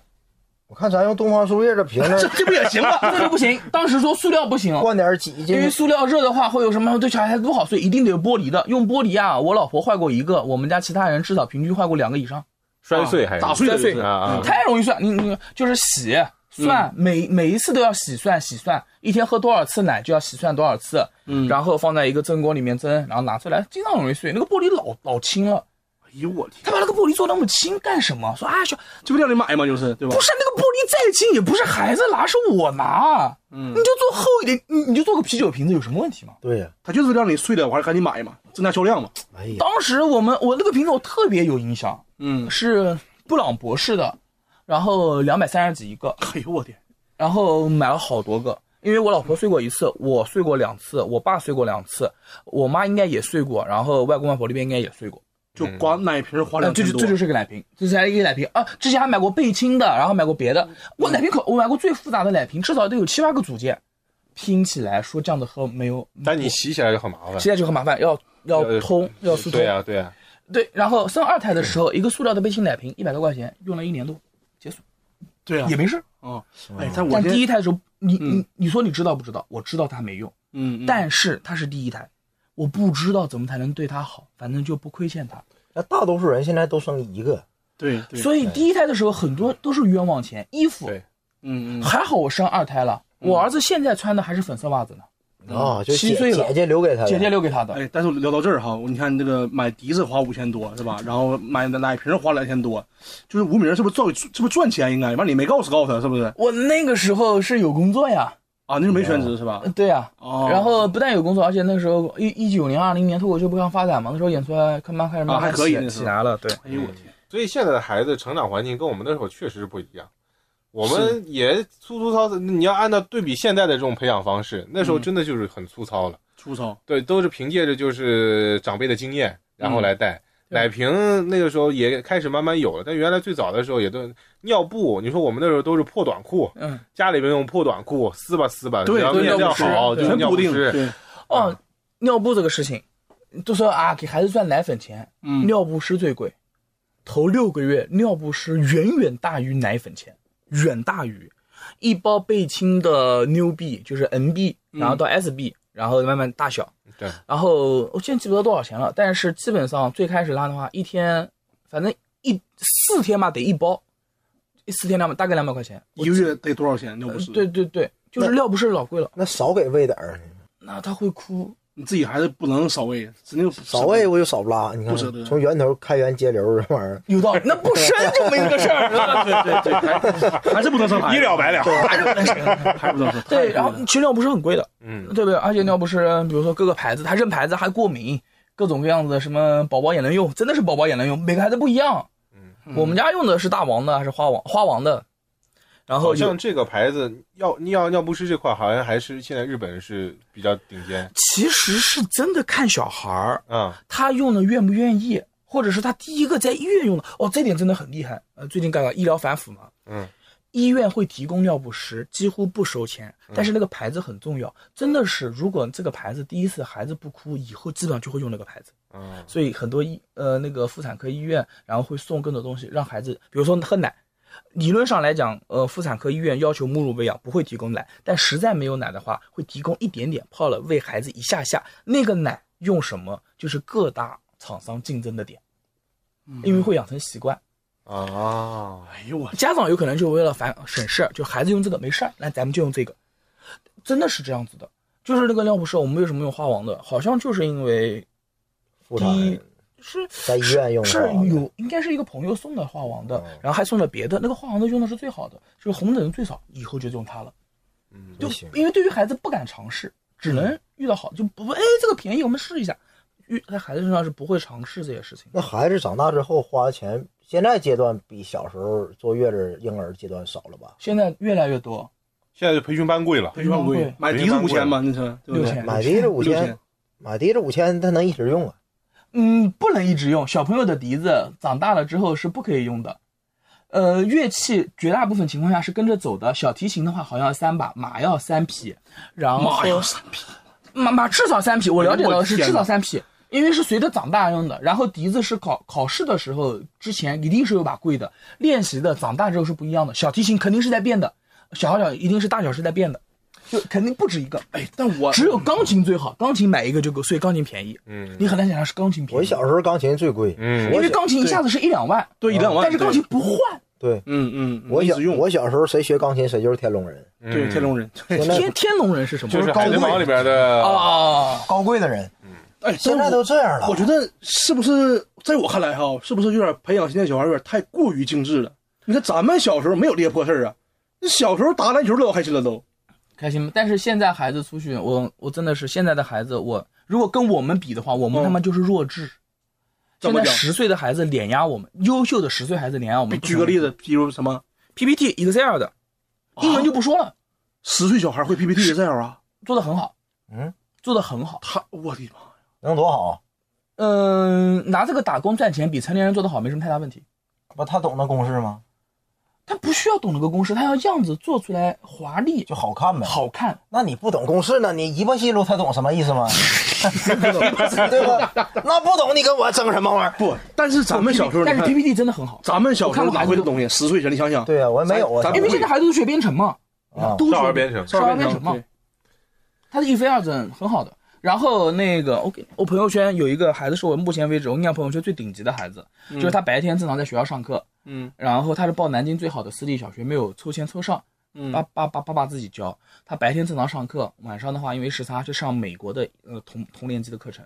[SPEAKER 3] 我看咱用东方树叶的瓶子
[SPEAKER 5] 这不也行 吗？
[SPEAKER 2] 这就不行，当时说塑料不行，
[SPEAKER 3] 灌点几
[SPEAKER 2] 因为
[SPEAKER 3] 斤，
[SPEAKER 2] 塑料热的话会有什么对小孩子不好，所以一定得有玻璃的。用玻璃啊，我老婆坏过一个，我们家其他人至少平均坏过两个以上，
[SPEAKER 1] 摔碎还是
[SPEAKER 5] 啊打碎的
[SPEAKER 2] 摔碎
[SPEAKER 5] 就是
[SPEAKER 1] 啊啊
[SPEAKER 2] 太容易算。你你就是洗
[SPEAKER 5] 嗯
[SPEAKER 2] 算，每每一次都要洗算洗算，一天喝多少次奶就要洗算多少次，
[SPEAKER 5] 嗯
[SPEAKER 2] 然后放在一个蒸锅里面蒸，然后拿出来，经常容易碎。那个玻璃老老轻了，
[SPEAKER 5] 哎呦我天，
[SPEAKER 2] 他把那个玻璃做那么轻干什么？说啊，小
[SPEAKER 5] 这不叫你买吗？就是对吧
[SPEAKER 2] 不？是那个玻璃再轻也不是孩子拿，是我拿，
[SPEAKER 5] 嗯
[SPEAKER 2] 你就做厚一点，你你就做个啤酒瓶子有什么问题吗？
[SPEAKER 3] 对呀，
[SPEAKER 5] 他就是让你碎的，我还赶紧买嘛，增加销量嘛。
[SPEAKER 3] 哎呀，
[SPEAKER 2] 当时我们我那个瓶子我特别有印象，
[SPEAKER 5] 嗯，
[SPEAKER 2] 是布朗博士的，然后两百三十几一个，
[SPEAKER 5] 哎呦我天，
[SPEAKER 2] 然后买了好多个，因为我老婆睡过一次，我睡过两次，我爸睡过两次，我妈应该也睡过，然后外公外婆那边应该也睡过。
[SPEAKER 5] 就
[SPEAKER 1] 嗯
[SPEAKER 5] 光奶瓶花
[SPEAKER 2] 那
[SPEAKER 5] 两
[SPEAKER 2] 呃这
[SPEAKER 5] 千
[SPEAKER 2] 就
[SPEAKER 5] 哦多，
[SPEAKER 2] 这就是个奶瓶，这是一个奶瓶啊！之前还买过贝亲的，然后买过别的。我奶瓶可我买过最复杂的奶瓶，至少得有七八个组件，拼起来说这样子喝没有。
[SPEAKER 1] 但你洗起来就很麻烦。
[SPEAKER 2] 现在就很麻烦，要要通要疏通
[SPEAKER 1] 对。啊呀对呀，
[SPEAKER 2] 对，然后生二胎的时候，一个塑料的杯亲奶瓶一百多块钱，用了一年多，
[SPEAKER 5] 对啊
[SPEAKER 2] 也，没事。
[SPEAKER 5] 哦，哎，但我
[SPEAKER 2] 但
[SPEAKER 5] 这
[SPEAKER 2] 第一胎的时候，你
[SPEAKER 5] 嗯
[SPEAKER 2] 你你说你知道不知道？我知道它没用，
[SPEAKER 5] 嗯，嗯
[SPEAKER 2] 但是它是第一胎，我不知道怎么才能对它好，反正就不亏欠它。
[SPEAKER 3] 那大多数人现在都生一个，
[SPEAKER 5] 对对，
[SPEAKER 2] 所以第一胎的时候，很多都是冤枉钱，衣服
[SPEAKER 1] 对
[SPEAKER 5] 嗯嗯，嗯
[SPEAKER 2] 还好我生二胎了，我儿子现在穿的还是粉色袜子呢，
[SPEAKER 3] 啊，就
[SPEAKER 2] 嗯七
[SPEAKER 3] 姐
[SPEAKER 2] 岁了
[SPEAKER 3] 姐姐留给他的，
[SPEAKER 2] 姐姐留给他的。
[SPEAKER 5] 哎，但是聊到这儿哈，你看这个买笛子花五千多是吧？然后买奶瓶花两千多，就是无名是不是赚是不是赚钱应该？完你没告诉告诉他是不是？
[SPEAKER 2] 我那个时候是有工作呀，
[SPEAKER 5] 啊，那就没全职是吧？
[SPEAKER 2] 呃对呀、
[SPEAKER 5] 哦，
[SPEAKER 2] 然后不但有工作，而且那个时候一一九年、二零年脱口秀不刚发展嘛，那时候演出来慢慢开始慢
[SPEAKER 5] 啊
[SPEAKER 2] 慢
[SPEAKER 5] 还可以
[SPEAKER 2] 起
[SPEAKER 5] 那时
[SPEAKER 2] 起
[SPEAKER 5] 候
[SPEAKER 2] 来了，对。
[SPEAKER 5] 哎呦我天，
[SPEAKER 1] 所以现在的孩子成长环境跟我们那时候确实是不一样。我们也粗粗糙糙，你要按照对比现在的这种培养方式，那
[SPEAKER 2] 嗯
[SPEAKER 1] 时候真的就是很粗糙了。
[SPEAKER 5] 粗糙，
[SPEAKER 1] 对，都是凭借着就是长辈的经验，然
[SPEAKER 2] 嗯
[SPEAKER 1] 后来带。奶瓶那个时候也开始慢慢有了，但原来最早的时候也都尿布。你说我们那时候都是破短裤，
[SPEAKER 2] 嗯，
[SPEAKER 1] 家里面用破短裤撕吧撕吧，
[SPEAKER 5] 对
[SPEAKER 1] 然后
[SPEAKER 2] 对
[SPEAKER 1] 面料
[SPEAKER 2] 尿不湿
[SPEAKER 1] 好
[SPEAKER 2] 对
[SPEAKER 1] 就是
[SPEAKER 5] 全
[SPEAKER 1] 尿
[SPEAKER 5] 固定，
[SPEAKER 1] 湿
[SPEAKER 5] 对，
[SPEAKER 2] 哦，尿布这个事情，都说啊，给孩子赚奶粉钱，
[SPEAKER 5] 嗯，
[SPEAKER 2] 尿不湿最贵，头六个月尿不湿远远大于奶粉钱，远大于一包贝亲的妞币，就是 NB，然后
[SPEAKER 5] 嗯
[SPEAKER 2] 到 SB，、然后慢慢大小，
[SPEAKER 1] 对，
[SPEAKER 2] 然后我现在记不得多少钱了，但是基本上最开始拉的话，一天反正一四天吧，得一包，四天两百，大概两百块钱，
[SPEAKER 5] 一个月得多少钱？尿不湿？
[SPEAKER 2] 对，对对，就是尿不湿老贵了，
[SPEAKER 3] 那少给喂点儿，
[SPEAKER 2] 那他会哭。
[SPEAKER 5] 你自己还是不能少喂，真的
[SPEAKER 3] 少喂我就少拉，你看
[SPEAKER 5] 不舍得
[SPEAKER 3] 从源头开源节流这玩意儿，
[SPEAKER 2] 有道理，那不生就没这个事儿了。对对对，
[SPEAKER 5] 还是不能生孩子，
[SPEAKER 1] 一了百了。
[SPEAKER 5] 还是不能生，
[SPEAKER 2] 对，
[SPEAKER 5] 太
[SPEAKER 2] 然
[SPEAKER 5] 多
[SPEAKER 2] 后
[SPEAKER 5] 了
[SPEAKER 2] 其实尿不是很贵的，
[SPEAKER 1] 嗯，
[SPEAKER 2] 对不对？而且尿不是，嗯比如说各个牌子，它认牌子还过敏，各种各样子的，什么宝宝也能用，真的是宝宝也能用，每个牌子不一样。嗯，我们家用的是大王的还是花王花王的？然后
[SPEAKER 1] 好
[SPEAKER 2] 就
[SPEAKER 1] 像这个牌子尿尿尿不湿这块，好像还是现在日本是比较顶 尖
[SPEAKER 2] 其实是真的看小孩儿，
[SPEAKER 1] 啊。
[SPEAKER 2] 他用的愿不愿意，或者是他第一个在医院用的，哦，这点真的很厉害。呃，最近干了医疗反腐嘛，
[SPEAKER 1] 嗯，
[SPEAKER 2] 医院会提供尿不湿，几乎不收钱，但是那个牌子很重要，真的是，如果这个牌子第一次孩子不哭，以后基本上就会用那个牌子。
[SPEAKER 1] 嗯，
[SPEAKER 2] 所以很多医呃那个妇产科医院，然后会送更多东西让孩子，比如说喝奶。理论上来讲，呃，妇产科医院要求母乳喂养不会提供奶，但实在没有奶的话，会提供一点点泡了喂孩子一下下。那个奶用什么，就是各大厂商竞争的点，因为会养成习惯。
[SPEAKER 1] 啊，
[SPEAKER 5] 哎呦我，
[SPEAKER 2] 家长有可能就为了烦省事儿，就孩子用这个没事儿，那咱们就用这个，真的是这样子的。就是那个尿不湿，我们为什么用花王的？好像就是因为
[SPEAKER 3] 妇产
[SPEAKER 2] 第一是
[SPEAKER 3] 在医院用的
[SPEAKER 2] 是
[SPEAKER 3] 话哦
[SPEAKER 2] 有应该是一个朋友送的花王的，然后还送了别的，那个花王的用的是最好的，就是红疹最少，以后就用它了。
[SPEAKER 1] 嗯
[SPEAKER 2] 就
[SPEAKER 3] 也行嗯
[SPEAKER 2] 因为对于孩子不敢尝试，只能遇到好就不哎这个便宜我们试一下，遇在孩子身上是不会尝试这些事情的。
[SPEAKER 3] 那孩子长大之后花的钱，现在阶段比小时候坐月子婴儿阶段少了吧？
[SPEAKER 2] 现在越来越多，
[SPEAKER 1] 现在的培训班贵了，
[SPEAKER 5] 一万贵，买笛子五千吧，那是对不
[SPEAKER 2] 六千
[SPEAKER 5] 对？
[SPEAKER 3] 买笛子五
[SPEAKER 5] 六
[SPEAKER 3] 千
[SPEAKER 5] 千，
[SPEAKER 3] 买笛子五千，他能一直用啊？
[SPEAKER 2] 嗯，不能一直用。小朋友的笛子长大了之后是不可以用的。呃，乐器绝大部分情况下是跟着走的。小提琴的话，好像要三把，马要三匹，然后马要三匹，马马至少三匹。我了解到的是
[SPEAKER 1] 我的天
[SPEAKER 2] 至
[SPEAKER 1] 哪
[SPEAKER 2] 少三匹，因为是随着长大用的。然后笛子是考考试的时候之前一定是有把贵的，练习的长大之后是不一样的。小提琴肯定是在变的，小号小一定是大小是在变的，就肯定不止一个。
[SPEAKER 5] 哎，但我
[SPEAKER 2] 只有钢琴最好，钢琴买一个就够，所以钢琴便宜。
[SPEAKER 1] 嗯
[SPEAKER 2] 你很难想象是钢琴便宜。
[SPEAKER 3] 我小时候钢琴最贵，
[SPEAKER 1] 嗯
[SPEAKER 2] 因
[SPEAKER 3] 我
[SPEAKER 2] 为
[SPEAKER 3] 小
[SPEAKER 2] 钢琴一下子是一两万，
[SPEAKER 5] 对一两万
[SPEAKER 2] 但是钢琴不换，
[SPEAKER 3] 对
[SPEAKER 5] 嗯嗯，嗯
[SPEAKER 3] 我
[SPEAKER 5] 一
[SPEAKER 3] 小
[SPEAKER 5] 直用嗯
[SPEAKER 3] 我小时候谁学钢琴谁就是天龙人，
[SPEAKER 5] 对
[SPEAKER 1] 嗯
[SPEAKER 5] 天龙人，
[SPEAKER 3] 现在
[SPEAKER 2] 天天龙人是什么？
[SPEAKER 1] 就是《
[SPEAKER 3] 高
[SPEAKER 1] 海贼
[SPEAKER 3] 贵
[SPEAKER 1] 王》里边的
[SPEAKER 2] 啊，
[SPEAKER 3] 高贵的人，
[SPEAKER 5] 哎，
[SPEAKER 3] 现在
[SPEAKER 5] 但
[SPEAKER 3] 都这样了
[SPEAKER 5] 我。觉得是不是在我看来哈，是不是有点培养现在小孩有点太过于精致了？你看咱们小时候没有这些破事儿啊，那小时候打篮球老开心了都。
[SPEAKER 2] 开心吗？但是现在孩子出去，我我真的是现在的孩子，我如果跟我们比的话，我们
[SPEAKER 5] 嗯
[SPEAKER 2] 他妈就是弱智。
[SPEAKER 5] 怎
[SPEAKER 2] 现
[SPEAKER 5] 么
[SPEAKER 2] 在
[SPEAKER 5] 讲
[SPEAKER 2] 十岁的孩子碾压我们，优秀的十岁孩子碾压我们。
[SPEAKER 5] 举个例子，啊比如什么
[SPEAKER 2] ，PPT、Excel 的，英文就不说了，
[SPEAKER 5] 十岁小孩会 PPT 这样啊？
[SPEAKER 2] 做的很好，
[SPEAKER 3] 嗯，
[SPEAKER 2] 做的很好。
[SPEAKER 5] 他我的妈！
[SPEAKER 3] 能多好？啊
[SPEAKER 2] 嗯，拿这个打工赚钱，比成年人做的好没什么太大问题。
[SPEAKER 3] 不，他懂那公式吗？
[SPEAKER 2] 他不需要懂那个公式，他要样子做出来华丽、
[SPEAKER 3] 就好看呗。，
[SPEAKER 2] 好 看。
[SPEAKER 3] 那你不懂公式呢？你一步记录，他懂什么意思吗？对吧？那不懂你跟我争什么玩意儿？
[SPEAKER 5] 不，但是咱们小时候，你
[SPEAKER 2] 但是
[SPEAKER 5] 看啊
[SPEAKER 2] PPT 真的很好，
[SPEAKER 5] 咱们小时
[SPEAKER 2] 我看
[SPEAKER 5] 候
[SPEAKER 2] 过
[SPEAKER 5] 哪
[SPEAKER 2] 孩子
[SPEAKER 5] 会这
[SPEAKER 2] 都
[SPEAKER 5] 东西？十岁前，你想想，
[SPEAKER 3] 对呀，我也没有啊
[SPEAKER 5] 咱。
[SPEAKER 2] 因为
[SPEAKER 5] 不
[SPEAKER 2] 现在孩子都学编程嘛，
[SPEAKER 3] 啊
[SPEAKER 2] 都
[SPEAKER 1] 少
[SPEAKER 2] 学
[SPEAKER 1] 儿编程
[SPEAKER 2] 少儿编程
[SPEAKER 5] 程
[SPEAKER 2] 嘛
[SPEAKER 5] 对。
[SPEAKER 2] 他的 e 飞二真很好的。然后那个我给我朋友圈有一个孩子是我目前为止我印象朋友圈最顶级的孩子，就是他白天正常在学校上课，
[SPEAKER 5] 嗯，
[SPEAKER 2] 然后他是报南京最好的私立小学，没有抽签抽上，
[SPEAKER 5] 嗯
[SPEAKER 2] 爸爸爸爸爸自己教，他白天正常上课，晚上的话因为时差就上美国的呃同同年级的课程，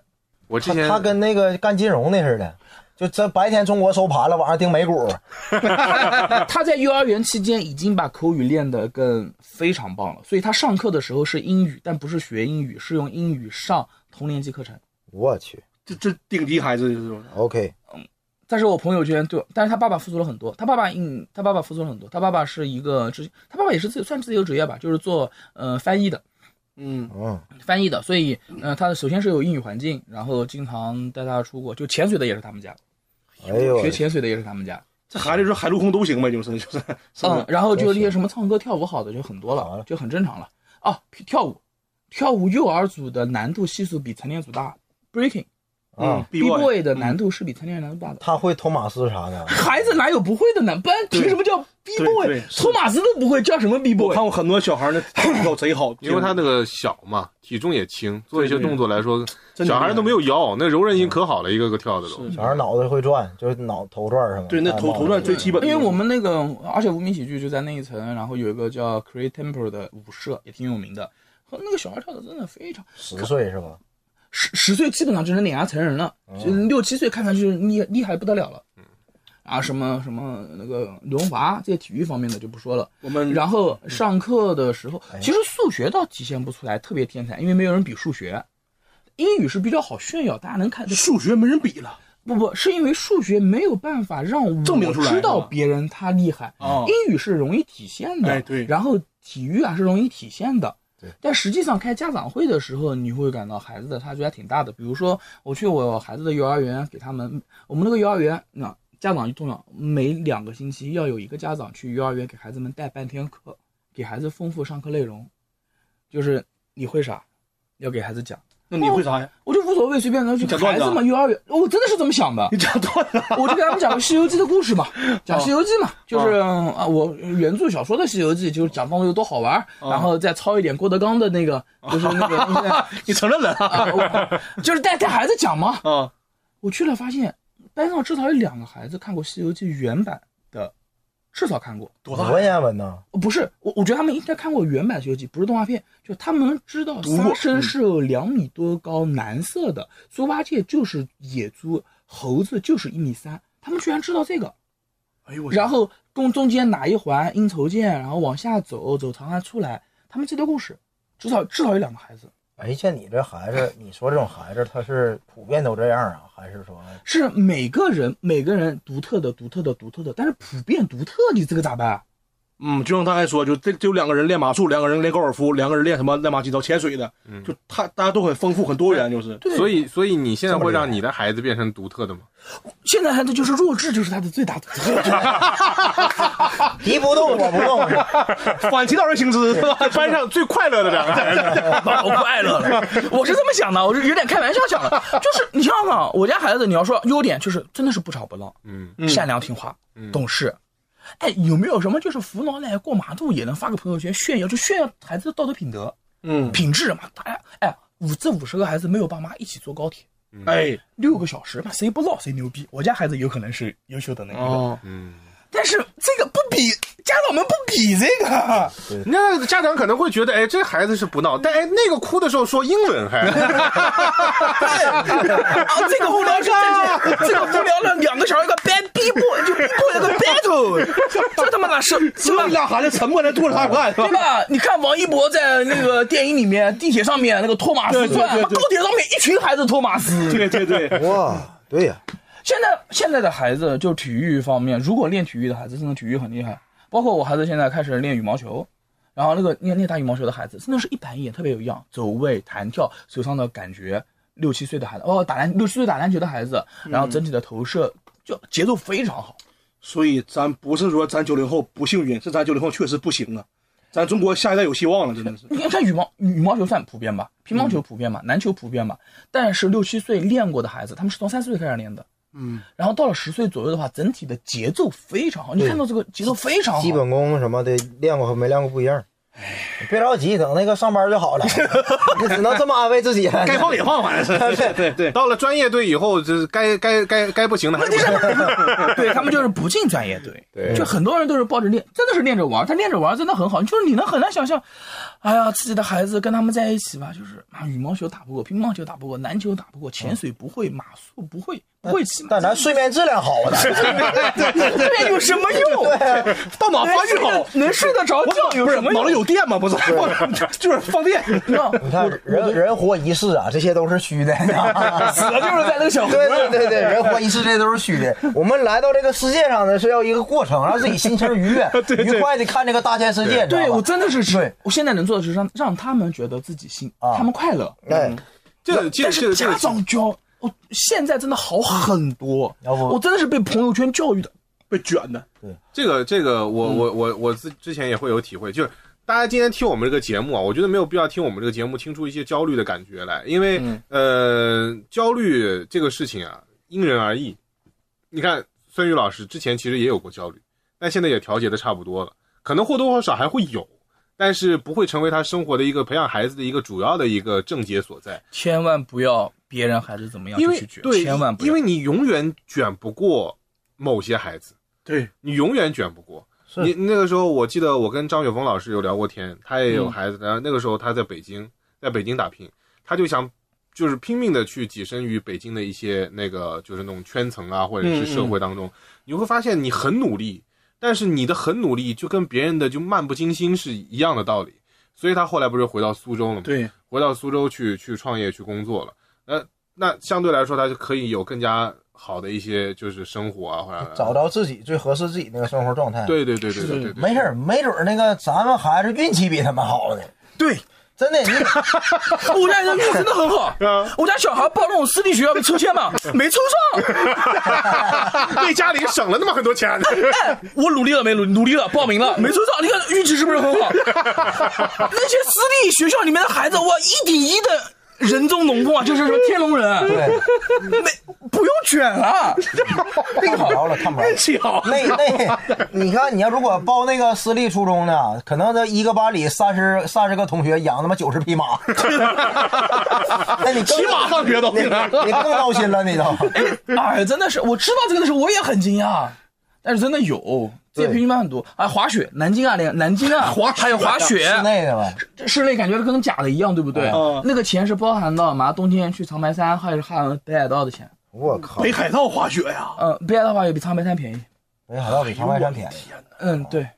[SPEAKER 1] 我之
[SPEAKER 3] 他
[SPEAKER 1] 前
[SPEAKER 3] 他跟那个干金融那似的，就这白天中国收盘了，晚上盯美股。
[SPEAKER 2] 他在幼儿园期间已经把口语练得更非常棒了，所以他上课的时候是英语，但不是学英语，是用英语上同年级课程。
[SPEAKER 3] 我去
[SPEAKER 5] 这这顶级孩子就是说
[SPEAKER 3] ，OK，
[SPEAKER 2] 但是我朋友圈对，但是他爸爸付出了很多，他爸爸嗯，他爸爸付出了很多，他爸爸是一个之，他爸爸也是自算自由职业吧，就是做呃翻译的，
[SPEAKER 5] 嗯，
[SPEAKER 3] 嗯，
[SPEAKER 2] 翻译的，所以呃他首先是有英语环境，然后经常带他出国，就潜水的也是他们家，
[SPEAKER 3] 哎呦，
[SPEAKER 2] 学潜水的也是他们家，
[SPEAKER 5] 这孩子说海陆空都行呗，就是就是，是不
[SPEAKER 2] 嗯
[SPEAKER 5] 是，？
[SPEAKER 2] 然后就是那些什么唱歌跳舞好的就很多
[SPEAKER 3] 好
[SPEAKER 2] 了
[SPEAKER 3] 了，
[SPEAKER 2] 就很正常了。哦，跳舞，跳舞幼儿组的难度系数比成年组大，breaking
[SPEAKER 3] 啊，
[SPEAKER 5] 嗯，B boy
[SPEAKER 2] boy 的难度是比成年人难度大的。
[SPEAKER 3] 他会托马斯啥的，
[SPEAKER 2] 孩子哪有不会的呢？不然凭什么叫 B
[SPEAKER 5] 对
[SPEAKER 2] boy？
[SPEAKER 5] 对是
[SPEAKER 2] 托马斯都不会，叫什么 B
[SPEAKER 5] 我
[SPEAKER 2] boy？
[SPEAKER 5] 看过很多小孩 儿那跳贼好，
[SPEAKER 1] 因为他那个小嘛，体重也轻，做一些
[SPEAKER 5] 对对
[SPEAKER 1] 动作来说，
[SPEAKER 5] 真的
[SPEAKER 1] 小孩都没有腰，那柔韧性可好了，一个个跳的都。
[SPEAKER 5] 是
[SPEAKER 3] 小孩脑袋会转，就是脑头转什么的。
[SPEAKER 5] 对那
[SPEAKER 3] 戴
[SPEAKER 5] 头
[SPEAKER 3] 帽子
[SPEAKER 5] 头段最基本
[SPEAKER 2] 因
[SPEAKER 5] 的，
[SPEAKER 2] 为我们那个，而且无名喜剧就在那一层，然后有一个叫 Create Temple 的舞社也挺有名的，和那个小孩跳的真的非常
[SPEAKER 3] 十岁是吧？
[SPEAKER 2] 十十岁基本上就能碾压成人了，
[SPEAKER 5] 哦
[SPEAKER 2] 就六七岁看上去厉厉害不得了了。
[SPEAKER 5] 嗯
[SPEAKER 2] 啊，什么什么那个刘荣华这些体育方面的就不说了。
[SPEAKER 5] 我们
[SPEAKER 2] 然后上课的时候，
[SPEAKER 5] 哎
[SPEAKER 2] 其实数学倒体现不出来特别天才，因为没有人比数学。英语是比较好炫耀，大家能看得出
[SPEAKER 5] 数学没人比了，
[SPEAKER 2] 不不，是因为数学没有办法让我
[SPEAKER 5] 证明出来
[SPEAKER 2] 知道
[SPEAKER 5] 是吧
[SPEAKER 2] 别人他厉害。
[SPEAKER 5] 哦
[SPEAKER 2] 英语是容易体现的，
[SPEAKER 5] 哎对
[SPEAKER 2] 然后体育啊是容易体现的。
[SPEAKER 3] 对
[SPEAKER 2] 但实际上开家长会的时候，你会感到孩子的差距还挺大的。比如说，我去我孩子的幼儿园，给他们我们那个幼儿园，那家长重要，每两个星期要有一个家长去幼儿园给孩子们带半天课，给孩子丰富上课内容，就是你会啥，要给孩子讲。
[SPEAKER 5] 那你会啥呀？
[SPEAKER 2] 我就无所谓，随便能去
[SPEAKER 5] 讲段
[SPEAKER 2] 孩
[SPEAKER 5] 子啊
[SPEAKER 2] 子嘛，幼儿园， 我真的是这么想的。
[SPEAKER 5] 你讲段子 啊，
[SPEAKER 2] 我就给他们讲个《西游记》的故事嘛，讲《西游记》嘛，就是啊，我原著小说的《西游记》就是讲到有多好玩儿，然后再抄一点郭德纲的那个，就是那个东西啊
[SPEAKER 5] 你承认了啊？
[SPEAKER 2] 我，就是带带孩子讲嘛。
[SPEAKER 5] 啊，
[SPEAKER 2] 我去了，发现班上至少有两个孩子看过《西游记》原版的，至少看过。哦
[SPEAKER 5] 多大呀？
[SPEAKER 3] 文言文呢？
[SPEAKER 2] 不是我，我觉得他们应该看过原版《西游记》，不是动画片，就他们知道
[SPEAKER 5] 过
[SPEAKER 2] 沙僧是有两米多高，蓝色的，猪八戒就是野猪，猴子就是一米三，他们居然知道这个。
[SPEAKER 5] 哎呦我去，
[SPEAKER 2] 然后中中间哪一环应酬见，然后往下走，走长安出来，他们记得故事，至少至少有两个孩子
[SPEAKER 3] 哎，像你这孩子，你说这种孩子，他是普遍都这样啊，还是 说
[SPEAKER 2] 是每个人每个人独特的独特的独特的，但是普遍独特，你这个咋办？啊
[SPEAKER 5] 嗯，就像他还说，就这就两个人练马术，两个人练高尔夫，两个人练什么乱七八糟潜水的，就他大家都很丰富很多元，就是
[SPEAKER 1] 所以，所以你现在会让你的孩子变成独特的吗？
[SPEAKER 2] 现在他的就是弱智，就是他的最大的特征。
[SPEAKER 3] 敌不动我不动是吧，
[SPEAKER 5] 反其道而行之，是吧？
[SPEAKER 1] 班上最快乐的两个孩子，
[SPEAKER 2] 老快乐了。 我是这么想的，我是有点开玩笑想的，就是你想想，我家孩子，你要说优点，就是真的是不吵不闹，
[SPEAKER 1] 嗯，
[SPEAKER 2] 善良听话，懂事。哎，有没有什么就是扶老奶过马路也能发个朋友圈炫耀，就炫耀孩子的道德品德、
[SPEAKER 5] 嗯，
[SPEAKER 2] 品质嘛？大家哎，五这五十个孩子没有爸妈一起坐高铁，
[SPEAKER 5] 哎，
[SPEAKER 2] 六个小时嘛，谁不闹谁牛逼。我家孩子有可能是优秀的那一个，
[SPEAKER 5] 哦，
[SPEAKER 2] 但是这个不比家长们不比这个。
[SPEAKER 1] 那家长可能会觉得，哎，这孩子是不闹，但哎，那个哭的时候说英文还，
[SPEAKER 2] 啊，这个无聊是这个这个无聊了两个小时一个 bad people 就 people 一个 battle，这他妈的是是吧
[SPEAKER 5] 这？俩孩子沉默在坐着看看，是吧
[SPEAKER 2] 对？吧？你看王一博在那个电影里面，地铁上面那个托马斯
[SPEAKER 5] 对对
[SPEAKER 2] 传，
[SPEAKER 5] 对对
[SPEAKER 2] 高铁上面一群孩子托马斯。
[SPEAKER 5] 对对对，
[SPEAKER 3] 哇，对呀，
[SPEAKER 2] 现在现在的孩子就体育方面，如果练体育的孩子，真的体育很厉害。包括我孩子现在开始练羽毛球，然后那个练练打羽毛球的孩子，真的是一板一眼，特别有样，走位、弹跳、手上的感觉。六七岁的孩子，哦，打篮六七岁打篮球的孩子，
[SPEAKER 3] 嗯
[SPEAKER 2] 然后整体的投射就节奏非常好。
[SPEAKER 5] 所以咱不是说咱九零后不幸运，是咱九零后确实不行啊，咱中国下一代有希望了，真的是。
[SPEAKER 2] 你看，像羽毛羽毛球算普遍吧，乒乓球普遍吧，篮球普遍吧，但是六七岁练过的孩子，他们是从三四岁开始练的，
[SPEAKER 5] 嗯，
[SPEAKER 2] 然后到了十岁左右的话，整体的节奏非常好。你看到这个节奏非常好，
[SPEAKER 3] 基本功什么的练过和没练过不一样。
[SPEAKER 2] 哎
[SPEAKER 3] 别着急，等那个上班就好 了。你只能这么安慰自己了。
[SPEAKER 5] 该放也放，反 正是。对对对，
[SPEAKER 1] 到了专业队以后，就是该该该该不行的还是不行。
[SPEAKER 2] 对他们就是不进专业队，就很多人都是抱着练，真的是练着玩儿，他练着玩儿真的很好，就是你能很难想象，哎呀，自己的孩子跟他们在一起吧，就是啊，羽毛球打不过，乒乓球打不过，篮球打不过，潜水不会，马术不会，不会骑马，
[SPEAKER 3] 但咱睡眠质量好 啊，
[SPEAKER 2] 这有什么用？
[SPEAKER 5] 啊到马发
[SPEAKER 2] 能睡
[SPEAKER 5] 育好
[SPEAKER 2] 得，能睡得着觉有
[SPEAKER 5] 不是
[SPEAKER 2] 什么
[SPEAKER 5] 脑
[SPEAKER 2] 用
[SPEAKER 5] 子？有电吗？不是， 就是放电。
[SPEAKER 2] 你 看，
[SPEAKER 3] 你看人人活一世啊，这些都是虚的。
[SPEAKER 2] 死了就是在那个小河
[SPEAKER 3] 对对对对，人活一世这都是虚的。我们来到这个世界上呢，是要一个过程，让自己心情 愉悦、愉快的看这个大千世界。
[SPEAKER 2] 对我真的是
[SPEAKER 3] 对
[SPEAKER 2] 是，我现在能做的是让让他们觉得自己心，
[SPEAKER 3] 啊
[SPEAKER 2] 他们快乐。
[SPEAKER 3] 哎，
[SPEAKER 1] 这这
[SPEAKER 2] 但
[SPEAKER 1] 这
[SPEAKER 2] 是
[SPEAKER 1] 这个
[SPEAKER 2] 家长教，我现在真的好很多，
[SPEAKER 3] 要不
[SPEAKER 2] 我真的是被朋友圈教育的。
[SPEAKER 5] 被卷的，
[SPEAKER 1] 这个这个，我我我我之之前也会有体会，就是大家今天听我们这个节目啊，我觉得没有必要听我们这个节目听出一些焦虑的感觉来，因为、呃，焦虑这个事情啊，因人而异。你看孙宇老师之前其实也有过焦虑，但现在也调节的差不多了，可能或多或少还会有。但是不会成为他生活的一个培养孩子的一个主要的一个症结所在，
[SPEAKER 2] 千万不要别人孩子怎么样
[SPEAKER 1] 因
[SPEAKER 2] 就
[SPEAKER 1] 为
[SPEAKER 2] 去卷，
[SPEAKER 1] 对，
[SPEAKER 2] 千万不要。
[SPEAKER 1] 因为你永远卷不过某些孩子，
[SPEAKER 5] 对，
[SPEAKER 1] 你永远卷不过。你那个时候，我记得我跟张雪峰老师有聊过天，他也有孩子，然后那个时候他在北京，在北京打拼，他就想就是拼命的去跻身于北京的一些那个就是那种圈层啊，或者是社会当中，你会发现你很努力，但是你的很努力就跟别人的就漫不经心是一样的道理。所以他后来不是回到苏州了吗？
[SPEAKER 5] 对，
[SPEAKER 1] 回到苏州去去创业去工作了。那那相对来说，他就可以有更加好的一些就是生活啊，或者
[SPEAKER 3] 找到自己最合适自己那个生活状态。
[SPEAKER 1] 对对对对 对对对，
[SPEAKER 3] 没事儿，没准儿那个咱们孩子运气比他们好呢。对，真的， 你
[SPEAKER 2] 我家人真的很好，我家小孩报那种私立学校被抽签嘛，没抽上。
[SPEAKER 1] 为家里省了那么很多钱。啊
[SPEAKER 2] 哎，我努力了没努努力了，报名了没抽上，你看运气是不是很好？ 那些私立学校里面的孩子，哇，一比一的人中龙凤啊，就是说天龙人，
[SPEAKER 3] 对，
[SPEAKER 2] 没不用卷啊了，
[SPEAKER 5] 哎
[SPEAKER 3] 看不着了，看不着了。
[SPEAKER 5] 气好。
[SPEAKER 3] 那
[SPEAKER 5] 啊
[SPEAKER 3] 那，你看，你要如果报那个私立初中呢，可能这一个班里三十三十个同学养他妈九十 匹马，那你
[SPEAKER 5] 骑
[SPEAKER 3] 更
[SPEAKER 5] 马上学都
[SPEAKER 3] 你你更闹心了，你 都。
[SPEAKER 2] 哎，真的是，我知道这个的时候我也很惊讶，但是真的有，这些
[SPEAKER 3] 对
[SPEAKER 2] 培训班很多啊，滑雪，南京啊，连南京啊，滑还有滑雪，
[SPEAKER 3] 室内的吧，
[SPEAKER 2] 这室内感觉跟假的一样，对不对？
[SPEAKER 5] 嗯
[SPEAKER 2] 那个钱是包含到嘛，冬天去长白山还是汉北海道的钱？
[SPEAKER 3] 我靠，
[SPEAKER 5] 北海道滑雪呀，
[SPEAKER 2] 呃，北海道的话也比长白山便宜。
[SPEAKER 3] 北海道比长白山便宜。
[SPEAKER 2] 嗯，对。
[SPEAKER 3] 哎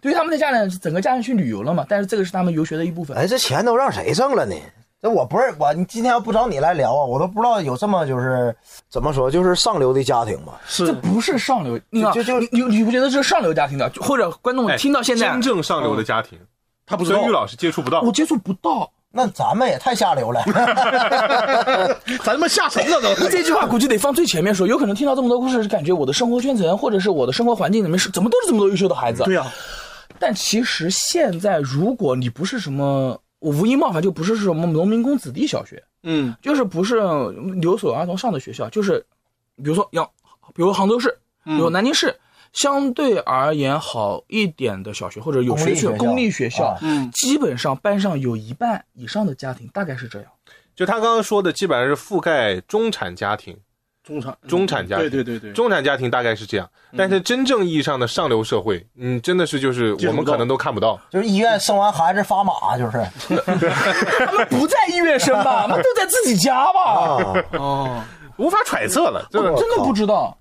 [SPEAKER 2] 对于他们的家人，整个家人去旅游了嘛，但是这个是他们游学的一部分。
[SPEAKER 3] 哎，这钱都让谁挣了呢？这我不是我，你今天要不找你来聊啊，我都不知道有这么就是怎么说，就是上流的家庭吧。
[SPEAKER 5] 是
[SPEAKER 2] 这不是上流，你看
[SPEAKER 3] 就就
[SPEAKER 2] 你你你不觉得这是上流家庭的，就或者观众
[SPEAKER 1] 哎
[SPEAKER 2] 听到现在啊
[SPEAKER 1] 真，正上流的家庭，
[SPEAKER 5] 嗯他不知道
[SPEAKER 1] 孙玉老师接触不到
[SPEAKER 2] 我。接触不到。
[SPEAKER 3] 那咱们也太下流了，
[SPEAKER 5] 咱们下沉了都。
[SPEAKER 2] 这句话估计得放最前面说，有可能听到这么多故事，是感觉我的生活圈层或者是我的生活环境里面是怎么都是这么多优秀的孩子。
[SPEAKER 5] 对呀、啊
[SPEAKER 2] 但其实现在，如果你不是什么，我无意冒犯，就不是什么农民工子弟小学，
[SPEAKER 5] 嗯，
[SPEAKER 2] 就是不是留守儿童上的学校，就是比如说要，比如杭州市，
[SPEAKER 5] 嗯
[SPEAKER 2] 比如南京市。相对而言好一点的小学或者有学区
[SPEAKER 3] 公立学校
[SPEAKER 2] 公立学校
[SPEAKER 3] 啊，
[SPEAKER 5] 嗯
[SPEAKER 2] 基本上班上有一半以上的家庭大概是这样。
[SPEAKER 1] 就他刚刚说的，基本上是覆盖中产家庭，
[SPEAKER 5] 中产
[SPEAKER 1] 中产家庭
[SPEAKER 5] 对对对对，
[SPEAKER 1] 中产家庭大概是这样。但是真正意义上的上流社会，嗯，真的是就是
[SPEAKER 5] 接触不到
[SPEAKER 1] 我们可能都看不到。
[SPEAKER 3] 就是医院生完孩子发马，就是
[SPEAKER 2] 他们不在医院生吧，他们都在自己家吧，
[SPEAKER 3] 啊，
[SPEAKER 5] 哦。
[SPEAKER 1] 无法揣测了，这个
[SPEAKER 2] 真的不知道。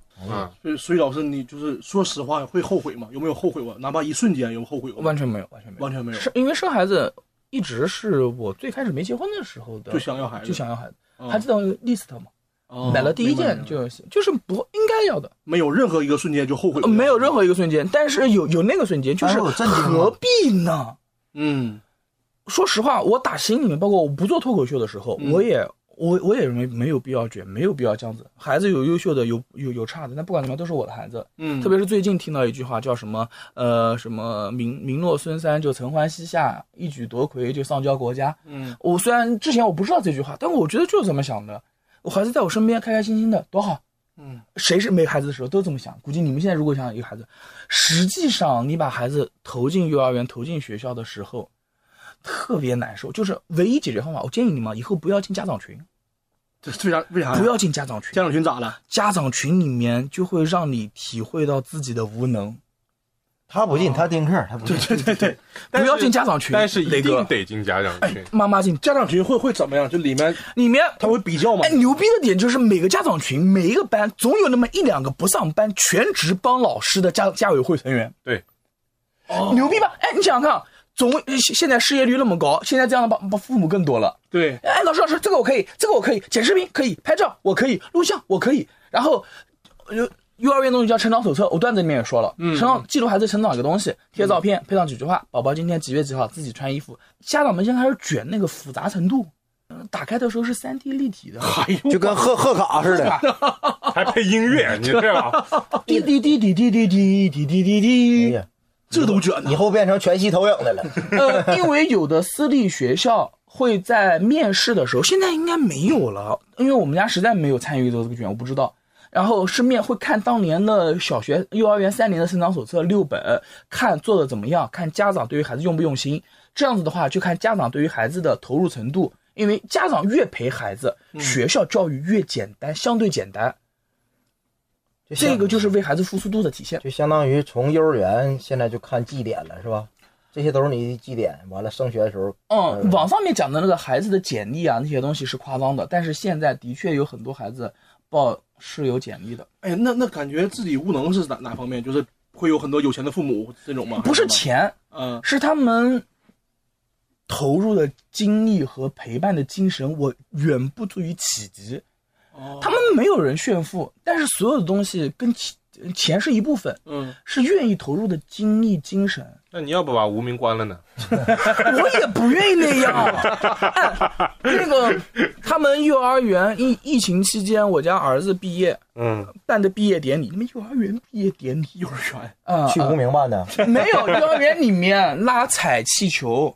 [SPEAKER 5] 所以，所以老师，你就是说实话会后悔吗？有没有后悔过？哪怕一瞬间有没有后悔过？
[SPEAKER 2] 完全没有，完全没有，
[SPEAKER 5] 完全没有
[SPEAKER 2] 是因为生孩子一直是我最开始没结婚的时候的，
[SPEAKER 5] 就想要孩子
[SPEAKER 2] 就想要孩子，
[SPEAKER 5] 嗯
[SPEAKER 2] 还记得 list 吗？
[SPEAKER 5] 哦
[SPEAKER 2] 买了第一
[SPEAKER 5] 明白
[SPEAKER 2] 件
[SPEAKER 5] 明白
[SPEAKER 2] 就是就是不应该要的，
[SPEAKER 5] 没有任何一个瞬间就后悔
[SPEAKER 2] 呃
[SPEAKER 5] 过，
[SPEAKER 2] 没有任何一个瞬间，但是有有那个瞬间，就是
[SPEAKER 3] 哎我震惊了
[SPEAKER 2] 何必呢？
[SPEAKER 5] 嗯
[SPEAKER 2] 说实话，我打心里面，包括我不做脱口秀的时
[SPEAKER 5] 嗯
[SPEAKER 2] 候，我也我我也没没有必要卷，没有必要这样子。孩子有优秀的，有有有差的，那不管怎么样都是我的孩子。
[SPEAKER 5] 嗯，
[SPEAKER 2] 特别是最近听到一句话叫什么呃什么名名落孙山就承欢膝下，一举夺魁就丧交国家。
[SPEAKER 5] 嗯，
[SPEAKER 2] 我虽然之前我不知道这句话，但我觉得就是这么想的。我孩子在我身边开开心心的多好。
[SPEAKER 5] 嗯，
[SPEAKER 2] 谁是没孩子的时候都这么想。估计你们现在如果想有一个孩子，实际上你把孩子投进幼儿园、投进学校的时候，特别难受。就是唯一解决方法，我建议你们以后不要进家长群，
[SPEAKER 5] 这这为啥为啥呀
[SPEAKER 2] 不要进家长群。
[SPEAKER 5] 家长群咋了？
[SPEAKER 2] 家长群里面就会让你体会到自己的无能。
[SPEAKER 3] 他不进，他丁克，他不进。
[SPEAKER 5] 对对对，
[SPEAKER 2] 不要进家长群，
[SPEAKER 1] 但是
[SPEAKER 2] 磊
[SPEAKER 1] 一
[SPEAKER 2] 哥
[SPEAKER 1] 定得进家长
[SPEAKER 5] 哎
[SPEAKER 1] 群。
[SPEAKER 2] 妈妈进
[SPEAKER 5] 家长群会会怎么样？就里面
[SPEAKER 2] 里面，
[SPEAKER 5] 他会比较吗
[SPEAKER 2] 哎，？牛逼的点就是每个家长群、每一个班总有那么一两个不上班、全职帮老师的家家委会成员，
[SPEAKER 1] 对，
[SPEAKER 2] 牛逼吧？哎，你想想看，总现现在失业率那么高，现在这样的帮帮父母更多了。
[SPEAKER 5] 对，
[SPEAKER 2] 哎，老师老师，这个我可以，这个我可以，剪视频可以，拍照我可以，录像我可以，然后，呃，幼儿园东西叫成长手册，我段子里面也说了，成长记录孩子成长一个东西，贴照片，配上几句话，宝宝今天几月几号自己穿衣服，家长们先开始卷那个复杂程度，呃打开的时候是三 D 立体的，
[SPEAKER 3] 就跟贺贺卡似的，
[SPEAKER 1] 还配 音乐，你这样，
[SPEAKER 2] 滴滴滴滴滴滴滴滴滴滴滴，
[SPEAKER 5] 这都卷呢
[SPEAKER 3] 以。后变成全息投影的 了。
[SPEAKER 2] 呃，因为有的私立学校。会在面试的时候，现在应该没有了，因为我们家实在没有参与到这个卷，我不知道。然后是面会看当年的小学、幼儿园三年的成长手册六本，看做的怎么样，看家长对于孩子用不用心。这样子的话，就看家长对于孩子的投入程度，因为家长越陪孩子，学校教育越简单，相对简单，
[SPEAKER 3] 就像
[SPEAKER 2] 这个就是为孩子付出度的体现。
[SPEAKER 3] 就相当于从幼儿园现在就看绩点了，是吧？这些都是你的绩点。完了，升学的时候，
[SPEAKER 2] 嗯，网上面讲的那个孩子的简历啊，那些东西是夸张的，但是现在的确有很多孩子报是有简历的，
[SPEAKER 5] 哎，那那感觉自己无能是哪哪方面？就是会有很多有钱的父母这种吗？
[SPEAKER 2] 不是钱，
[SPEAKER 5] 嗯，
[SPEAKER 2] 是他们投入的精力和陪伴的精神，我远不足以企及。
[SPEAKER 5] 哦
[SPEAKER 2] 他们没有人炫富，但是所有的东西跟钱钱是一部分，
[SPEAKER 5] 嗯，
[SPEAKER 2] 是愿意投入的精力精神。
[SPEAKER 1] 那你要不把无名关了呢？
[SPEAKER 2] 我也不愿意那样。哎，那个他们幼儿园疫疫情期间，我家儿子毕业，
[SPEAKER 1] 嗯，
[SPEAKER 2] 办的毕业典礼，你们幼儿园毕业典礼
[SPEAKER 5] 幼儿园
[SPEAKER 2] 啊、
[SPEAKER 3] 去无名办的，
[SPEAKER 2] 没有幼儿园里面拉踩气球，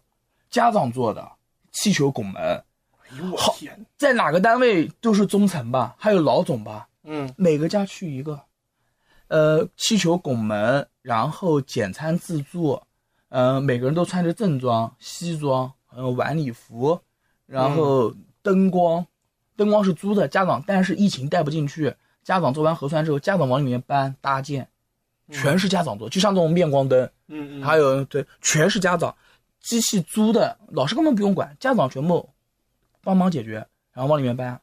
[SPEAKER 2] 家长做的气球拱门，
[SPEAKER 5] 哎呦我
[SPEAKER 2] 好
[SPEAKER 5] 天，
[SPEAKER 2] 在哪个单位都是中层吧，还有老总吧，
[SPEAKER 5] 嗯，
[SPEAKER 2] 每个家去一个，呃，气球拱门，然后简餐自助，呃，每个人都穿着正装、西装，呃，晚礼服，然后灯光，灯光是租的，家长但是疫情带不进去，家长做完核酸之后，家长往里面搬搭建，全是家长做，就像这种面光灯，
[SPEAKER 5] 嗯嗯，
[SPEAKER 2] 还有对，全是家长，机器租的，老师根本不用管，家长全部帮忙解决，然后往里面搬，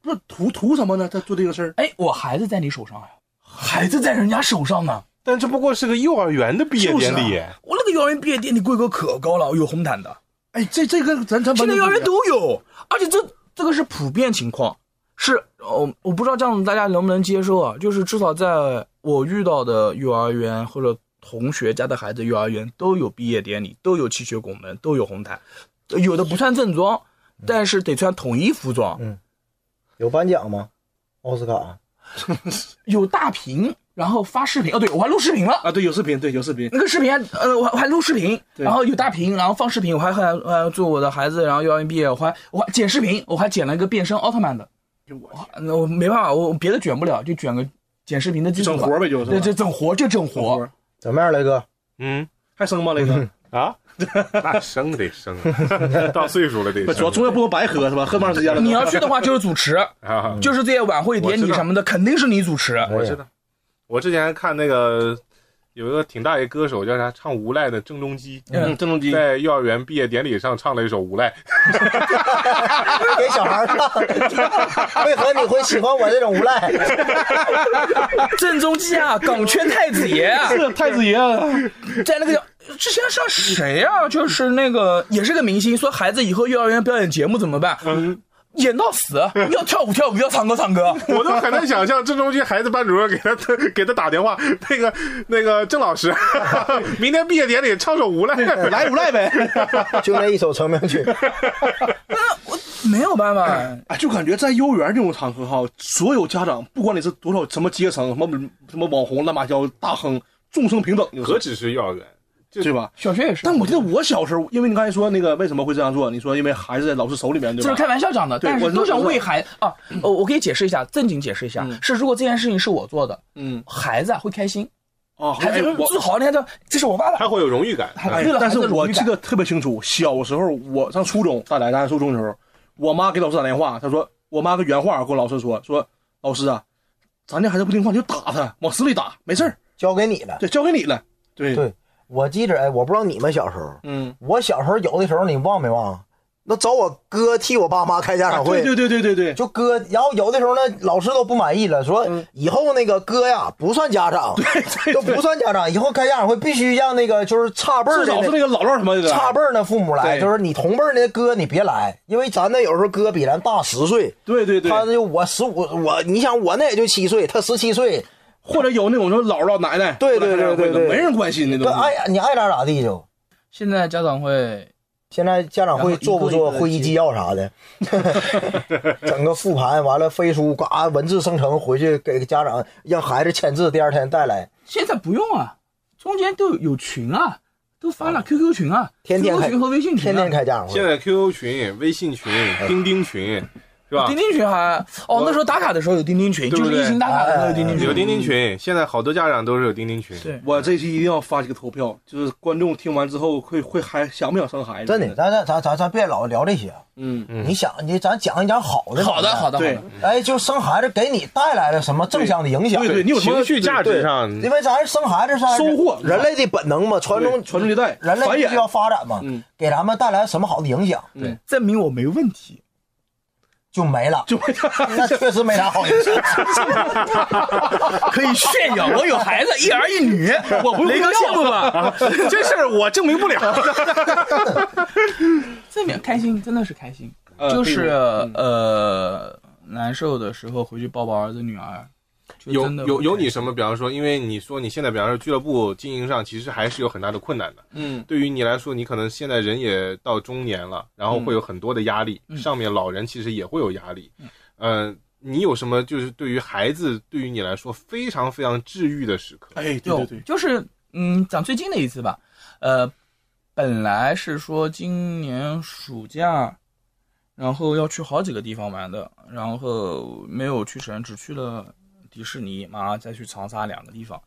[SPEAKER 5] 不是图图什么呢？他做这个事儿，
[SPEAKER 2] 哎，我孩子在你手上呀、孩子在人家手上呢。
[SPEAKER 1] 但这不过是个幼儿园的毕业典啊
[SPEAKER 5] 就
[SPEAKER 1] 礼
[SPEAKER 5] 是，
[SPEAKER 2] 我那个幼儿园毕业典礼规格可高了，有红毯的，
[SPEAKER 5] 哎，这这个咱咱
[SPEAKER 2] 现在幼儿园
[SPEAKER 5] 都
[SPEAKER 2] 都有，而且这这个是普遍情况，是呃，我不知道这样子大家能不能接受啊？就是至少在我遇到的幼儿园或者同学家的孩子，幼儿园都有毕业典礼，都有气血拱门，都有红毯，有的不穿正装，但是得穿统一服装，
[SPEAKER 3] 有颁奖吗？奥斯卡
[SPEAKER 2] 有大屏，然后发视频。哦，对我还录视频了。
[SPEAKER 5] 啊，对，有视频，对，有视频，
[SPEAKER 2] 那个视频还呃，我还我还录视频，
[SPEAKER 5] 对
[SPEAKER 2] 然后有大屏，然后放视频，我还还呃做我的孩子，然后幼儿园毕业，我还我还剪视频，我还剪了一个变身奥特曼的，啊
[SPEAKER 5] 我
[SPEAKER 2] 那我没办法，我别的卷不了，就卷个剪视频的技术
[SPEAKER 5] 整活呗，就是吧
[SPEAKER 2] 对，这整活就整
[SPEAKER 5] 整活
[SPEAKER 2] 活
[SPEAKER 5] 儿，
[SPEAKER 3] 怎么样，雷哥？
[SPEAKER 1] 嗯
[SPEAKER 5] 还生吗？雷 哥，
[SPEAKER 1] 啊， 那生得生啊， 到岁数了得
[SPEAKER 5] 不主要中药不能白喝是吧？喝多长时间了？
[SPEAKER 2] 你要去的话就是主持，
[SPEAKER 5] 嗯
[SPEAKER 1] 啊，
[SPEAKER 2] 就是这些晚会典
[SPEAKER 1] 我
[SPEAKER 2] 礼
[SPEAKER 1] 知道
[SPEAKER 2] 什么的，肯定是你主持。
[SPEAKER 1] 我知道，我之前看那个有一个挺大一歌手叫啥，唱《无赖》的郑中基，
[SPEAKER 5] 嗯，郑中基，
[SPEAKER 1] 在幼儿园毕业典礼上唱了一首《无赖》，
[SPEAKER 3] 给小孩儿唱，为何你会喜欢我这种无赖？
[SPEAKER 2] 郑中基啊，港圈太子爷啊，
[SPEAKER 5] 太子爷啊，
[SPEAKER 2] 在那个叫之前像谁啊，就是那个也是个明星，说孩子以后幼儿园表演节目怎么办？演到死，啊
[SPEAKER 5] 嗯
[SPEAKER 2] 要跳舞跳舞，要唱歌唱 歌。
[SPEAKER 1] 我都很难想象郑中基孩子班主任给他 给他打电话，那个那个郑老师， 明天毕业典礼唱首《无赖》，
[SPEAKER 5] 来无赖呗。
[SPEAKER 3] 就那一首成名曲，
[SPEAKER 2] 没有办法，
[SPEAKER 5] 哎，就感觉在幼儿园这种场合哈，所有家长不管你是多少什么阶层，什么什么网红、乱马椒、大亨，众生平等，就是
[SPEAKER 1] 何止是幼儿园，
[SPEAKER 5] 对吧？
[SPEAKER 2] 小学也是，
[SPEAKER 5] 但我记得我小时候，因为你刚才说那个为什么会这样做，你说因为孩子在老师手里面，对
[SPEAKER 2] 这是
[SPEAKER 5] 吧？
[SPEAKER 2] 开玩笑讲的，
[SPEAKER 5] 对
[SPEAKER 2] 但
[SPEAKER 5] 我
[SPEAKER 2] 是
[SPEAKER 5] 知
[SPEAKER 2] 都
[SPEAKER 5] 道
[SPEAKER 2] 想
[SPEAKER 5] 我知道
[SPEAKER 2] 为孩啊，呃，我可以解释一下，正经解释一下，是如果这件事情是我做的，
[SPEAKER 5] 嗯，
[SPEAKER 2] 孩子啊会开心，
[SPEAKER 5] 啊，
[SPEAKER 2] 孩
[SPEAKER 5] 哎
[SPEAKER 2] 子
[SPEAKER 5] 我
[SPEAKER 2] 自豪，你看这这是我爸爸，
[SPEAKER 1] 还会有荣誉感。
[SPEAKER 2] 还
[SPEAKER 5] 哎
[SPEAKER 2] 为了，孩
[SPEAKER 5] 但是
[SPEAKER 2] 子的荣
[SPEAKER 5] 我
[SPEAKER 2] 誉
[SPEAKER 5] 记
[SPEAKER 2] 感
[SPEAKER 5] 得特别清楚，小时候我上初中，大来咱初中的时候，我妈给老师打电话，她说我妈个原话跟我老师说，说老师啊，咱家孩子不听话你就打他，往死里打，没事儿，
[SPEAKER 3] 交给你了。
[SPEAKER 5] 这交给你了。对
[SPEAKER 3] 对我记着，哎，我不知道你们小时候，
[SPEAKER 5] 嗯，
[SPEAKER 3] 我小时候有的时候你忘没忘？那找我哥替我爸妈开家
[SPEAKER 5] 啊
[SPEAKER 3] 长会，
[SPEAKER 5] 对对对对对对，
[SPEAKER 3] 就哥，然后有的时候呢，老师都不满意了，说
[SPEAKER 5] 嗯
[SPEAKER 3] 以后那个哥呀不算家长，就不算家长，以后开家长会必须让那个就是差辈儿
[SPEAKER 5] 至
[SPEAKER 3] 的
[SPEAKER 5] 少是那个老老什么的
[SPEAKER 3] 差辈儿的父母来，
[SPEAKER 5] 对
[SPEAKER 3] 就是你同辈儿的哥你别来，因为咱那有时候哥比咱大十岁，
[SPEAKER 5] 对对对，
[SPEAKER 3] 他就我十五，我你想我那也就七岁，他十七岁，
[SPEAKER 5] 或者有那种说姥姥奶奶，
[SPEAKER 3] 对对
[SPEAKER 5] 过来开两
[SPEAKER 3] 对
[SPEAKER 5] 会的
[SPEAKER 3] 对对
[SPEAKER 5] 没
[SPEAKER 3] 哎
[SPEAKER 5] 人关心那
[SPEAKER 3] 那
[SPEAKER 5] 东西。
[SPEAKER 3] 爱你爱咋咋地就。
[SPEAKER 2] 现在家长会
[SPEAKER 3] 现在家长会做不做会议纪要 啥的，整个复盘完了飞书，嘎文字生成回去给家长让孩子签字，第二天带来。
[SPEAKER 2] 现在不用啊，中间都有有群啊，都发了 QQ 群啊
[SPEAKER 3] 天天
[SPEAKER 2] ，QQ
[SPEAKER 3] 开
[SPEAKER 2] 群和微信群啊，
[SPEAKER 3] 天天开家长会
[SPEAKER 1] 现。在 QQ 群、微信群、钉钉群，是吧
[SPEAKER 2] 钉？钉群还哦，那时候打卡的时候有钉钉群，
[SPEAKER 1] 对
[SPEAKER 2] 就
[SPEAKER 1] 不
[SPEAKER 2] 是
[SPEAKER 1] 对
[SPEAKER 2] 疫情打卡的时候有钉钉群，
[SPEAKER 1] 有钉钉群，现在好多家长都是有钉钉群。
[SPEAKER 2] 对
[SPEAKER 5] 我这期一定要发几个投票，就是观众听完之后会会还想不想生孩子？
[SPEAKER 3] 真的，，咱咱咱咱咱别老聊这些。
[SPEAKER 5] 嗯，
[SPEAKER 3] 你想，你咱讲一讲好的。
[SPEAKER 2] 好的好的好
[SPEAKER 3] 的。
[SPEAKER 5] 对
[SPEAKER 2] 的，
[SPEAKER 3] 哎，就生孩子给你带来了什么正向的影响？
[SPEAKER 5] 对对，你有什么
[SPEAKER 1] 情绪价值上，
[SPEAKER 3] 因为咱生孩子是
[SPEAKER 5] 收获
[SPEAKER 3] 人类的本能嘛，传宗
[SPEAKER 5] 对传宗接代
[SPEAKER 3] 人类
[SPEAKER 5] 繁
[SPEAKER 3] 必
[SPEAKER 5] 衍
[SPEAKER 3] 须要发展嘛
[SPEAKER 5] 嗯，
[SPEAKER 3] 给咱们带来什么好的影响
[SPEAKER 2] 证明我没问题。
[SPEAKER 3] 就没了，
[SPEAKER 5] 就
[SPEAKER 3] 那确实没啥好影 响。
[SPEAKER 2] 可以炫 耀，我有孩子，一儿一女，我不啊雷哥羡慕吧？
[SPEAKER 1] 这事儿我证明不了。
[SPEAKER 2] 这面开心真的是开心，
[SPEAKER 5] 呃
[SPEAKER 2] 就是
[SPEAKER 5] 对
[SPEAKER 4] 嗯
[SPEAKER 2] 呃难受的时候回去抱抱儿子女儿，就
[SPEAKER 1] 有
[SPEAKER 2] 真的
[SPEAKER 1] 有
[SPEAKER 2] 会
[SPEAKER 1] 有
[SPEAKER 2] 开
[SPEAKER 1] 你
[SPEAKER 2] 心
[SPEAKER 1] 什么？比方说，因为你说你现在，比方说俱乐部经营上，其实还是有很大的困难的。
[SPEAKER 5] 嗯，
[SPEAKER 1] 对于你来说，你可能现在人也到中年了，然后会有很多的压力，上面老人其实也会有压力。嗯，你有什么就是对于孩子，对于你来说非常非常治愈的时刻？
[SPEAKER 5] 哎，对
[SPEAKER 2] 有
[SPEAKER 5] 对对，
[SPEAKER 2] 就是嗯，讲最近的一次吧，呃，本来是说今年暑假，然后要去好几个地方玩的，然后没有去成，只去了迪士尼，马上再去长沙两个地方，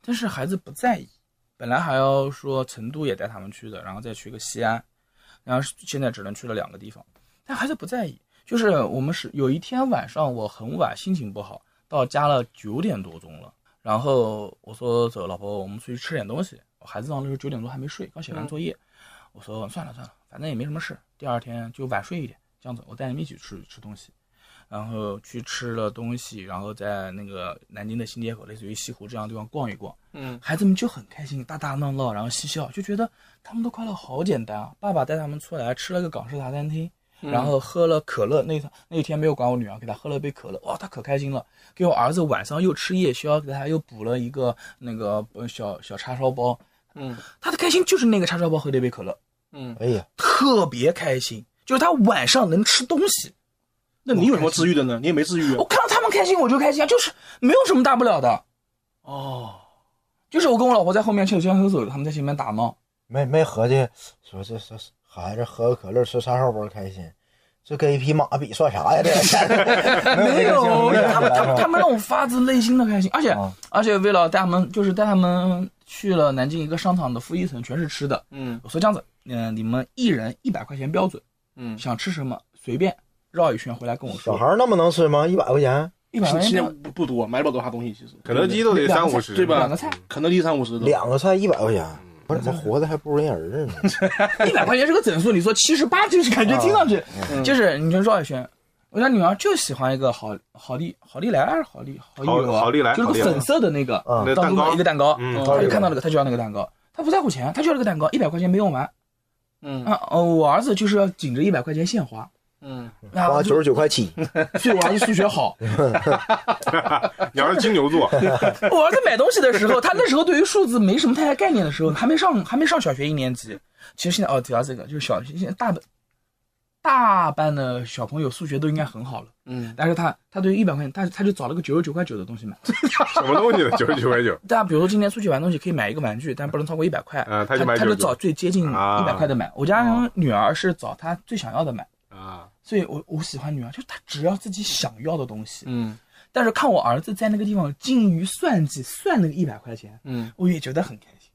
[SPEAKER 2] 但是孩子不在意，本来还要说成都也带他们去的，然后再去个西安，然后现在只能去了两个地方，但孩子不在意。就是我们是有一天晚上我很晚，心情不好，到家了九点多钟了。然后我说走，老婆，我们出去吃点东西。我孩子当时九点多还没睡，刚写完作业。我嗯说算了算了，反正也没什么事，第二天就晚睡一点，这样子，我带你们一起吃吃东西。然后去吃了东西，然后在那个南京的新街口，类似于西湖这样的地方逛一逛，
[SPEAKER 4] 嗯，
[SPEAKER 2] 孩子们就很开心，大大闹闹，然后嬉笑，就觉得他们的快乐好简单啊！爸爸带他们出来吃了个港式茶餐厅，然后喝了可乐，那那一天没有管我女儿，给她喝了杯可乐，哇，她可开心了。给我儿子晚上又吃夜宵，给他又补了一个那个呃小小叉烧包，
[SPEAKER 4] 嗯，
[SPEAKER 2] 他的开心就是那个叉烧包和那杯可乐，
[SPEAKER 3] 哎呀，
[SPEAKER 2] 特别开心，就是他晚上能吃东西。
[SPEAKER 5] 那你有什么治愈的呢？你也没治愈啊
[SPEAKER 4] 哦
[SPEAKER 2] 我看到他们开心，我就开心啊，就是没有什么大不了的。
[SPEAKER 5] 哦，
[SPEAKER 2] 就是我跟我老婆在后面牵手牵手走，他们在前面打闹。
[SPEAKER 3] 没没合计说这这孩子喝个可乐吃叉烧包开心，这跟一匹马比算啥呀？这
[SPEAKER 2] 没
[SPEAKER 3] 这个
[SPEAKER 2] 有哦
[SPEAKER 3] 精，神
[SPEAKER 2] 他们他们他们
[SPEAKER 3] 来
[SPEAKER 2] 那种发自内心的开心，而且、
[SPEAKER 3] 啊
[SPEAKER 2] 而且为了带他们，就是带他们去了南京一个商场的负一层，全是吃的。
[SPEAKER 4] 嗯
[SPEAKER 2] 我说这样子，嗯、你们一人一百块钱标准，
[SPEAKER 4] 嗯
[SPEAKER 2] 想吃什么随便绕一圈回来跟我
[SPEAKER 3] 小
[SPEAKER 2] 说。
[SPEAKER 3] 孩那么能吃吗？一百块钱，
[SPEAKER 2] 一百块
[SPEAKER 5] 现
[SPEAKER 2] 钱
[SPEAKER 5] 在
[SPEAKER 2] 标准
[SPEAKER 5] 不不多，买不了多啥东西，其实
[SPEAKER 1] 肯德基都得三五十，
[SPEAKER 5] 对吧？
[SPEAKER 2] 两个菜
[SPEAKER 5] 肯德基三五十的，
[SPEAKER 3] 两个菜一百块钱，我怎么嗯活的还不如人儿子呢？
[SPEAKER 2] 一百块钱是个整数，你说七十八，就是
[SPEAKER 1] 啊
[SPEAKER 2] 感觉听上去、
[SPEAKER 1] 嗯
[SPEAKER 2] 就是你就绕一圈。我家女儿就喜欢一个好好利好利来还是好利好友啊，
[SPEAKER 1] 好利来
[SPEAKER 2] 就是个粉色的那个
[SPEAKER 3] 嗯
[SPEAKER 1] 那蛋
[SPEAKER 2] 当中
[SPEAKER 1] 糕
[SPEAKER 2] 的一个蛋糕，
[SPEAKER 1] 嗯
[SPEAKER 2] 她就看到那个，她就要那个蛋糕，她不在乎钱，她就要那个蛋糕，一百块钱没用完。
[SPEAKER 4] 嗯
[SPEAKER 2] 啊，呃，我儿子就是要紧着一百块钱现花，啊
[SPEAKER 4] 嗯
[SPEAKER 2] 然
[SPEAKER 3] 花
[SPEAKER 2] 后
[SPEAKER 3] 九十九块七，
[SPEAKER 2] 所以我儿子数学好。
[SPEAKER 1] 你要是金牛座，
[SPEAKER 2] 我儿子买东西的时候，他那时候对于数字没什么太大概念的时候，还没上还没上小学一年级。其实现在哦，提到这个，就是小现在大的大班的小朋友数学都应该很好了，
[SPEAKER 4] 嗯
[SPEAKER 2] 但是他他对于一百块钱，他他就找了个九十九块九的东西买。
[SPEAKER 1] 什么东西的九十九 块九，
[SPEAKER 2] 大家比如说今天出去玩东西可以买一个玩具，但不能超过一百块，
[SPEAKER 1] 啊他
[SPEAKER 2] 他
[SPEAKER 1] 就买
[SPEAKER 2] 他就
[SPEAKER 1] 99
[SPEAKER 2] 找最接近
[SPEAKER 1] 啊
[SPEAKER 2] 一百块的买。我家女儿是找她最想要的买，
[SPEAKER 1] 啊，
[SPEAKER 2] 所以我我喜欢女儿，就是她只要自己想要的东西。
[SPEAKER 4] 嗯
[SPEAKER 2] 但是看我儿子在那个地方精于算计，算那个一百块钱，
[SPEAKER 4] 嗯
[SPEAKER 2] 我也觉得很开心。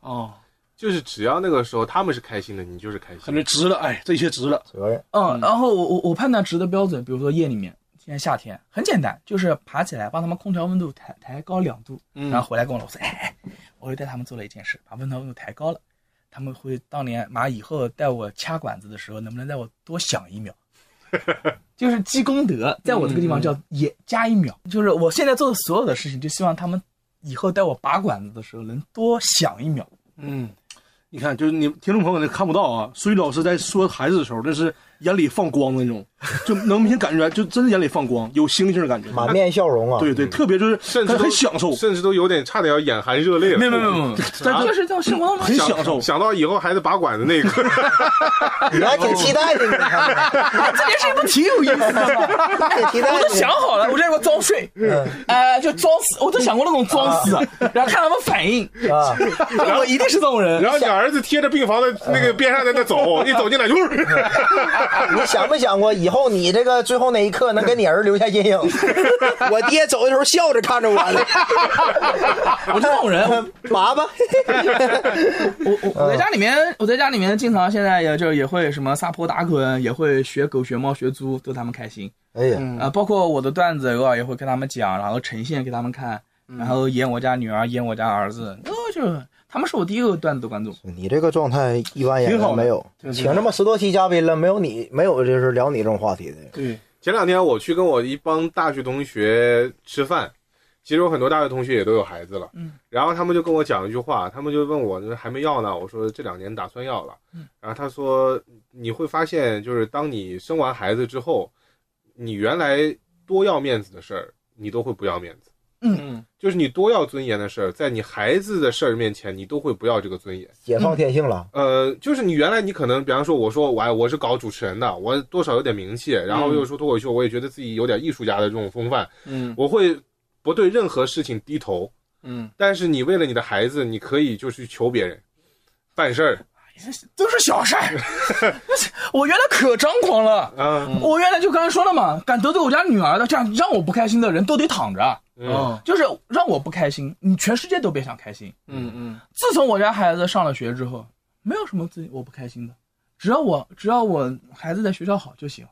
[SPEAKER 4] 哦，
[SPEAKER 1] 就是只要那个时候他们是开心的，你就是开
[SPEAKER 5] 感
[SPEAKER 1] 心
[SPEAKER 5] 觉。值了，哎，这一切值了，
[SPEAKER 3] 责任
[SPEAKER 2] 嗯，然后我我我判断值的标准，比如说夜里面，现在夏天很简单，就是爬起来帮他们空调温度抬抬高两度，
[SPEAKER 5] 嗯
[SPEAKER 4] 嗯
[SPEAKER 2] 然后回来跟我老婆说，哎哎，哎我又带他们做了一件事，把空调温度抬高了。他们会当年妈以后带我掐管子的时候，能不能带我多想一秒？就是积功德，在我这个地方叫也加一秒。就是我现在做的所有的事情，就希望他们以后带我拔管子的时候能多想一秒。
[SPEAKER 5] 嗯。你看，就是你听众朋友们看不到啊，苏玉老师在说孩子的时候，那是眼里放光的那种，就能明显感觉出来，就真的眼里放光，有星星的感觉。
[SPEAKER 3] 满面笑 容啊！
[SPEAKER 5] 对对，特别就是
[SPEAKER 1] 嗯甚至
[SPEAKER 5] 很
[SPEAKER 1] 都
[SPEAKER 5] 很享受，
[SPEAKER 1] 甚至啊都有点差点要眼含热泪了。没有没有没有，
[SPEAKER 5] 但
[SPEAKER 2] 就
[SPEAKER 5] 但
[SPEAKER 2] 是在我生活当 中
[SPEAKER 5] 很享受。
[SPEAKER 1] 想到以后孩子拔管子那一刻，
[SPEAKER 3] 你还挺期待的，你看，
[SPEAKER 2] 这件事情不挺有意思的吗？
[SPEAKER 3] 挺期待
[SPEAKER 2] 我
[SPEAKER 3] 的
[SPEAKER 2] 都。想好了，我这我装睡，哎、就装死，我都想过那种装死，然后看他们反应，
[SPEAKER 3] 啊，
[SPEAKER 2] 我一定是这种人。
[SPEAKER 1] 然后你儿子贴着病房的那个边上在那 走，一走进来就，
[SPEAKER 3] 你想没想过以后你这个最后那一刻能给你儿留下阴影？ 我爹走的时候笑着看着我了，
[SPEAKER 2] 我是这种人，
[SPEAKER 3] 嗯麻吧，
[SPEAKER 2] 我我我在家里面，我在家里面经常现在也就是也会什么撒泼打滚，也会学狗学猫学猪逗他们开心
[SPEAKER 3] 哎呀，
[SPEAKER 2] 啊、呃包括我的段子偶尔也会跟他们讲，然后呈现给他们看，然后演我家女儿演我家儿子，然后就是他们是我第一个段子观众。
[SPEAKER 3] 你这个状态一般演
[SPEAKER 5] 挺好
[SPEAKER 3] 员
[SPEAKER 5] 的
[SPEAKER 3] 没有，请这么十多期嘉宾了，没有你没有就是聊你这种话题的。
[SPEAKER 5] 对，
[SPEAKER 1] 前两天我去跟我一帮大学同学吃饭，其实有很多大学同学也都有孩子了，
[SPEAKER 2] 嗯，
[SPEAKER 1] 然后他们就跟我讲一句话，他们就问我就是还没要呢，我说这两年打算要了，
[SPEAKER 2] 嗯，
[SPEAKER 1] 然后他说你会发现就是当你生完孩子之后，你原来多要面子的事儿，你都会不要面子，
[SPEAKER 4] 嗯
[SPEAKER 1] 就是你多要尊严的事儿，在你孩子的事儿面前，你都会不要这个尊严。
[SPEAKER 3] 解放天性了，
[SPEAKER 1] 呃，就是你原来你可能，比方说，我说我哎我是搞主持人的，我多少有点名气，然
[SPEAKER 2] 嗯
[SPEAKER 1] 后又说脱口秀，我也觉得自己有点艺术家的这种风范，
[SPEAKER 4] 嗯
[SPEAKER 1] 我会不对任何事情低头。
[SPEAKER 4] 嗯，
[SPEAKER 1] 但是你为了你的孩子，你可以就去求别人办事儿
[SPEAKER 2] 都是小事儿。 我原来可张狂了，
[SPEAKER 1] 啊，
[SPEAKER 4] 嗯
[SPEAKER 2] 我原来就刚才说了嘛，敢得罪我家女儿的，这样让我不开心的人都得躺着，
[SPEAKER 1] 嗯，
[SPEAKER 2] 就是让我不开心，你全世界都别想开心。
[SPEAKER 4] 嗯嗯
[SPEAKER 2] 自从我家孩子上了学之后，没有什么自己我不开心的，只要我只要我孩子在学校好就行，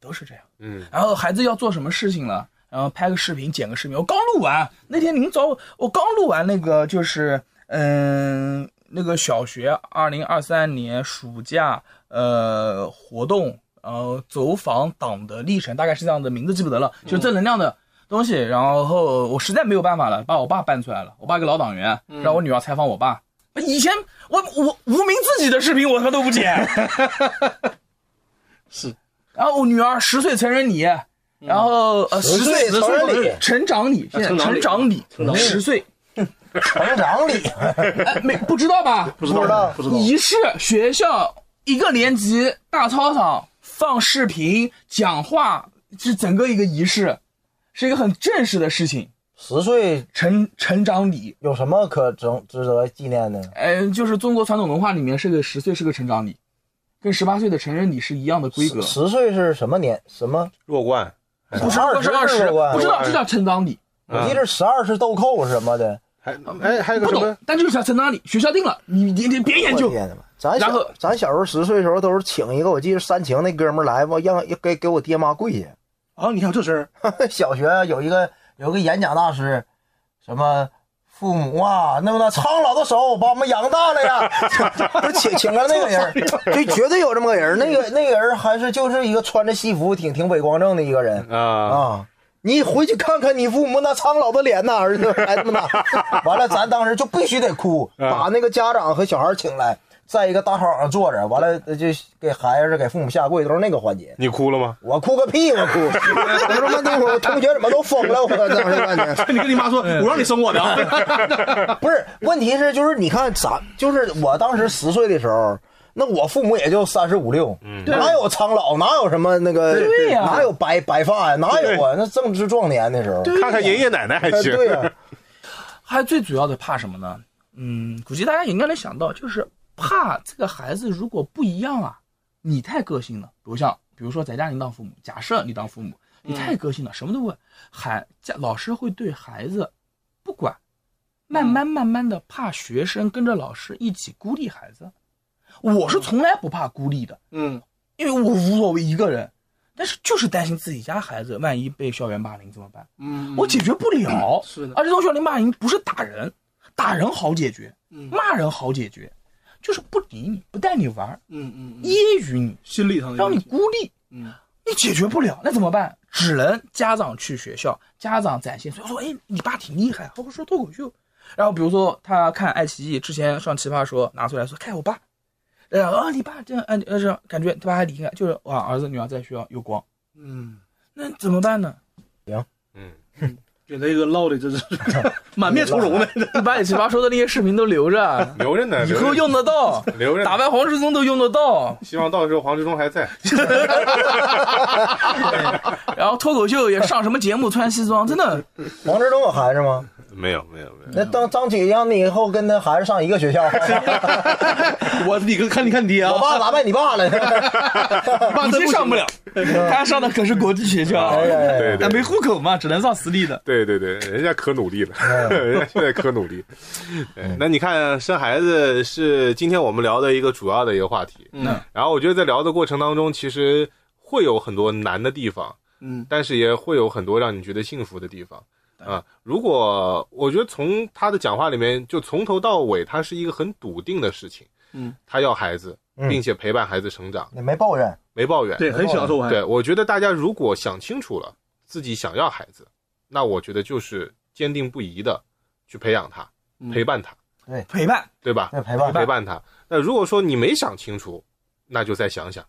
[SPEAKER 2] 都是这样。
[SPEAKER 1] 嗯，
[SPEAKER 2] 然后孩子要做什么事情了，然后拍个视频，剪个视频。我刚录完，那天您找我，我刚录完那个就是，嗯，那个小学二零二三年暑假呃活动呃走访党的历程，大概是这样的名字记不得了，就是正能量的东西。然后我实在没有办法了，把我爸搬出来了，我爸个老党员，让我女儿采访我爸。嗯哎以前我我无名自己的视频我他妈都不剪，
[SPEAKER 5] 是。
[SPEAKER 2] 然后我女儿十岁成人礼，然后呃
[SPEAKER 3] 10
[SPEAKER 2] 十
[SPEAKER 3] 岁
[SPEAKER 2] 岁
[SPEAKER 3] 成人礼
[SPEAKER 2] 成长礼，现在成长礼十岁，
[SPEAKER 3] 成长礼，
[SPEAKER 2] 哎没不知道吧？
[SPEAKER 5] 不知道不知道，
[SPEAKER 2] 仪式学校一个年级大操场放视频讲话，是整个一个仪式，是一个很正式的事情。
[SPEAKER 3] 十岁
[SPEAKER 2] 成成长礼，
[SPEAKER 3] 有什么可值值得纪念的？
[SPEAKER 2] 嗯、就是中国传统文化里面是个十岁是个成长礼，跟十八岁的成人礼是一样的规格。
[SPEAKER 3] 十岁是什么年？什么？
[SPEAKER 1] 弱冠，
[SPEAKER 3] 不
[SPEAKER 2] 不是
[SPEAKER 3] 二
[SPEAKER 2] 不
[SPEAKER 3] 十
[SPEAKER 2] 是二
[SPEAKER 3] 是
[SPEAKER 2] 十，
[SPEAKER 3] 吧
[SPEAKER 2] 不知道这叫成长礼，
[SPEAKER 3] 我记得十二是豆蔻是什么的。
[SPEAKER 1] 还哎还有个
[SPEAKER 2] 啊不
[SPEAKER 1] 什
[SPEAKER 2] 懂
[SPEAKER 1] 么，
[SPEAKER 2] 但就是叫成长礼，学校定了，你你你别研
[SPEAKER 3] 我
[SPEAKER 2] 究。
[SPEAKER 3] 天呐咱
[SPEAKER 2] 然后
[SPEAKER 3] 小咱小时候十岁的时候都是请一个，我记得煽情那哥们儿来吧，让给给我爹妈跪下。
[SPEAKER 5] 啊，你看这声儿，
[SPEAKER 3] 小学有一个有一个演讲大师，什么父母啊，那么的苍老的手把我们养大了呀， 就请请了那个人，就绝对有这么个人。那个那个人还是就是一个穿着西服挺挺伟光正的一个人
[SPEAKER 1] 啊？
[SPEAKER 3] 啊。你回去看看你父母那苍老的脸呐， 哎儿子孩子们呐。完了，咱当时就必须得哭，把那个家长和小孩请来，在一个大操场上坐着，完了呃就给孩子给父母下跪，都是那个环节。
[SPEAKER 1] 你哭了吗？
[SPEAKER 3] 我哭个屁！我哭，我他妈的，我同学怎么都疯了？我当时感觉
[SPEAKER 5] 你跟你妈说，我让你生我的啊，
[SPEAKER 3] 不是，问题是就是你看咱就是我当时十岁的时候，那我父母也就三十五六，
[SPEAKER 1] 嗯
[SPEAKER 3] 哪有苍老，哪有什么那个，
[SPEAKER 2] 对呀
[SPEAKER 3] 哪有白白发呀，哪有啊？那正值壮年的时候，
[SPEAKER 1] 看看爷爷奶奶还
[SPEAKER 3] 哎
[SPEAKER 1] 行。
[SPEAKER 3] 对呀，
[SPEAKER 2] 还最主要的怕什么呢？嗯，估计大家也应该能想到，就是怕这个孩子如果不一样啊，你太个性了。比如像，比如说在家你当父母，假设你当父母，你太个性了，什么都问，孩家老师会对孩子不管，慢慢慢慢的怕学生跟着老师一起孤立孩子。我是从来不怕孤立的，
[SPEAKER 5] 嗯，
[SPEAKER 2] 因为我无所谓一个人，但是就是担心自己家孩子万一被校园霸凌怎么办？
[SPEAKER 5] 嗯
[SPEAKER 2] 我解决不了。
[SPEAKER 5] 是的
[SPEAKER 2] 而这种校园霸凌不是打人，打人好解决，
[SPEAKER 5] 嗯
[SPEAKER 2] 骂人好解决，就是不理你，不带你玩儿，
[SPEAKER 5] 嗯嗯嗯，
[SPEAKER 2] 揶揄你，
[SPEAKER 5] 心理上的
[SPEAKER 2] 让你
[SPEAKER 5] 问题
[SPEAKER 2] 孤立，
[SPEAKER 5] 嗯
[SPEAKER 2] 你解决不了，那怎么办？只能家长去学校，家长展现，所以说，哎，你爸挺厉害，还会说脱口秀。然后比如说他看爱奇艺之前上奇葩说拿出来说，看我爸，然后啊你爸这样，嗯、呃是感觉他爸还挺厉害，就是哇儿子女儿在学校有光，
[SPEAKER 5] 嗯，
[SPEAKER 2] 那怎么办呢？
[SPEAKER 5] 给这个唠的这是满面愁容 的，
[SPEAKER 2] 你把你奇葩说的那些视频都留着，
[SPEAKER 1] 留着呢，
[SPEAKER 2] 以后用得到，
[SPEAKER 1] 留着呢
[SPEAKER 2] 打败黄世忠都用得到。
[SPEAKER 1] 希望到时候黄志忠还在。
[SPEAKER 2] 然后脱口秀也上什么节目穿西装，真的
[SPEAKER 3] 王志忠有孩子吗？
[SPEAKER 1] 没有，没有，
[SPEAKER 2] 嗯
[SPEAKER 1] 没有。
[SPEAKER 3] 那当张姐让你以后跟他孩子上一个 学校，
[SPEAKER 5] 我你看看你看爹
[SPEAKER 3] 我
[SPEAKER 5] 啊，
[SPEAKER 3] 爸打败你 爸了， 哎
[SPEAKER 2] 你这上不了，他上的可是国际学
[SPEAKER 3] 哎
[SPEAKER 2] 校，
[SPEAKER 1] 对
[SPEAKER 2] 但没
[SPEAKER 1] 对
[SPEAKER 2] 户口嘛，只能上私立的。
[SPEAKER 1] 对对对，人家可努力了，
[SPEAKER 5] 嗯
[SPEAKER 1] 人家现在可努力。哎那你看生孩子是今天我们聊的一个主要的一个话题，
[SPEAKER 5] 嗯
[SPEAKER 1] 然后我觉得在聊的过程当中，其实会有很多难的地方，
[SPEAKER 5] 嗯
[SPEAKER 1] 但是也会有很多让你觉得幸福的地方啊。如果我觉得从他的讲话里面，就从头到尾，他是一个很笃定的事情，
[SPEAKER 5] 嗯，
[SPEAKER 1] 他要孩子，
[SPEAKER 3] 嗯
[SPEAKER 1] 并且陪伴孩子成长，
[SPEAKER 3] 你没抱怨，
[SPEAKER 1] 没抱怨。
[SPEAKER 5] 对，很享受还
[SPEAKER 1] 对，我觉得大家如果想清楚了自己想要孩子，那我觉得就是坚定不移的去培养他，陪伴他，
[SPEAKER 2] 嗯陪伴，
[SPEAKER 1] 对吧？
[SPEAKER 3] 那陪伴
[SPEAKER 1] 陪伴他。那如果说你没想清楚，那就再想想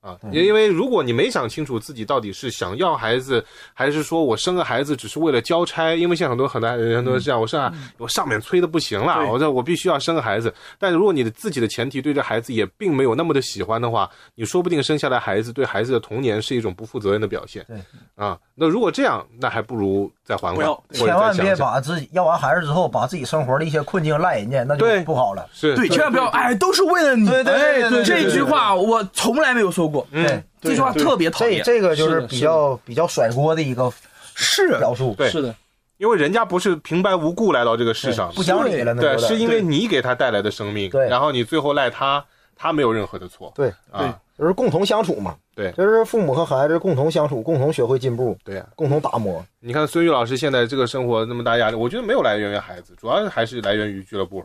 [SPEAKER 1] 啊，
[SPEAKER 3] 对
[SPEAKER 1] 因为如果你没想清楚自己到底是想要孩子，还是说我生个孩子只是为了交差，因为现在很多很多人
[SPEAKER 3] 嗯
[SPEAKER 1] 都是这样，我上来我上面催的不行了，
[SPEAKER 5] 对
[SPEAKER 1] 我这我必须要生个孩子。但如果你的自己的前提对这孩子也并没有那么的喜欢的话，你说不定生下来孩子对孩子的童年是一种不负责任的表现。
[SPEAKER 3] 对
[SPEAKER 1] 啊，那如果这样，那还不如再缓
[SPEAKER 5] 不
[SPEAKER 1] 缓
[SPEAKER 5] 要，
[SPEAKER 1] 或
[SPEAKER 3] 千
[SPEAKER 1] 者再
[SPEAKER 3] 万
[SPEAKER 1] 想
[SPEAKER 3] 别
[SPEAKER 1] 想。
[SPEAKER 3] 把自己要完孩子之后，把自己生活的一些困境赖人家，那
[SPEAKER 1] 对
[SPEAKER 3] 就不好了。
[SPEAKER 1] 是
[SPEAKER 2] 对，千万不要，哎，都是为了你。哎
[SPEAKER 3] 对对
[SPEAKER 5] 哎
[SPEAKER 3] 对对对对嗯
[SPEAKER 2] 这句话我从来没有说过，
[SPEAKER 1] 嗯
[SPEAKER 3] 对，
[SPEAKER 2] 这句话特别讨
[SPEAKER 3] 这
[SPEAKER 2] 厌。
[SPEAKER 3] 这 个就是比较比较甩锅的一个
[SPEAKER 2] 是
[SPEAKER 3] 表述，
[SPEAKER 1] 啊对
[SPEAKER 5] 是的，
[SPEAKER 1] 因为人家不是平白无故来到这个世上的，
[SPEAKER 3] 不讲理了，那
[SPEAKER 1] 对，
[SPEAKER 3] 有点
[SPEAKER 1] 是因为你给他带来的生命，
[SPEAKER 3] 对
[SPEAKER 1] 然后你最后赖他，他没有任何的错，
[SPEAKER 3] 对，
[SPEAKER 1] 啊，
[SPEAKER 3] 就是共同相处嘛，
[SPEAKER 1] 对
[SPEAKER 3] 就是父母和孩子共同相处，共同学会进步，
[SPEAKER 1] 对呀，啊
[SPEAKER 3] 共同打磨，
[SPEAKER 1] 你看孙玉老师现在这个生活那么大压力，我觉得没有来源于孩子，主要还是来源于俱乐部。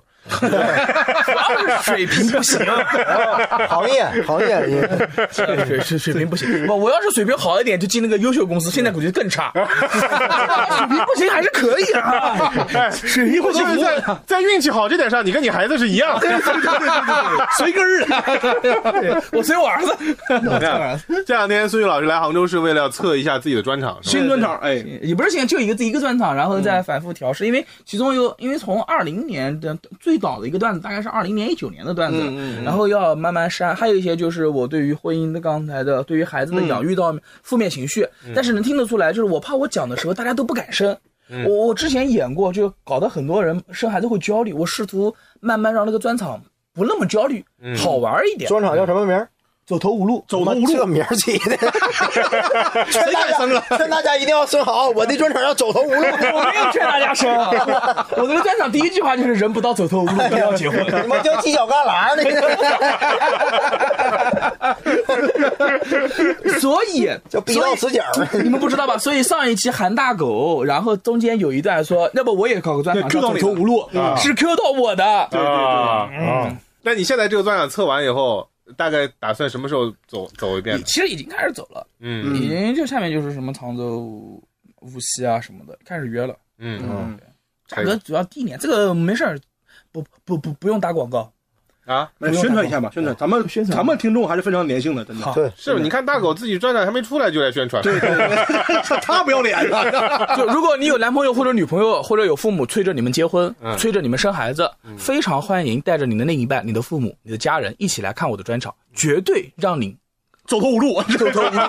[SPEAKER 2] 水平不行，啊
[SPEAKER 3] 行业行 业也
[SPEAKER 2] 水水水平不行。我我要是水平好一点，就进那个优秀公司，现在估计更 差。水平不行还是可以啊，水平不
[SPEAKER 1] 就
[SPEAKER 2] 行
[SPEAKER 1] 是在在运气好这点上，你跟你孩子是一 样的。
[SPEAKER 2] 随根儿的。对我随我儿子，
[SPEAKER 1] 你看这两天孙玉老师来杭州是为了测一下自己的专场，是吧
[SPEAKER 5] 新专场，哎，
[SPEAKER 2] 也不是现在就一个自己一个专场，然后再反复调试，因为其中有因为从二零年的最早的一个段子大概是二零年一九年的段子，然后要慢慢删，还有一些就是我对于婚姻的刚才的对于孩子的养育到负面情绪，但是能听得出来，就是我怕我讲的时候大家都不敢生。我我之前演过，就搞得很多人生孩子会焦虑，我试图慢慢让那个专场不那么焦虑，好玩一点。
[SPEAKER 3] 专场叫什么名儿？
[SPEAKER 2] 走投无路，
[SPEAKER 3] 走投无路，这名儿起 的，劝大家劝大家一定要生好。我的专场叫走投无路，
[SPEAKER 2] 我没有劝大家生啊，我的专场第一句话就是人不到走投无路不要结婚。
[SPEAKER 3] 你妈叫犄角旮旯 呢，
[SPEAKER 2] 所以
[SPEAKER 3] 叫逼到死角 儿。
[SPEAKER 2] 你们不知道吧？所以上一期韩大狗，然后中间有一段说，要不我也搞个专场，
[SPEAKER 5] 对
[SPEAKER 2] 叫走投无路，是 Q 到我的。
[SPEAKER 1] 对对对。啊那你现在这个专场测完以后，大概打算什么时候走走一遍呢？
[SPEAKER 2] 其实已经开始走了，
[SPEAKER 1] 嗯
[SPEAKER 2] 已经就下面就是什么常州、无锡啊什么的开始约了。
[SPEAKER 1] 嗯
[SPEAKER 2] 价格主要低廉，这个没事儿，不不不不用打广告。
[SPEAKER 1] 啊，
[SPEAKER 5] 来宣传一下吧，宣传咱们
[SPEAKER 2] 宣传
[SPEAKER 5] 咱们听众还是非常粘性的，真的。
[SPEAKER 3] 对，
[SPEAKER 1] 是吧？你看大狗自己专场还没出来就来宣传，对
[SPEAKER 5] 他不要脸了，
[SPEAKER 2] 就如果你有男朋友或者女朋友，或者有父母催着你们结婚，催着你们生孩子，非常欢迎带着你的另一半、你的父母、你的家人一起来看我的专场，绝对让你
[SPEAKER 5] 走投无路，走投无路。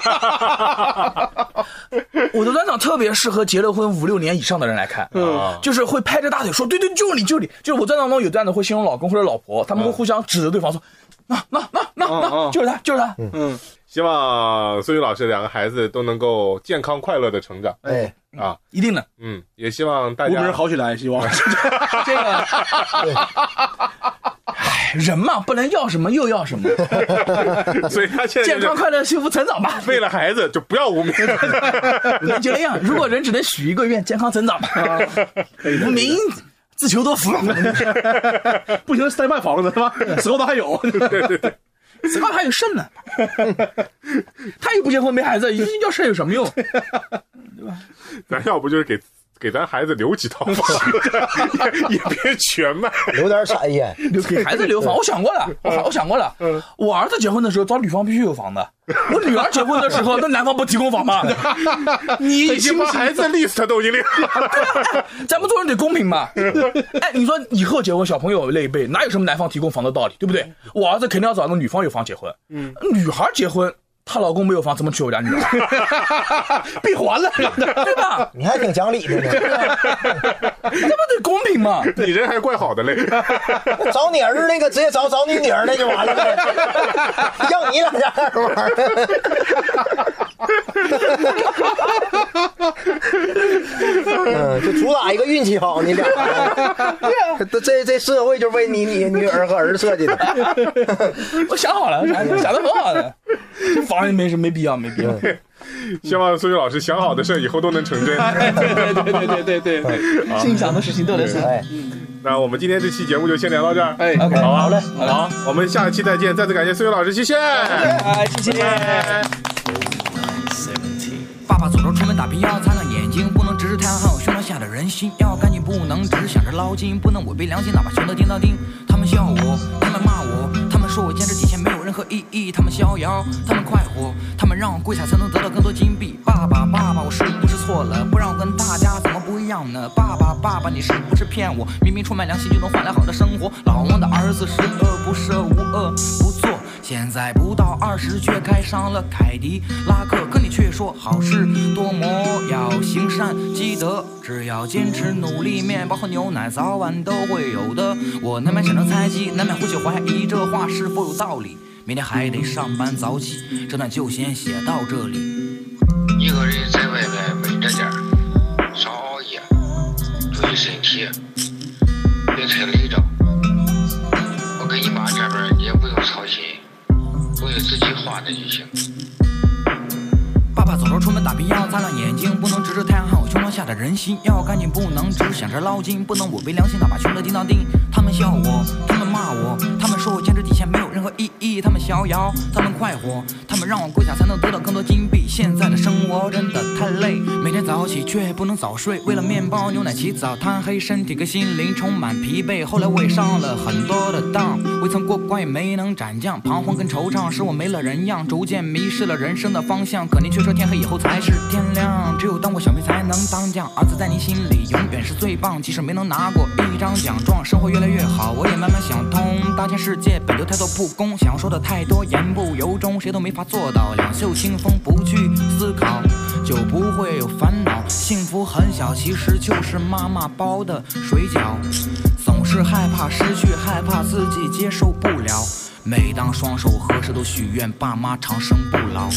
[SPEAKER 2] 我的专场特别适合结了婚五六年以上的人来看，
[SPEAKER 1] 嗯
[SPEAKER 2] 就是会拍着大腿说，对对，就是你，就是你，就是我专场中有段子会形容老公或者老婆，他们会互相指着对方说，那那那那那，就是他，就是他，
[SPEAKER 1] 希望孙宇老师两个孩子都能够健康快乐的成长
[SPEAKER 3] 哎，
[SPEAKER 1] 啊，
[SPEAKER 2] 一定的，
[SPEAKER 1] 嗯，也希望大
[SPEAKER 5] 无比
[SPEAKER 1] 家
[SPEAKER 5] 人好起来，希望。
[SPEAKER 2] 这个，哎，人嘛，不能要什么又要什么，
[SPEAKER 1] 所以他现在
[SPEAKER 2] 健
[SPEAKER 1] 就是
[SPEAKER 2] 康快乐幸福成长吧，
[SPEAKER 1] 为了孩子就不要 无名，
[SPEAKER 2] 人就那样，如果人只能许一个愿，健康成长吧，
[SPEAKER 1] 啊
[SPEAKER 2] 无名自求多福，
[SPEAKER 5] 不行，再卖房子是吧？石头他还有，
[SPEAKER 2] 谁告诉他有 肾呢？他又不结婚没孩子，要肾有什么用？
[SPEAKER 1] 咱要不就是给给咱孩子留 几套房，也也别全卖。
[SPEAKER 3] 留点哎产业，
[SPEAKER 2] 给孩子留房，我想过了，
[SPEAKER 1] 嗯
[SPEAKER 2] 我我想过了。我儿子结婚的时候找女方必须有房的，我女儿结婚的时候，那男方不提供房 吗？你
[SPEAKER 1] 已经
[SPEAKER 2] 信不
[SPEAKER 1] 把
[SPEAKER 2] 信
[SPEAKER 1] 孩子 list 都已经列好了，
[SPEAKER 2] 咱们做人得公平 嘛。哎，你说以后结婚，小朋友那一辈哪有什么男方提供房的道理，对不
[SPEAKER 5] 嗯
[SPEAKER 2] 对？我儿子肯定要找那女方有房结婚。嗯，女孩结婚，她老公没有房，怎么娶我家女儿？
[SPEAKER 5] 闭环了。
[SPEAKER 2] 对吧？
[SPEAKER 3] 你还挺讲理的呢。
[SPEAKER 2] 咱们得公平嘛。
[SPEAKER 1] 你人还怪好 的嘞。
[SPEAKER 3] 找你儿子那个直接找找你女儿那就完了呗， 要你俩家玩儿。 嗯，就主打一个运气好，你俩。这这这社会就为你你女儿和儿子设计的。
[SPEAKER 2] 我想好了，想想的很好的，这房也没什么没必要，没必要。
[SPEAKER 1] 希望孙宇老师想好的事以后都能成真。
[SPEAKER 2] 对对对对对对对，心想的事情都能实现。
[SPEAKER 3] 哎，
[SPEAKER 1] 那我们今天这期节目就先聊到这儿，
[SPEAKER 5] 哎，
[SPEAKER 2] OK，
[SPEAKER 1] 好啊，
[SPEAKER 2] 嘞，
[SPEAKER 1] 好，我们下期再见。再次感谢孙宇老师，谢谢。
[SPEAKER 2] 好，哎谢谢。
[SPEAKER 8] 爸爸走着出门打拼，要擦亮眼睛，不能直视太阳还有胸膛下的人心，要干净不能只想着捞金，不能违背良心，哪怕穷得叮当叮。他们笑我，他们骂我，他们说我坚持底线没有任何意义，他们逍遥，他们快活，他们让我跪下才能得到更多金币。爸爸，爸爸，我是不是错了？不让我跟大家怎么不一样呢？爸爸，爸爸，你是不是骗我？明明出卖良心就能换来好的生活，老王的儿子十恶不赦，无恶不作。现在不到二十却开上了凯迪拉克，可你却说好事多磨，要行善积德，只要坚持努力，面包和牛奶早晚都会有的。我难免产生猜忌，难免会去怀疑这话是否有道理。明天还得上班早起，这段就先写到这里。
[SPEAKER 9] 一个人在外面闷着点儿，少熬夜，注意身体，别太累着。我跟你妈这边儿也不用操心，为自己花着就行。
[SPEAKER 8] 爸爸走着出门打拼，要擦亮眼睛，不能直视太阳和我胸膛下的人心，要干净，不能只想着捞金，不能我为良心，哪怕穷得叮当叮。他们笑我，他们骂我，他们说我坚持底线没有任何意义，他们逍遥，他们快活，他们让我跪下才能得到更多金币。现在的生活真的太累，每天早起却不能早睡，为了面包牛奶起早贪黑，身体跟心灵充满疲惫。后来我也上了很多的当，未曾过关也没能斩将，彷徨跟惆怅使我没了人样，逐渐迷失了人生的方向。可您却说天黑以后才是天亮，只有当过小兵才能当将，儿子在您心里永远是最棒。即使没能拿过一张奖状，生活越来越好，我也慢慢想通，大千世界本就太多不公，想要说的太多言不由衷，谁都没法做到两袖清风，不去思考。就不会有烦恼。幸福很小，其实就是妈妈包的水饺。总是害怕失去，害怕自己接受不了。每当双手合十，都许愿爸妈长生不老。